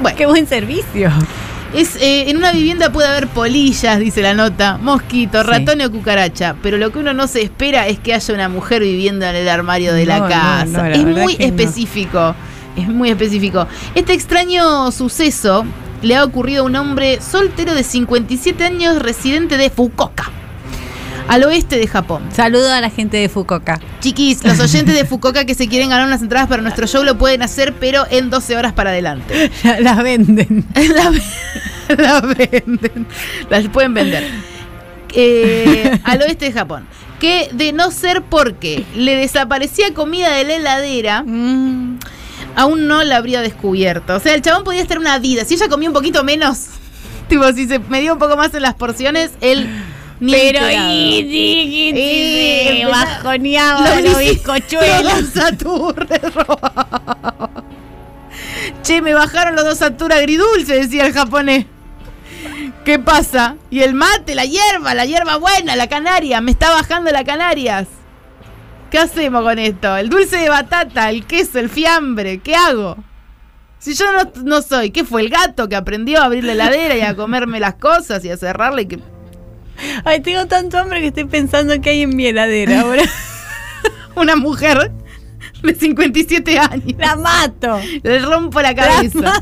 Speaker 2: Bueno.
Speaker 3: Qué buen servicio.
Speaker 2: Es, eh, en una vivienda puede haber polillas, dice la nota, mosquito, ratón o cucaracha, pero lo que uno no se espera es que haya una mujer viviendo en el armario de la
Speaker 3: No, no,
Speaker 2: casa.
Speaker 3: no, la
Speaker 2: es
Speaker 3: verdad
Speaker 2: muy
Speaker 3: que no.
Speaker 2: específico, es muy específico. Este extraño suceso le ha ocurrido a un hombre soltero de 57 años residente de Fukuoka, al oeste de Japón.
Speaker 3: Saludo a la gente de Fukuoka.
Speaker 2: Chiquis, los oyentes de Fukuoka que se quieren ganar unas entradas para nuestro show lo pueden hacer, pero en 12 horas para adelante.
Speaker 3: Las venden.
Speaker 2: Las venden. Las pueden vender. Eh, al oeste de Japón. Que de no ser porque le desaparecía comida de la heladera,
Speaker 3: Mm.
Speaker 2: aún no la habría descubierto. O sea, el chabón podía estar una vida. Si ella comía un poquito menos, tipo, si se medía un poco más en las porciones, él ni
Speaker 9: Pero
Speaker 2: enterado.
Speaker 9: y, y,
Speaker 2: Eh,
Speaker 9: y,
Speaker 2: empezá-
Speaker 9: bajoneaba los
Speaker 2: dice-
Speaker 9: bizcochuelos.
Speaker 2: Los Satur le robaba. Che, me bajaron los dos Satur agridulce, decía el japonés. ¿Qué pasa? Y el mate, la hierba, la hierba buena, la canaria. Me está bajando la canarias. ¿Qué hacemos con esto? El dulce de batata, el queso, el fiambre. ¿Qué hago? Si yo no, no soy, ¿qué fue el gato que aprendió a abrir la heladera y a comerme las cosas y a cerrarla y que
Speaker 3: Ay, tengo tanto hambre que estoy pensando que hay en mi heladera ahora.
Speaker 2: una mujer de 57 años.
Speaker 3: La mato.
Speaker 2: Le rompo la
Speaker 3: La
Speaker 2: cabeza.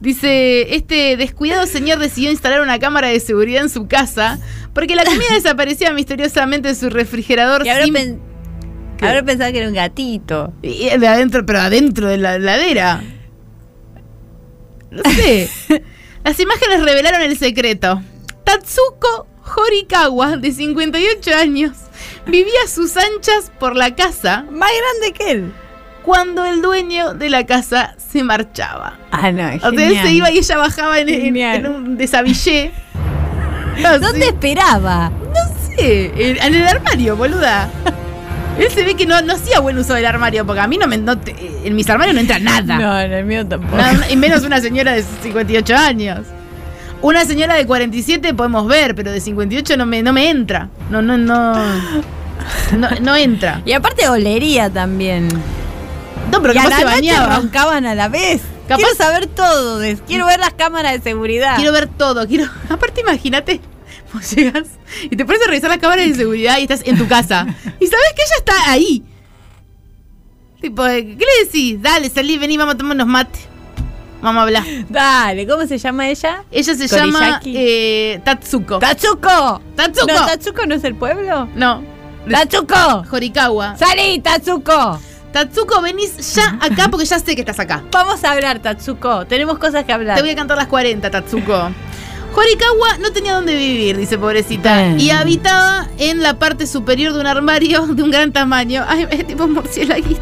Speaker 2: Dice, este descuidado señor decidió instalar una cámara de seguridad en su casa porque la comida desaparecía misteriosamente de su refrigerador.
Speaker 3: Y ahora,
Speaker 2: sin-
Speaker 3: pen-
Speaker 2: ¿Qué?
Speaker 3: ahora pensaba que era un gatito.
Speaker 2: Y eh, de adentro, pero adentro de la heladera. No sé. Las imágenes revelaron el secreto. Tatsuko Horikawa, de 58 años, vivía a sus anchas por la casa.
Speaker 7: Más grande que él.
Speaker 2: Cuando el dueño de la casa se marchaba.
Speaker 7: Ah, no, es
Speaker 2: O sea, él
Speaker 7: genial.
Speaker 2: se iba y ella bajaba en, en-
Speaker 7: Genial.
Speaker 2: en un desabillé.
Speaker 7: ¿Dónde esperaba?
Speaker 2: No sé, en, en el armario, boluda. Él se ve que no, no hacía buen uso del armario, porque a mí no me. no te- en mis armarios no entra nada.
Speaker 7: No, en el mío tampoco.
Speaker 2: Nada- y menos una señora de 58 años. Una señora de 47 podemos ver, pero de 58 no me, no me entra. No, no, no. No, no entra.
Speaker 7: Y aparte olería también.
Speaker 2: No, pero
Speaker 7: y a
Speaker 2: capaz
Speaker 7: la
Speaker 2: se
Speaker 7: noche
Speaker 2: bañaba.
Speaker 7: roncaban a la vez.
Speaker 2: Capaz-
Speaker 7: Quiero saber todo. de- Quiero ver las cámaras de seguridad.
Speaker 2: Quiero ver todo, quiero. Aparte, imagínate. Vos llegas y te pones a revisar las cámaras de seguridad y estás en tu casa. Y sabes que ella está ahí. Tipo, ¿qué le decís? Dale, salí, vení, vamos a tomar unos mates. Vamos a hablar.
Speaker 7: Dale, ¿cómo se llama ella?
Speaker 2: Ella se
Speaker 7: Koriyaki.
Speaker 2: llama eh, Tatsuko.
Speaker 7: ¡Tatsuko!
Speaker 2: ¡Tatsuko!
Speaker 7: No, ¿Tatsuko no es el pueblo?
Speaker 2: No.
Speaker 7: ¡Tatsuko!
Speaker 2: Horikawa.
Speaker 7: ¡Salí, Tatsuko!
Speaker 2: Tatsuko, venís ya acá porque ya sé que estás acá.
Speaker 7: Vamos a hablar, Tatsuko. Tenemos cosas que hablar.
Speaker 2: Te voy a cantar las 40, Tatsuko. Horikawa no tenía dónde vivir, dice pobrecita.
Speaker 7: Bien.
Speaker 2: Y habitaba en la parte superior de un armario de un gran tamaño. Ay, es tipo murcielaguita.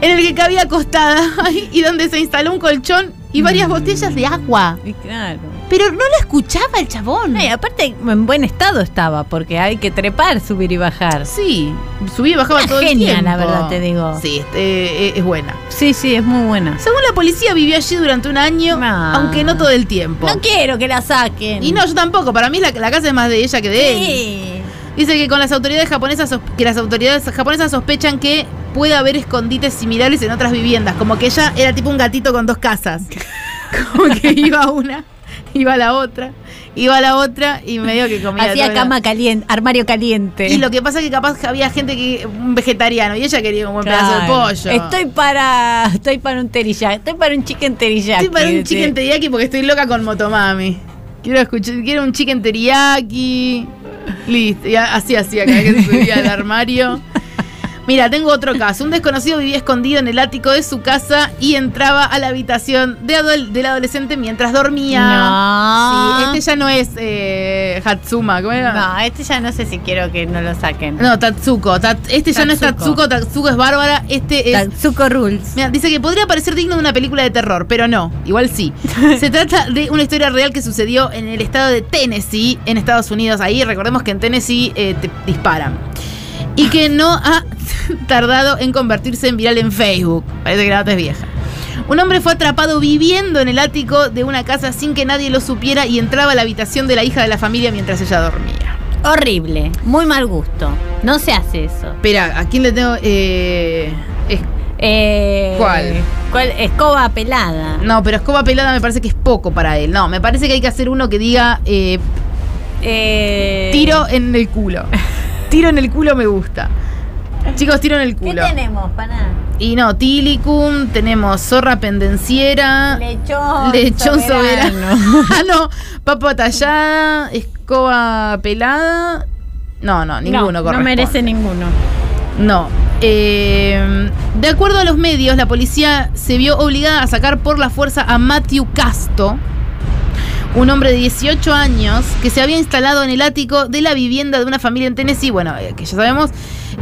Speaker 2: En el que cabía acostada. Ay, y donde se instaló un colchón y varias
Speaker 7: Mm.
Speaker 2: botellas de agua.
Speaker 7: Y claro.
Speaker 2: Pero no lo escuchaba el chabón.
Speaker 7: No, y aparte, en buen estado estaba, porque hay que trepar, subir y bajar.
Speaker 2: Sí, subí y bajaba
Speaker 7: Una
Speaker 2: todo
Speaker 7: genia,
Speaker 2: el tiempo.
Speaker 7: la verdad, te digo.
Speaker 2: Sí, este, eh, es buena.
Speaker 7: Sí, sí, es muy buena.
Speaker 2: Según la policía, vivió allí durante un año,
Speaker 7: Ah.
Speaker 2: aunque no todo el tiempo.
Speaker 7: No quiero que la saquen.
Speaker 2: Y no, yo tampoco. Para mí la, la casa es más de ella que de él.
Speaker 7: Sí.
Speaker 2: Dice que con las autoridades japonesas sos- que las autoridades japonesas sospechan que puede haber escondites similares en otras viviendas, como que ella era tipo un gatito con dos casas. Como que iba a una, iba a la otra, iba a la otra y medio que comía
Speaker 7: Hacía
Speaker 2: todo la-
Speaker 7: cama caliente, armario caliente.
Speaker 2: Y lo que pasa es que capaz que había gente que un vegetariano y ella quería un buen
Speaker 7: Claro.
Speaker 2: pedazo de pollo.
Speaker 7: Estoy para, estoy para un teriyaki, estoy para un chicken teriyaki.
Speaker 2: Estoy para un
Speaker 7: dice.
Speaker 2: chicken teriyaki porque estoy loca Ah, con Motomami. Quiero escuchar, quiero un chicken teriyaki. Listo, y a- así hacía cada vez que se subía al armario. Mira, tengo otro caso. Un desconocido vivía escondido en el ático de su casa y entraba a la habitación de adol- del adolescente mientras dormía.
Speaker 7: No.
Speaker 2: Sí, este ya no es eh, Hatsuma, ¿cómo era?
Speaker 7: No, este ya no sé si quiero que no lo saquen.
Speaker 2: No, Tatsuko. Tat- este ya no es
Speaker 7: Tatsuko.
Speaker 2: Tatsuko, Tatsuko es Bárbara, este es...
Speaker 7: Tatsuko Rules.
Speaker 2: Mira, dice que podría parecer digno de una película de terror, pero no, igual sí. Se trata de una historia real que sucedió en el estado de Tennessee, en Estados Unidos. Ahí recordemos que en Tennessee eh, te disparan. Y que no ha tardado en convertirse en viral en Facebook. Parece que la nota es vieja. Un hombre fue atrapado viviendo en el ático de una casa sin que nadie lo supiera y entraba a la habitación de la hija de la familia mientras ella dormía.
Speaker 7: Horrible, muy mal gusto. No se hace eso.
Speaker 2: Espera, ¿a quién le tengo...? Eh, es-
Speaker 7: Eh,
Speaker 2: ¿Cuál?
Speaker 7: ¿Cuál? Escoba pelada.
Speaker 2: No, pero escoba pelada me parece que es poco para él. No, me parece que hay que hacer uno que diga eh,
Speaker 7: Eh,
Speaker 2: tiro en el culo. Tiro en el culo me gusta. Chicos, tiro en el
Speaker 7: ¿Qué
Speaker 2: culo.
Speaker 7: tenemos, para
Speaker 2: Y no, Tilicum, tenemos zorra pendenciera,
Speaker 7: Lechón.
Speaker 2: Ah, lechón
Speaker 7: Oh, soberano.
Speaker 2: soberano. ah, no, papa tallada, escoba pelada. No, no, ninguno
Speaker 3: no, no
Speaker 2: corresponde.
Speaker 3: merece ninguno.
Speaker 2: No. Eh, de acuerdo a los medios, la policía se vio obligada a sacar por la fuerza a Matthew Casto, un hombre de 18 años que se había instalado en el ático de la vivienda de una familia en Tennessee. Bueno, eh, que ya sabemos,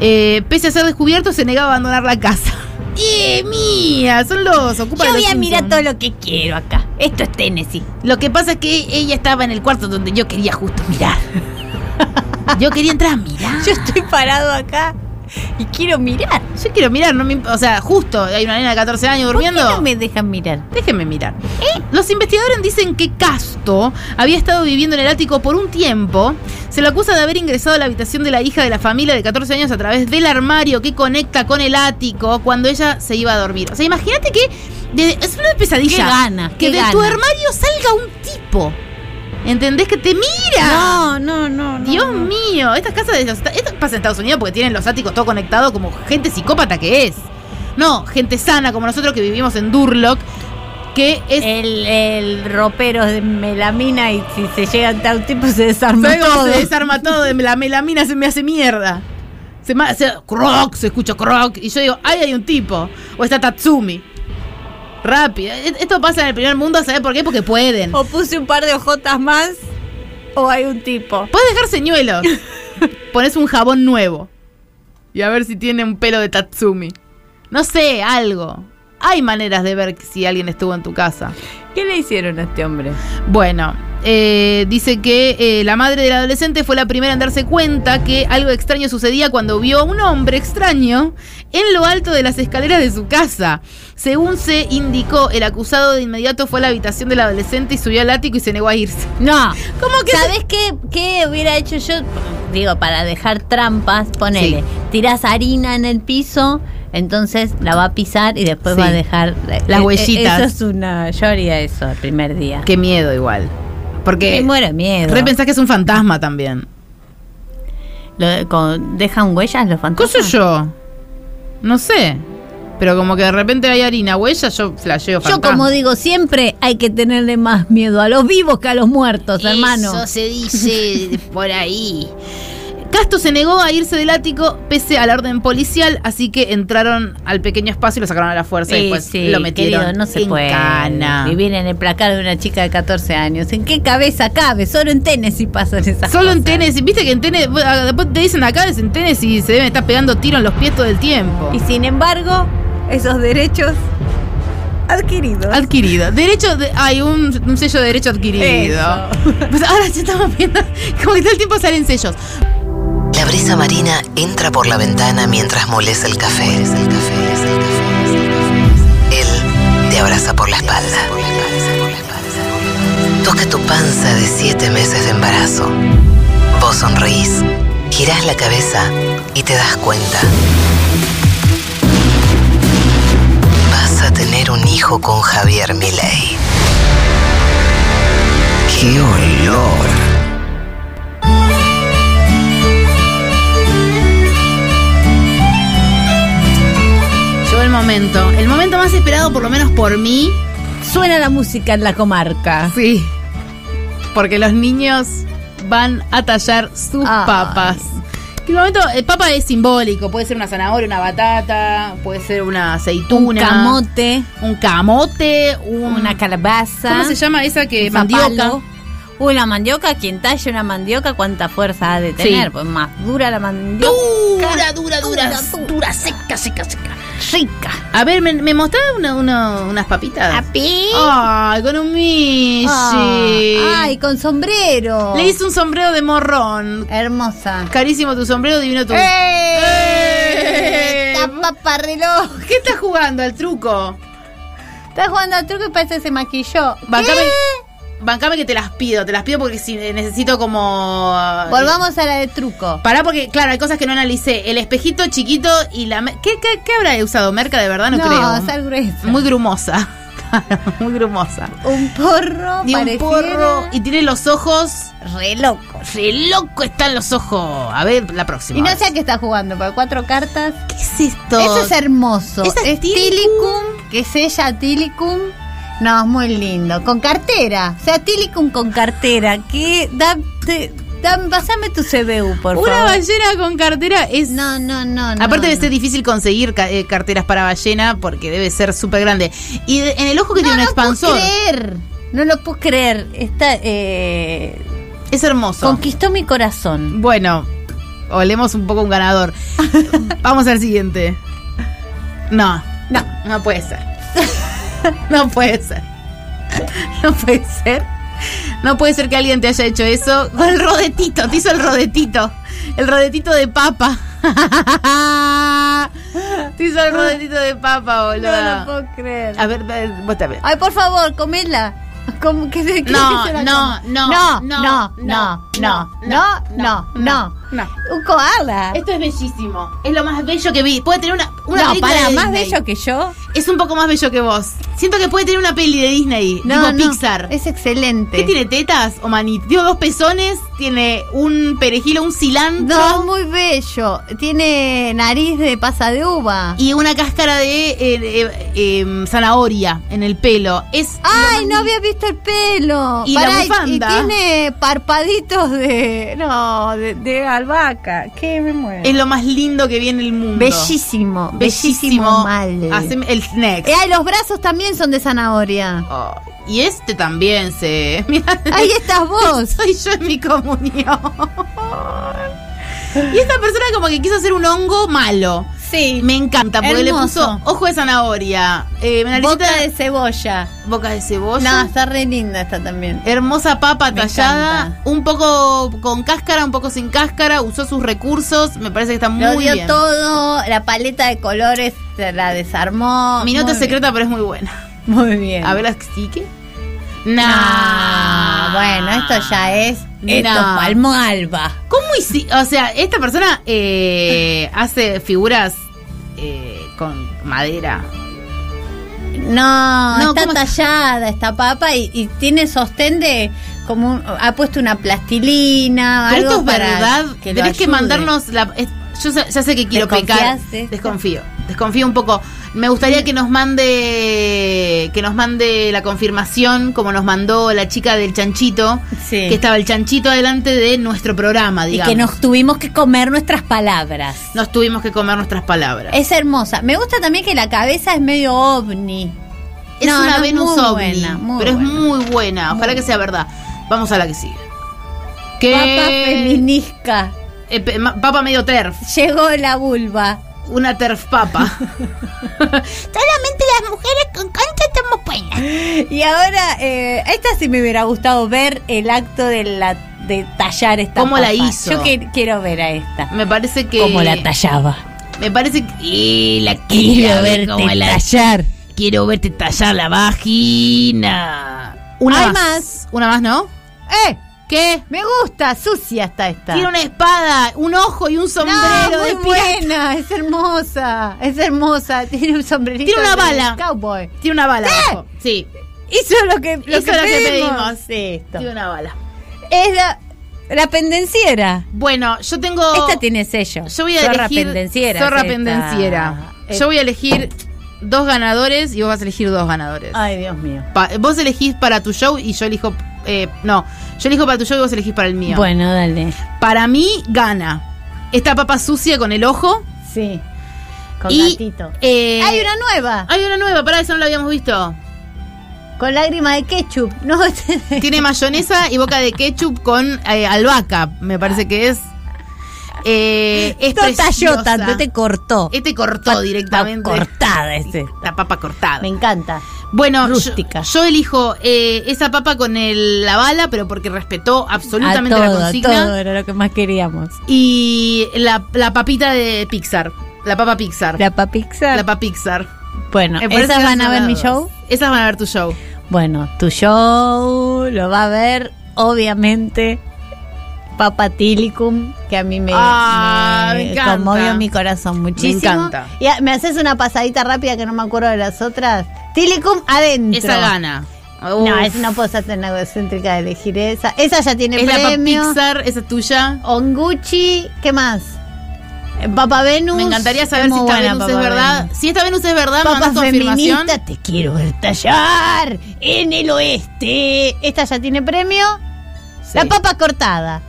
Speaker 2: eh, pese a ser descubierto, se negaba a abandonar la casa. ¡Eh, mía! Son los ocupan
Speaker 7: Yo
Speaker 2: los
Speaker 7: voy a mirar
Speaker 2: Simpson.
Speaker 7: todo lo que quiero acá. Esto es Tennessee.
Speaker 2: Lo que pasa es que ella estaba en el cuarto donde yo quería justo mirar. Yo quería entrar a mirar.
Speaker 7: Yo estoy parado acá y quiero mirar.
Speaker 2: Yo quiero mirar, no me imp- o sea, justo hay una nena de 14 años
Speaker 7: ¿Por qué
Speaker 2: durmiendo.
Speaker 7: no me dejan mirar? ¿Eh?
Speaker 2: Déjenme mirar. Los investigadores dicen que Casto había estado viviendo en el ático por un tiempo. Se lo acusa de haber ingresado a la habitación de la hija de la familia de 14 años a través del armario que conecta con el ático cuando ella se iba a dormir. O sea, imagínate que de- es una pesadilla.
Speaker 7: Qué ganas,
Speaker 2: Que
Speaker 7: qué
Speaker 2: de tu
Speaker 7: ganas.
Speaker 2: armario salga un tipo. ¿Entendés? Que te mira.
Speaker 7: No, no, no, no.
Speaker 2: Dios
Speaker 7: no.
Speaker 2: mío, estas casas de los Esta- esto pasa en Estados Unidos porque tienen los áticos todo conectado como gente psicópata que es. No, gente sana como nosotros que vivimos en Durlock, que es
Speaker 7: El, el ropero de melamina y si se llega a un tipo se desarma
Speaker 2: ¿Sabes cómo
Speaker 7: todo.
Speaker 2: se desarma todo? De la melamina se me hace mierda. Se me hace croc, se escucha croc. Y yo digo, ahí hay un tipo. O está Tatsumi. e-, Rápido. E- Esto pasa en el primer mundo, ¿sabes por qué? Porque pueden.
Speaker 7: O puse un par de ojotas más
Speaker 3: o hay un tipo.
Speaker 2: Puedes dejar señuelos. Pones un jabón nuevo. Y a ver si tiene un pelo de Tatsumi. No sé, algo. Hay maneras de ver si alguien estuvo en tu casa.
Speaker 3: ¿Qué le hicieron a este hombre?
Speaker 2: Bueno, eh, dice que eh, la madre del adolescente fue la primera en darse cuenta que algo extraño sucedía cuando vio a un hombre extraño en lo alto de las escaleras de su casa. Según se indicó, el acusado de inmediato fue a la habitación del adolescente y subió al ático y se negó a irse.
Speaker 3: No.
Speaker 2: ¿Cómo que
Speaker 3: ¿Sabes qué, qué hubiera hecho yo? Digo, para dejar trampas, ponele.
Speaker 2: Sí.
Speaker 3: Tirás harina en el piso, entonces la va a pisar y después
Speaker 2: Sí.
Speaker 3: va a dejar
Speaker 2: Las
Speaker 3: e- e-
Speaker 2: huellitas.
Speaker 3: Eso es una. Yo haría eso el primer día.
Speaker 2: Qué miedo igual. Porque
Speaker 3: Me muero de miedo.
Speaker 2: re pensás que es un fantasma también.
Speaker 3: Lo- con- ¿Dejan huellas los
Speaker 2: ¿Qué
Speaker 3: fantasmas?
Speaker 2: sé yo? No sé. Pero como que de repente hay harina huella, yo
Speaker 3: Yo,
Speaker 2: flasheo fantasma.
Speaker 3: como digo siempre, hay que tenerle más miedo a los vivos que a los muertos, hermano.
Speaker 9: Eso se dice por ahí.
Speaker 2: Casto se negó a irse del ático pese a la orden policial, así que entraron al pequeño espacio y lo sacaron a la fuerza y
Speaker 3: Sí,
Speaker 2: después
Speaker 3: sí,
Speaker 2: pues, lo metieron.
Speaker 3: querido, no se
Speaker 2: en
Speaker 3: puede
Speaker 2: cana.
Speaker 3: vivir en el placar de una chica de 14 años. ¿En qué cabeza cabe? Solo en Tennessee pasan esas
Speaker 2: Solo en Tennessee, viste que en Tennessee, vos, ah, después te dicen acá es en Tennessee y se deben estar pegando tiro en los pies todo el tiempo.
Speaker 3: Y sin embargo, esos derechos adquiridos.
Speaker 2: Adquirido. Derecho de- hay un, un sello de derecho adquirido. Pues ahora ya estamos viendo. Como que todo el tiempo salen sellos.
Speaker 1: La brisa marina entra por la ventana mientras moles el café. El Él te abraza por la espalda. Toca tu panza de siete meses de embarazo. Vos sonreís, girás la cabeza y te das cuenta. Vas a tener un hijo con Javier Milei. ¡Qué olor!
Speaker 2: Llegó el momento. El momento más esperado, por lo menos por mí.
Speaker 3: Suena la música en la comarca.
Speaker 2: Sí. Porque los niños van a tallar sus
Speaker 3: Ay.
Speaker 2: papas. Que el momento, el papa es simbólico. Puede ser una zanahoria, una batata, puede ser una aceituna.
Speaker 3: Un camote.
Speaker 2: Un camote, un-
Speaker 3: Una calabaza.
Speaker 2: ¿Cómo se llama esa que
Speaker 3: un zapalo.
Speaker 2: mandioca?
Speaker 3: Uy, la mandioca, quien talla una mandioca, cuánta fuerza ha de tener.
Speaker 2: Sí.
Speaker 3: Pues más dura la mandioca.
Speaker 2: Dura, dura, dura, dura, seca, seca, seca. Rica. A ver, ¿me, me mostrás una- una- unas papitas? Ay, con un Mishi.
Speaker 3: Ah, ay, con sombrero.
Speaker 2: Le hice un sombrero de morrón.
Speaker 3: Hermosa.
Speaker 2: Carísimo tu sombrero, divino tu. ¡Eh!
Speaker 3: Tapa pa' reloj.
Speaker 2: ¿Qué estás jugando al truco?
Speaker 3: Está jugando al truco y parece que se maquilló.
Speaker 2: Bancame,
Speaker 3: ¿Qué?
Speaker 2: bancame que te las pido, te las pido porque si necesito como. eh,
Speaker 3: Volvamos a la de truco.
Speaker 2: Pará porque, claro, hay cosas que no analicé. El espejito chiquito y la... me- ¿Qué, qué, qué habrá usado? Merca de verdad, no, creo.
Speaker 3: sal gruesa.
Speaker 2: Muy grumosa. Claro, Muy grumosa.
Speaker 3: Un porro.
Speaker 2: Y un
Speaker 3: pareciera-
Speaker 2: porro y tiene los ojos...
Speaker 3: Re loco.
Speaker 2: Re loco están los ojos. A ver, la próxima.
Speaker 3: Y no
Speaker 2: vez.
Speaker 3: sé a qué está jugando, pero cuatro cartas.
Speaker 2: ¿Qué es esto?
Speaker 3: Eso es hermoso.
Speaker 2: ¿Es
Speaker 3: Tilicum, que es ella Tilicum. No, es muy lindo. Con cartera. O sea, Tilicum con cartera. Que da, te- da- pasame tu CBU, por
Speaker 2: Una
Speaker 3: favor.
Speaker 2: ballena con cartera es...
Speaker 3: No, no, no. no,
Speaker 2: Aparte debe
Speaker 3: no.
Speaker 2: ser difícil conseguir ca- eh, carteras para ballena porque debe ser súper grande. Y de- en el ojo que tiene un expansor.
Speaker 3: No puedo creer. No lo puedo creer. Está, eh,
Speaker 2: Es hermoso.
Speaker 3: conquistó mi corazón.
Speaker 2: Bueno, olemos un poco un ganador. Vamos al siguiente. No,
Speaker 3: No.
Speaker 2: no puede ser. No puede ser. No puede ser. No puede ser que alguien te haya hecho eso con el rodetito. Te hizo el rodetito. El rodetito de papa. Te hizo el rodetito de papa,
Speaker 3: No
Speaker 2: boludo.
Speaker 3: lo puedo creer.
Speaker 2: A ver, a ver, vos te- a ver.
Speaker 3: Ay, por favor, comela. Como que se- que
Speaker 2: No,
Speaker 3: se la
Speaker 2: no,
Speaker 3: coma.
Speaker 2: no,
Speaker 3: no,
Speaker 2: no,
Speaker 3: no, no, no, no, no, no.
Speaker 2: No.
Speaker 3: Un koala.
Speaker 2: Esto es bellísimo. Es lo más bello que vi. Puede tener una, una
Speaker 3: Ah. No,
Speaker 2: película
Speaker 3: para,
Speaker 2: de
Speaker 3: más
Speaker 2: Disney.
Speaker 3: bello que yo.
Speaker 2: Es un poco más bello que vos. Siento que puede tener una peli de Disney,
Speaker 3: No,
Speaker 2: tipo
Speaker 3: no,
Speaker 2: Pixar.
Speaker 3: Es excelente.
Speaker 2: ¿Qué tiene tetas o manitos? Tiene dos pezones, tiene un perejil o un cilantro
Speaker 3: No, es muy bello. Tiene nariz de pasa de uva.
Speaker 2: y una cáscara de eh, eh, eh, zanahoria en el pelo. Es
Speaker 3: Ay, no había visto el pelo.
Speaker 2: Y la
Speaker 3: Pará,
Speaker 2: bufanda.
Speaker 3: Y, tiene parpaditos de. No, de, de albahaca. ¿Qué me muero?
Speaker 2: es lo más lindo que vi en el mundo.
Speaker 3: Bellísimo, bellísimo, mal.
Speaker 2: Haceme el next.
Speaker 3: Eh, ay, los brazos también son de zanahoria.
Speaker 2: Oh, Y este también se. Mirá,
Speaker 3: Ahí estás vos.
Speaker 2: Soy yo en mi comunión. Y esta persona como que quiso hacer un hongo malo.
Speaker 3: Sí.
Speaker 2: Me encanta, porque
Speaker 3: Hermoso.
Speaker 2: le puso ojo de zanahoria. eh, naricita-
Speaker 3: Boca de cebolla.
Speaker 2: Boca de cebolla.
Speaker 3: No, está re linda esta también.
Speaker 2: Hermosa papa
Speaker 3: Me
Speaker 2: tallada,
Speaker 3: encanta.
Speaker 2: un poco con cáscara, un poco sin cáscara, usó sus recursos, me parece que está muy
Speaker 3: Lo dio
Speaker 2: bien.
Speaker 3: todo, la paleta de colores se la desarmó.
Speaker 2: Mi nota
Speaker 3: Muy
Speaker 2: es secreta, pero es muy buena.
Speaker 3: bien. Muy bien.
Speaker 2: A ver, ¿astique?
Speaker 3: Ah, bueno, esto ya es. Esto
Speaker 2: No.
Speaker 3: fue almo alba.
Speaker 2: ¿Cómo hiciste? O sea, esta persona eh, hace figuras eh, con madera.
Speaker 3: No,
Speaker 2: No,
Speaker 3: está
Speaker 2: ¿cómo es?
Speaker 3: tallada esta papa y, y tiene sostén de como un- ha puesto una plastilina.
Speaker 2: Pero
Speaker 3: algo
Speaker 2: esto es
Speaker 3: para
Speaker 2: verdad.
Speaker 3: lo
Speaker 2: Tenés que
Speaker 3: ayude.
Speaker 2: mandarnos la. es- Yo sa- ya sé que quiero pecar.
Speaker 3: ¿Desconfiaste?
Speaker 2: Desconfío. Desconfío un poco. Me gustaría que nos mande que nos mande la confirmación, como nos mandó la chica del chanchito,
Speaker 3: Sí.
Speaker 2: que estaba el chanchito adelante de nuestro programa,
Speaker 3: y
Speaker 2: digamos.
Speaker 3: que nos tuvimos que comer nuestras palabras. Eh.
Speaker 2: Nos tuvimos que comer nuestras palabras.
Speaker 3: Es hermosa. Me gusta también que la cabeza es medio ovni.
Speaker 2: Es
Speaker 3: No,
Speaker 2: una
Speaker 3: no,
Speaker 2: Venus
Speaker 3: muy
Speaker 2: ovni,
Speaker 3: buena, muy
Speaker 2: pero
Speaker 3: buena.
Speaker 2: es muy buena. Ojalá que sea verdad. Vamos a la que sigue.
Speaker 3: Papa
Speaker 2: Que
Speaker 3: feminisca.
Speaker 2: eh, pe- ma- papa medio terf,
Speaker 3: Llegó la vulva.
Speaker 2: una terf papa.
Speaker 21: Solamente las mujeres con concha estamos buenas.
Speaker 3: Y ahora, eh, esta sí me hubiera gustado ver el acto de la de tallar esta
Speaker 2: ¿Cómo la
Speaker 3: papa.
Speaker 2: hizo?
Speaker 3: Yo que- quiero ver a esta.
Speaker 2: Me parece que
Speaker 3: Cómo la tallaba.
Speaker 2: Me parece que
Speaker 9: Y la
Speaker 3: Quiero
Speaker 9: quiero
Speaker 3: verte
Speaker 9: ver como la
Speaker 3: tallar.
Speaker 9: Quiero verte tallar la vagina.
Speaker 2: una
Speaker 3: Hay
Speaker 2: más.
Speaker 3: más.
Speaker 2: una más, ¿no?
Speaker 3: ¡Eh!
Speaker 2: ¿Qué?
Speaker 3: Me gusta, sucia está esta.
Speaker 2: Tiene una espada, un ojo y un sombrero
Speaker 3: no, muy
Speaker 2: de pirata.
Speaker 3: buena, es hermosa, es hermosa, tiene un sombrerito
Speaker 2: Tiene una
Speaker 3: de
Speaker 2: bala.
Speaker 3: cowboy. Eh.
Speaker 2: Tiene una bala. abajo. Sí.
Speaker 3: Hizo lo que, lo
Speaker 2: Hizo
Speaker 3: que
Speaker 2: lo que
Speaker 3: pedimos.
Speaker 2: pedimos.
Speaker 3: Esto.
Speaker 2: Tiene una bala.
Speaker 3: Es la, la pendenciera.
Speaker 2: Bueno, yo tengo
Speaker 3: Esta tiene sello.
Speaker 2: Yo voy a
Speaker 3: Zorra
Speaker 2: elegir
Speaker 3: pendenciera.
Speaker 2: Zorra
Speaker 3: es esta.
Speaker 2: pendenciera.
Speaker 3: Es-
Speaker 2: Yo voy a elegir dos ganadores y vos vas a elegir dos ganadores.
Speaker 3: Ay, Dios mío.
Speaker 2: Pa- vos elegís para tu show y yo elijo eh, no, yo elijo para tu show y vos elegís para el mío.
Speaker 3: Bueno, dale.
Speaker 2: Para mí gana esta papa sucia con el ojo
Speaker 3: Sí. Con
Speaker 2: y
Speaker 3: gatito.
Speaker 2: eh,
Speaker 3: Hay una nueva.
Speaker 2: Hay una nueva, pará, esa no la habíamos visto.
Speaker 3: Con lágrima de ketchup. No,
Speaker 2: Tiene mayonesa y boca de ketchup con eh, albahaca, me parece que es. Eh, es
Speaker 3: no talló
Speaker 2: preciosa.
Speaker 3: Tota tanto, te cortó.
Speaker 2: Este cortó directamente.
Speaker 3: Cortada es esta.
Speaker 2: La papa cortada.
Speaker 3: Me encanta.
Speaker 2: Bueno, yo-
Speaker 3: Rústica.
Speaker 2: Yo, elijo eh, esa papa con el- la bala, pero porque respetó
Speaker 3: A
Speaker 2: absolutamente la
Speaker 3: todo, a
Speaker 2: consigna.
Speaker 3: todo era lo que más queríamos.
Speaker 2: Y la, la papita de Pixar. La papa Pixar.
Speaker 3: La papixar.
Speaker 2: La papa Pixar.
Speaker 3: bueno,
Speaker 2: Me parece
Speaker 3: ¿esas
Speaker 2: que
Speaker 3: van a
Speaker 2: son
Speaker 3: ver
Speaker 2: las
Speaker 3: mi
Speaker 2: dos.
Speaker 3: show?
Speaker 2: Esas van a ver tu show.
Speaker 3: Bueno, tu show lo va a ver, obviamente, Papa Tilicum, que a mí me,
Speaker 2: Ah,
Speaker 3: me
Speaker 2: me encanta.
Speaker 3: conmovió mi corazón muchísimo.
Speaker 2: encanta.
Speaker 3: Y a- me haces una pasadita rápida que no me acuerdo de las otras. Tilicum adentro.
Speaker 2: Esa gana.
Speaker 3: No,
Speaker 2: Uf.
Speaker 3: es una posa tan egocéntrica de elegir esa. Esa ya tiene
Speaker 2: Es la papa
Speaker 3: premio.
Speaker 2: Pixar, esa es tuya.
Speaker 3: Onguchi, ¿qué más? Eh, Papa Venus.
Speaker 2: Me encantaría
Speaker 3: es
Speaker 2: saber si
Speaker 3: muy
Speaker 2: esta
Speaker 3: buena
Speaker 2: Venus es
Speaker 3: Papa
Speaker 2: verdad.
Speaker 3: Venus.
Speaker 2: Si esta Venus es verdad, me
Speaker 3: Papa
Speaker 2: mandas confirmación.
Speaker 3: feminista, te quiero ver tallar en el oeste. Esta ya tiene premio. La papa cortada.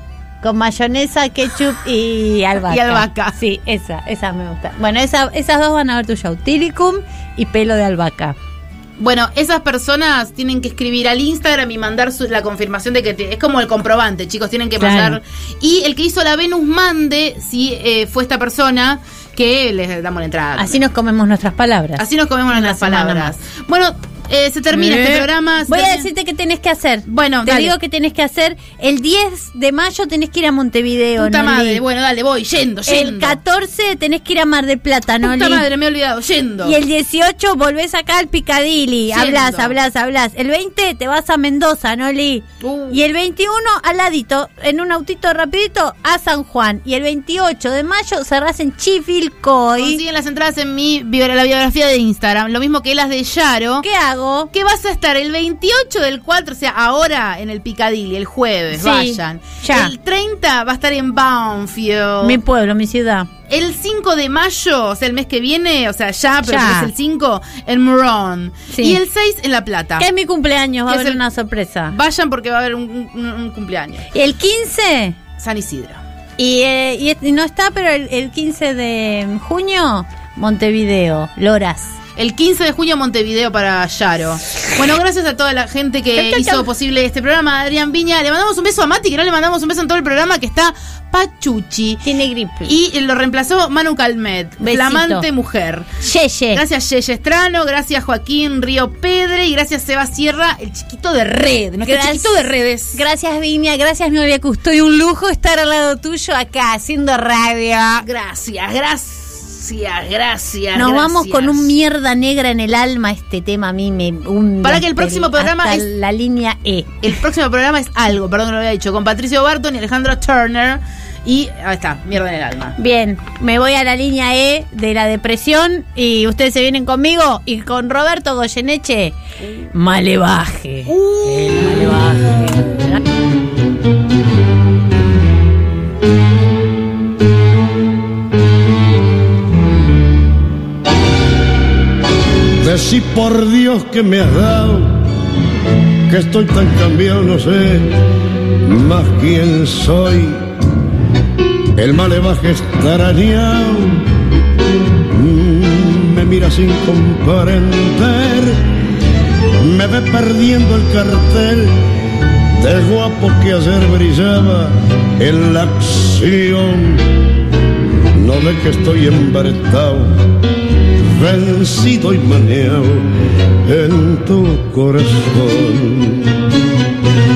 Speaker 3: Con mayonesa, ketchup y albahaca.
Speaker 2: Y albahaca.
Speaker 3: Sí, esa, esa me gusta. Bueno, esa- esas dos van a ver tu show. Tilicum y pelo de albahaca.
Speaker 2: Bueno, esas personas tienen que escribir al Instagram y mandar su- la confirmación de que te- es como el comprobante, chicos, tienen que
Speaker 3: Claro.
Speaker 2: mandar. Y el que hizo la Venus mande, si eh, fue esta persona, que les damos la entrada.
Speaker 3: Así nos comemos nuestras palabras.
Speaker 2: Así nos comemos las
Speaker 3: semana
Speaker 2: palabras. Bueno, eh, se termina
Speaker 3: Eh.
Speaker 2: este programa. se
Speaker 3: Voy a
Speaker 2: termina-
Speaker 3: decirte qué tenés que hacer.
Speaker 2: Bueno,
Speaker 3: Te
Speaker 2: dale.
Speaker 3: digo que tenés que hacer. El 10 de mayo tenés que ir a Montevideo.
Speaker 2: Puta
Speaker 3: Noli.
Speaker 2: madre, bueno, dale, voy, yendo,
Speaker 3: El
Speaker 2: yendo.
Speaker 3: 14 tenés que ir a Mar del Plata, ¿no?
Speaker 2: Puta madre, me he olvidado, yendo.
Speaker 3: Y el 18 volvés acá al Picadilly.
Speaker 2: Yendo.
Speaker 3: Hablas, hablas, hablas. El 20 te vas a Mendoza, Noli.
Speaker 2: Uh.
Speaker 3: Y el 21 al ladito, en un autito rapidito, a San Juan. Y el 28 de mayo cerrás en Chivilcoy.
Speaker 2: Consiguen las entradas en mi bio- la biografía de Instagram, lo mismo que las de Yaro.
Speaker 3: ¿Qué hago?
Speaker 2: que vas a estar el 28 del 4, o sea, ahora en el Picadilly, el jueves,
Speaker 3: Sí,
Speaker 2: vayan.
Speaker 3: ya.
Speaker 2: El 30 va a estar en Banfield.
Speaker 3: Mi pueblo, mi ciudad.
Speaker 2: El 5 de mayo, o sea, el mes que viene, o sea, ya, pero
Speaker 3: Ya.
Speaker 2: porque es el 5, en Morón.
Speaker 3: Sí.
Speaker 2: Y el 6 en La Plata.
Speaker 3: Que es mi cumpleaños, va a
Speaker 2: Que es
Speaker 3: haber
Speaker 2: el-
Speaker 3: una sorpresa.
Speaker 2: Vayan porque va a haber un, un- un cumpleaños.
Speaker 3: Y el 15,
Speaker 2: San Isidro.
Speaker 3: y, eh, y- y no está, pero el, el 15 de junio, Montevideo, Loras.
Speaker 2: el 15 de junio Montevideo para Yaro. Bueno, gracias a toda la gente que
Speaker 9: Chau, chau,
Speaker 2: hizo
Speaker 9: chau.
Speaker 2: posible este programa. Adrián Viña, le mandamos un beso a Mati, que no le mandamos un beso en todo el programa, que está Pachuchi.
Speaker 3: Tiene gripe.
Speaker 2: Y lo reemplazó Manu Calmet,
Speaker 9: Besito.
Speaker 2: flamante mujer.
Speaker 3: Yeye.
Speaker 2: Gracias Yeye Estrano, gracias Joaquín Río Pedre y gracias Seba Sierra, el chiquito de red, nuestro
Speaker 3: Gracias-
Speaker 2: chiquito de redes.
Speaker 3: Gracias, Viña. Gracias, Nuria Custodio. Un lujo estar al lado tuyo acá haciendo radio.
Speaker 2: Gracias, gracias, gracias.
Speaker 3: Nos vamos
Speaker 2: gracias.
Speaker 3: con un mierda negra en el alma. Este tema a mí me hunde
Speaker 2: Para que el próximo
Speaker 3: hasta
Speaker 2: programa es-
Speaker 3: la línea E.
Speaker 2: El próximo programa es algo, perdón, no lo había dicho, con Patricio Barton y Alejandro Turner. Y ahí está, mierda en el alma.
Speaker 3: Bien, me voy a la línea E de la depresión y ustedes se vienen conmigo y con Roberto Goyeneche. Malevaje. El malevaje.
Speaker 17: Decí por Dios que me has dado, que estoy tan cambiado, no sé más quién soy. El malevaje extrañado mm, me mira sin comprender, me ve perdiendo el cartel del guapo que ayer brillaba en la acción. No ve que estoy embaretado vencido y maneado en tu corazón.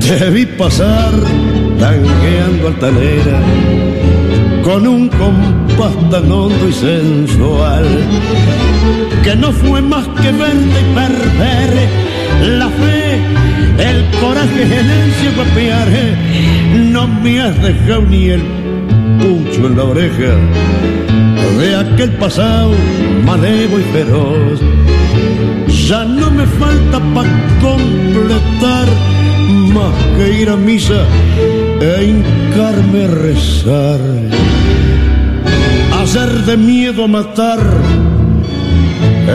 Speaker 17: Te vi pasar tangueando altanera con un compás tan hondo y sensual que no fue más que verte y perder la fe, el coraje, el ansia papear. No me has dejado ni el pucho en la oreja de aquel pasado malevo y feroz. Ya no me falta para completar más que ir a misa e hincarme a rezar. Hacer de miedo a matar,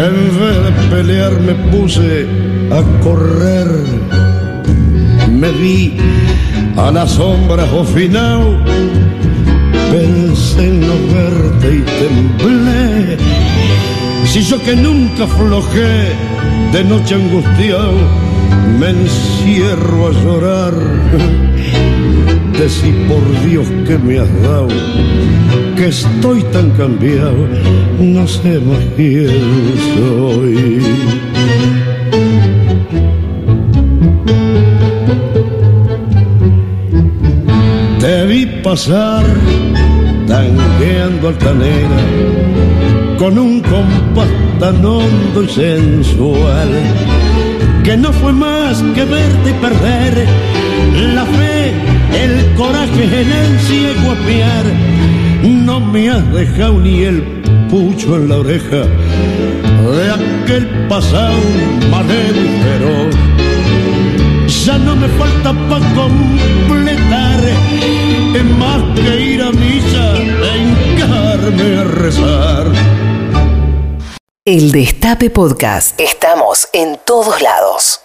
Speaker 17: en vez de pelear me puse a correr. Me vi a la sombra final pensé en no verte y temblé. Si yo que nunca flojé de noche angustiado, me encierro a llorar. De si por Dios que me has dado, que estoy tan cambiado, no sé más quién soy. Te vi pasar tangueando altanera con un compás tan hondo y sensual que no fue más que verte y perder la fe, el coraje, el ansia y guapear. No me has dejado ni el pucho en la oreja de aquel pasado malevo y feroz ya no me falta para completar, es más que ir a misa, encarme a rezar.
Speaker 1: El Destape Podcast. Estamos en todos lados.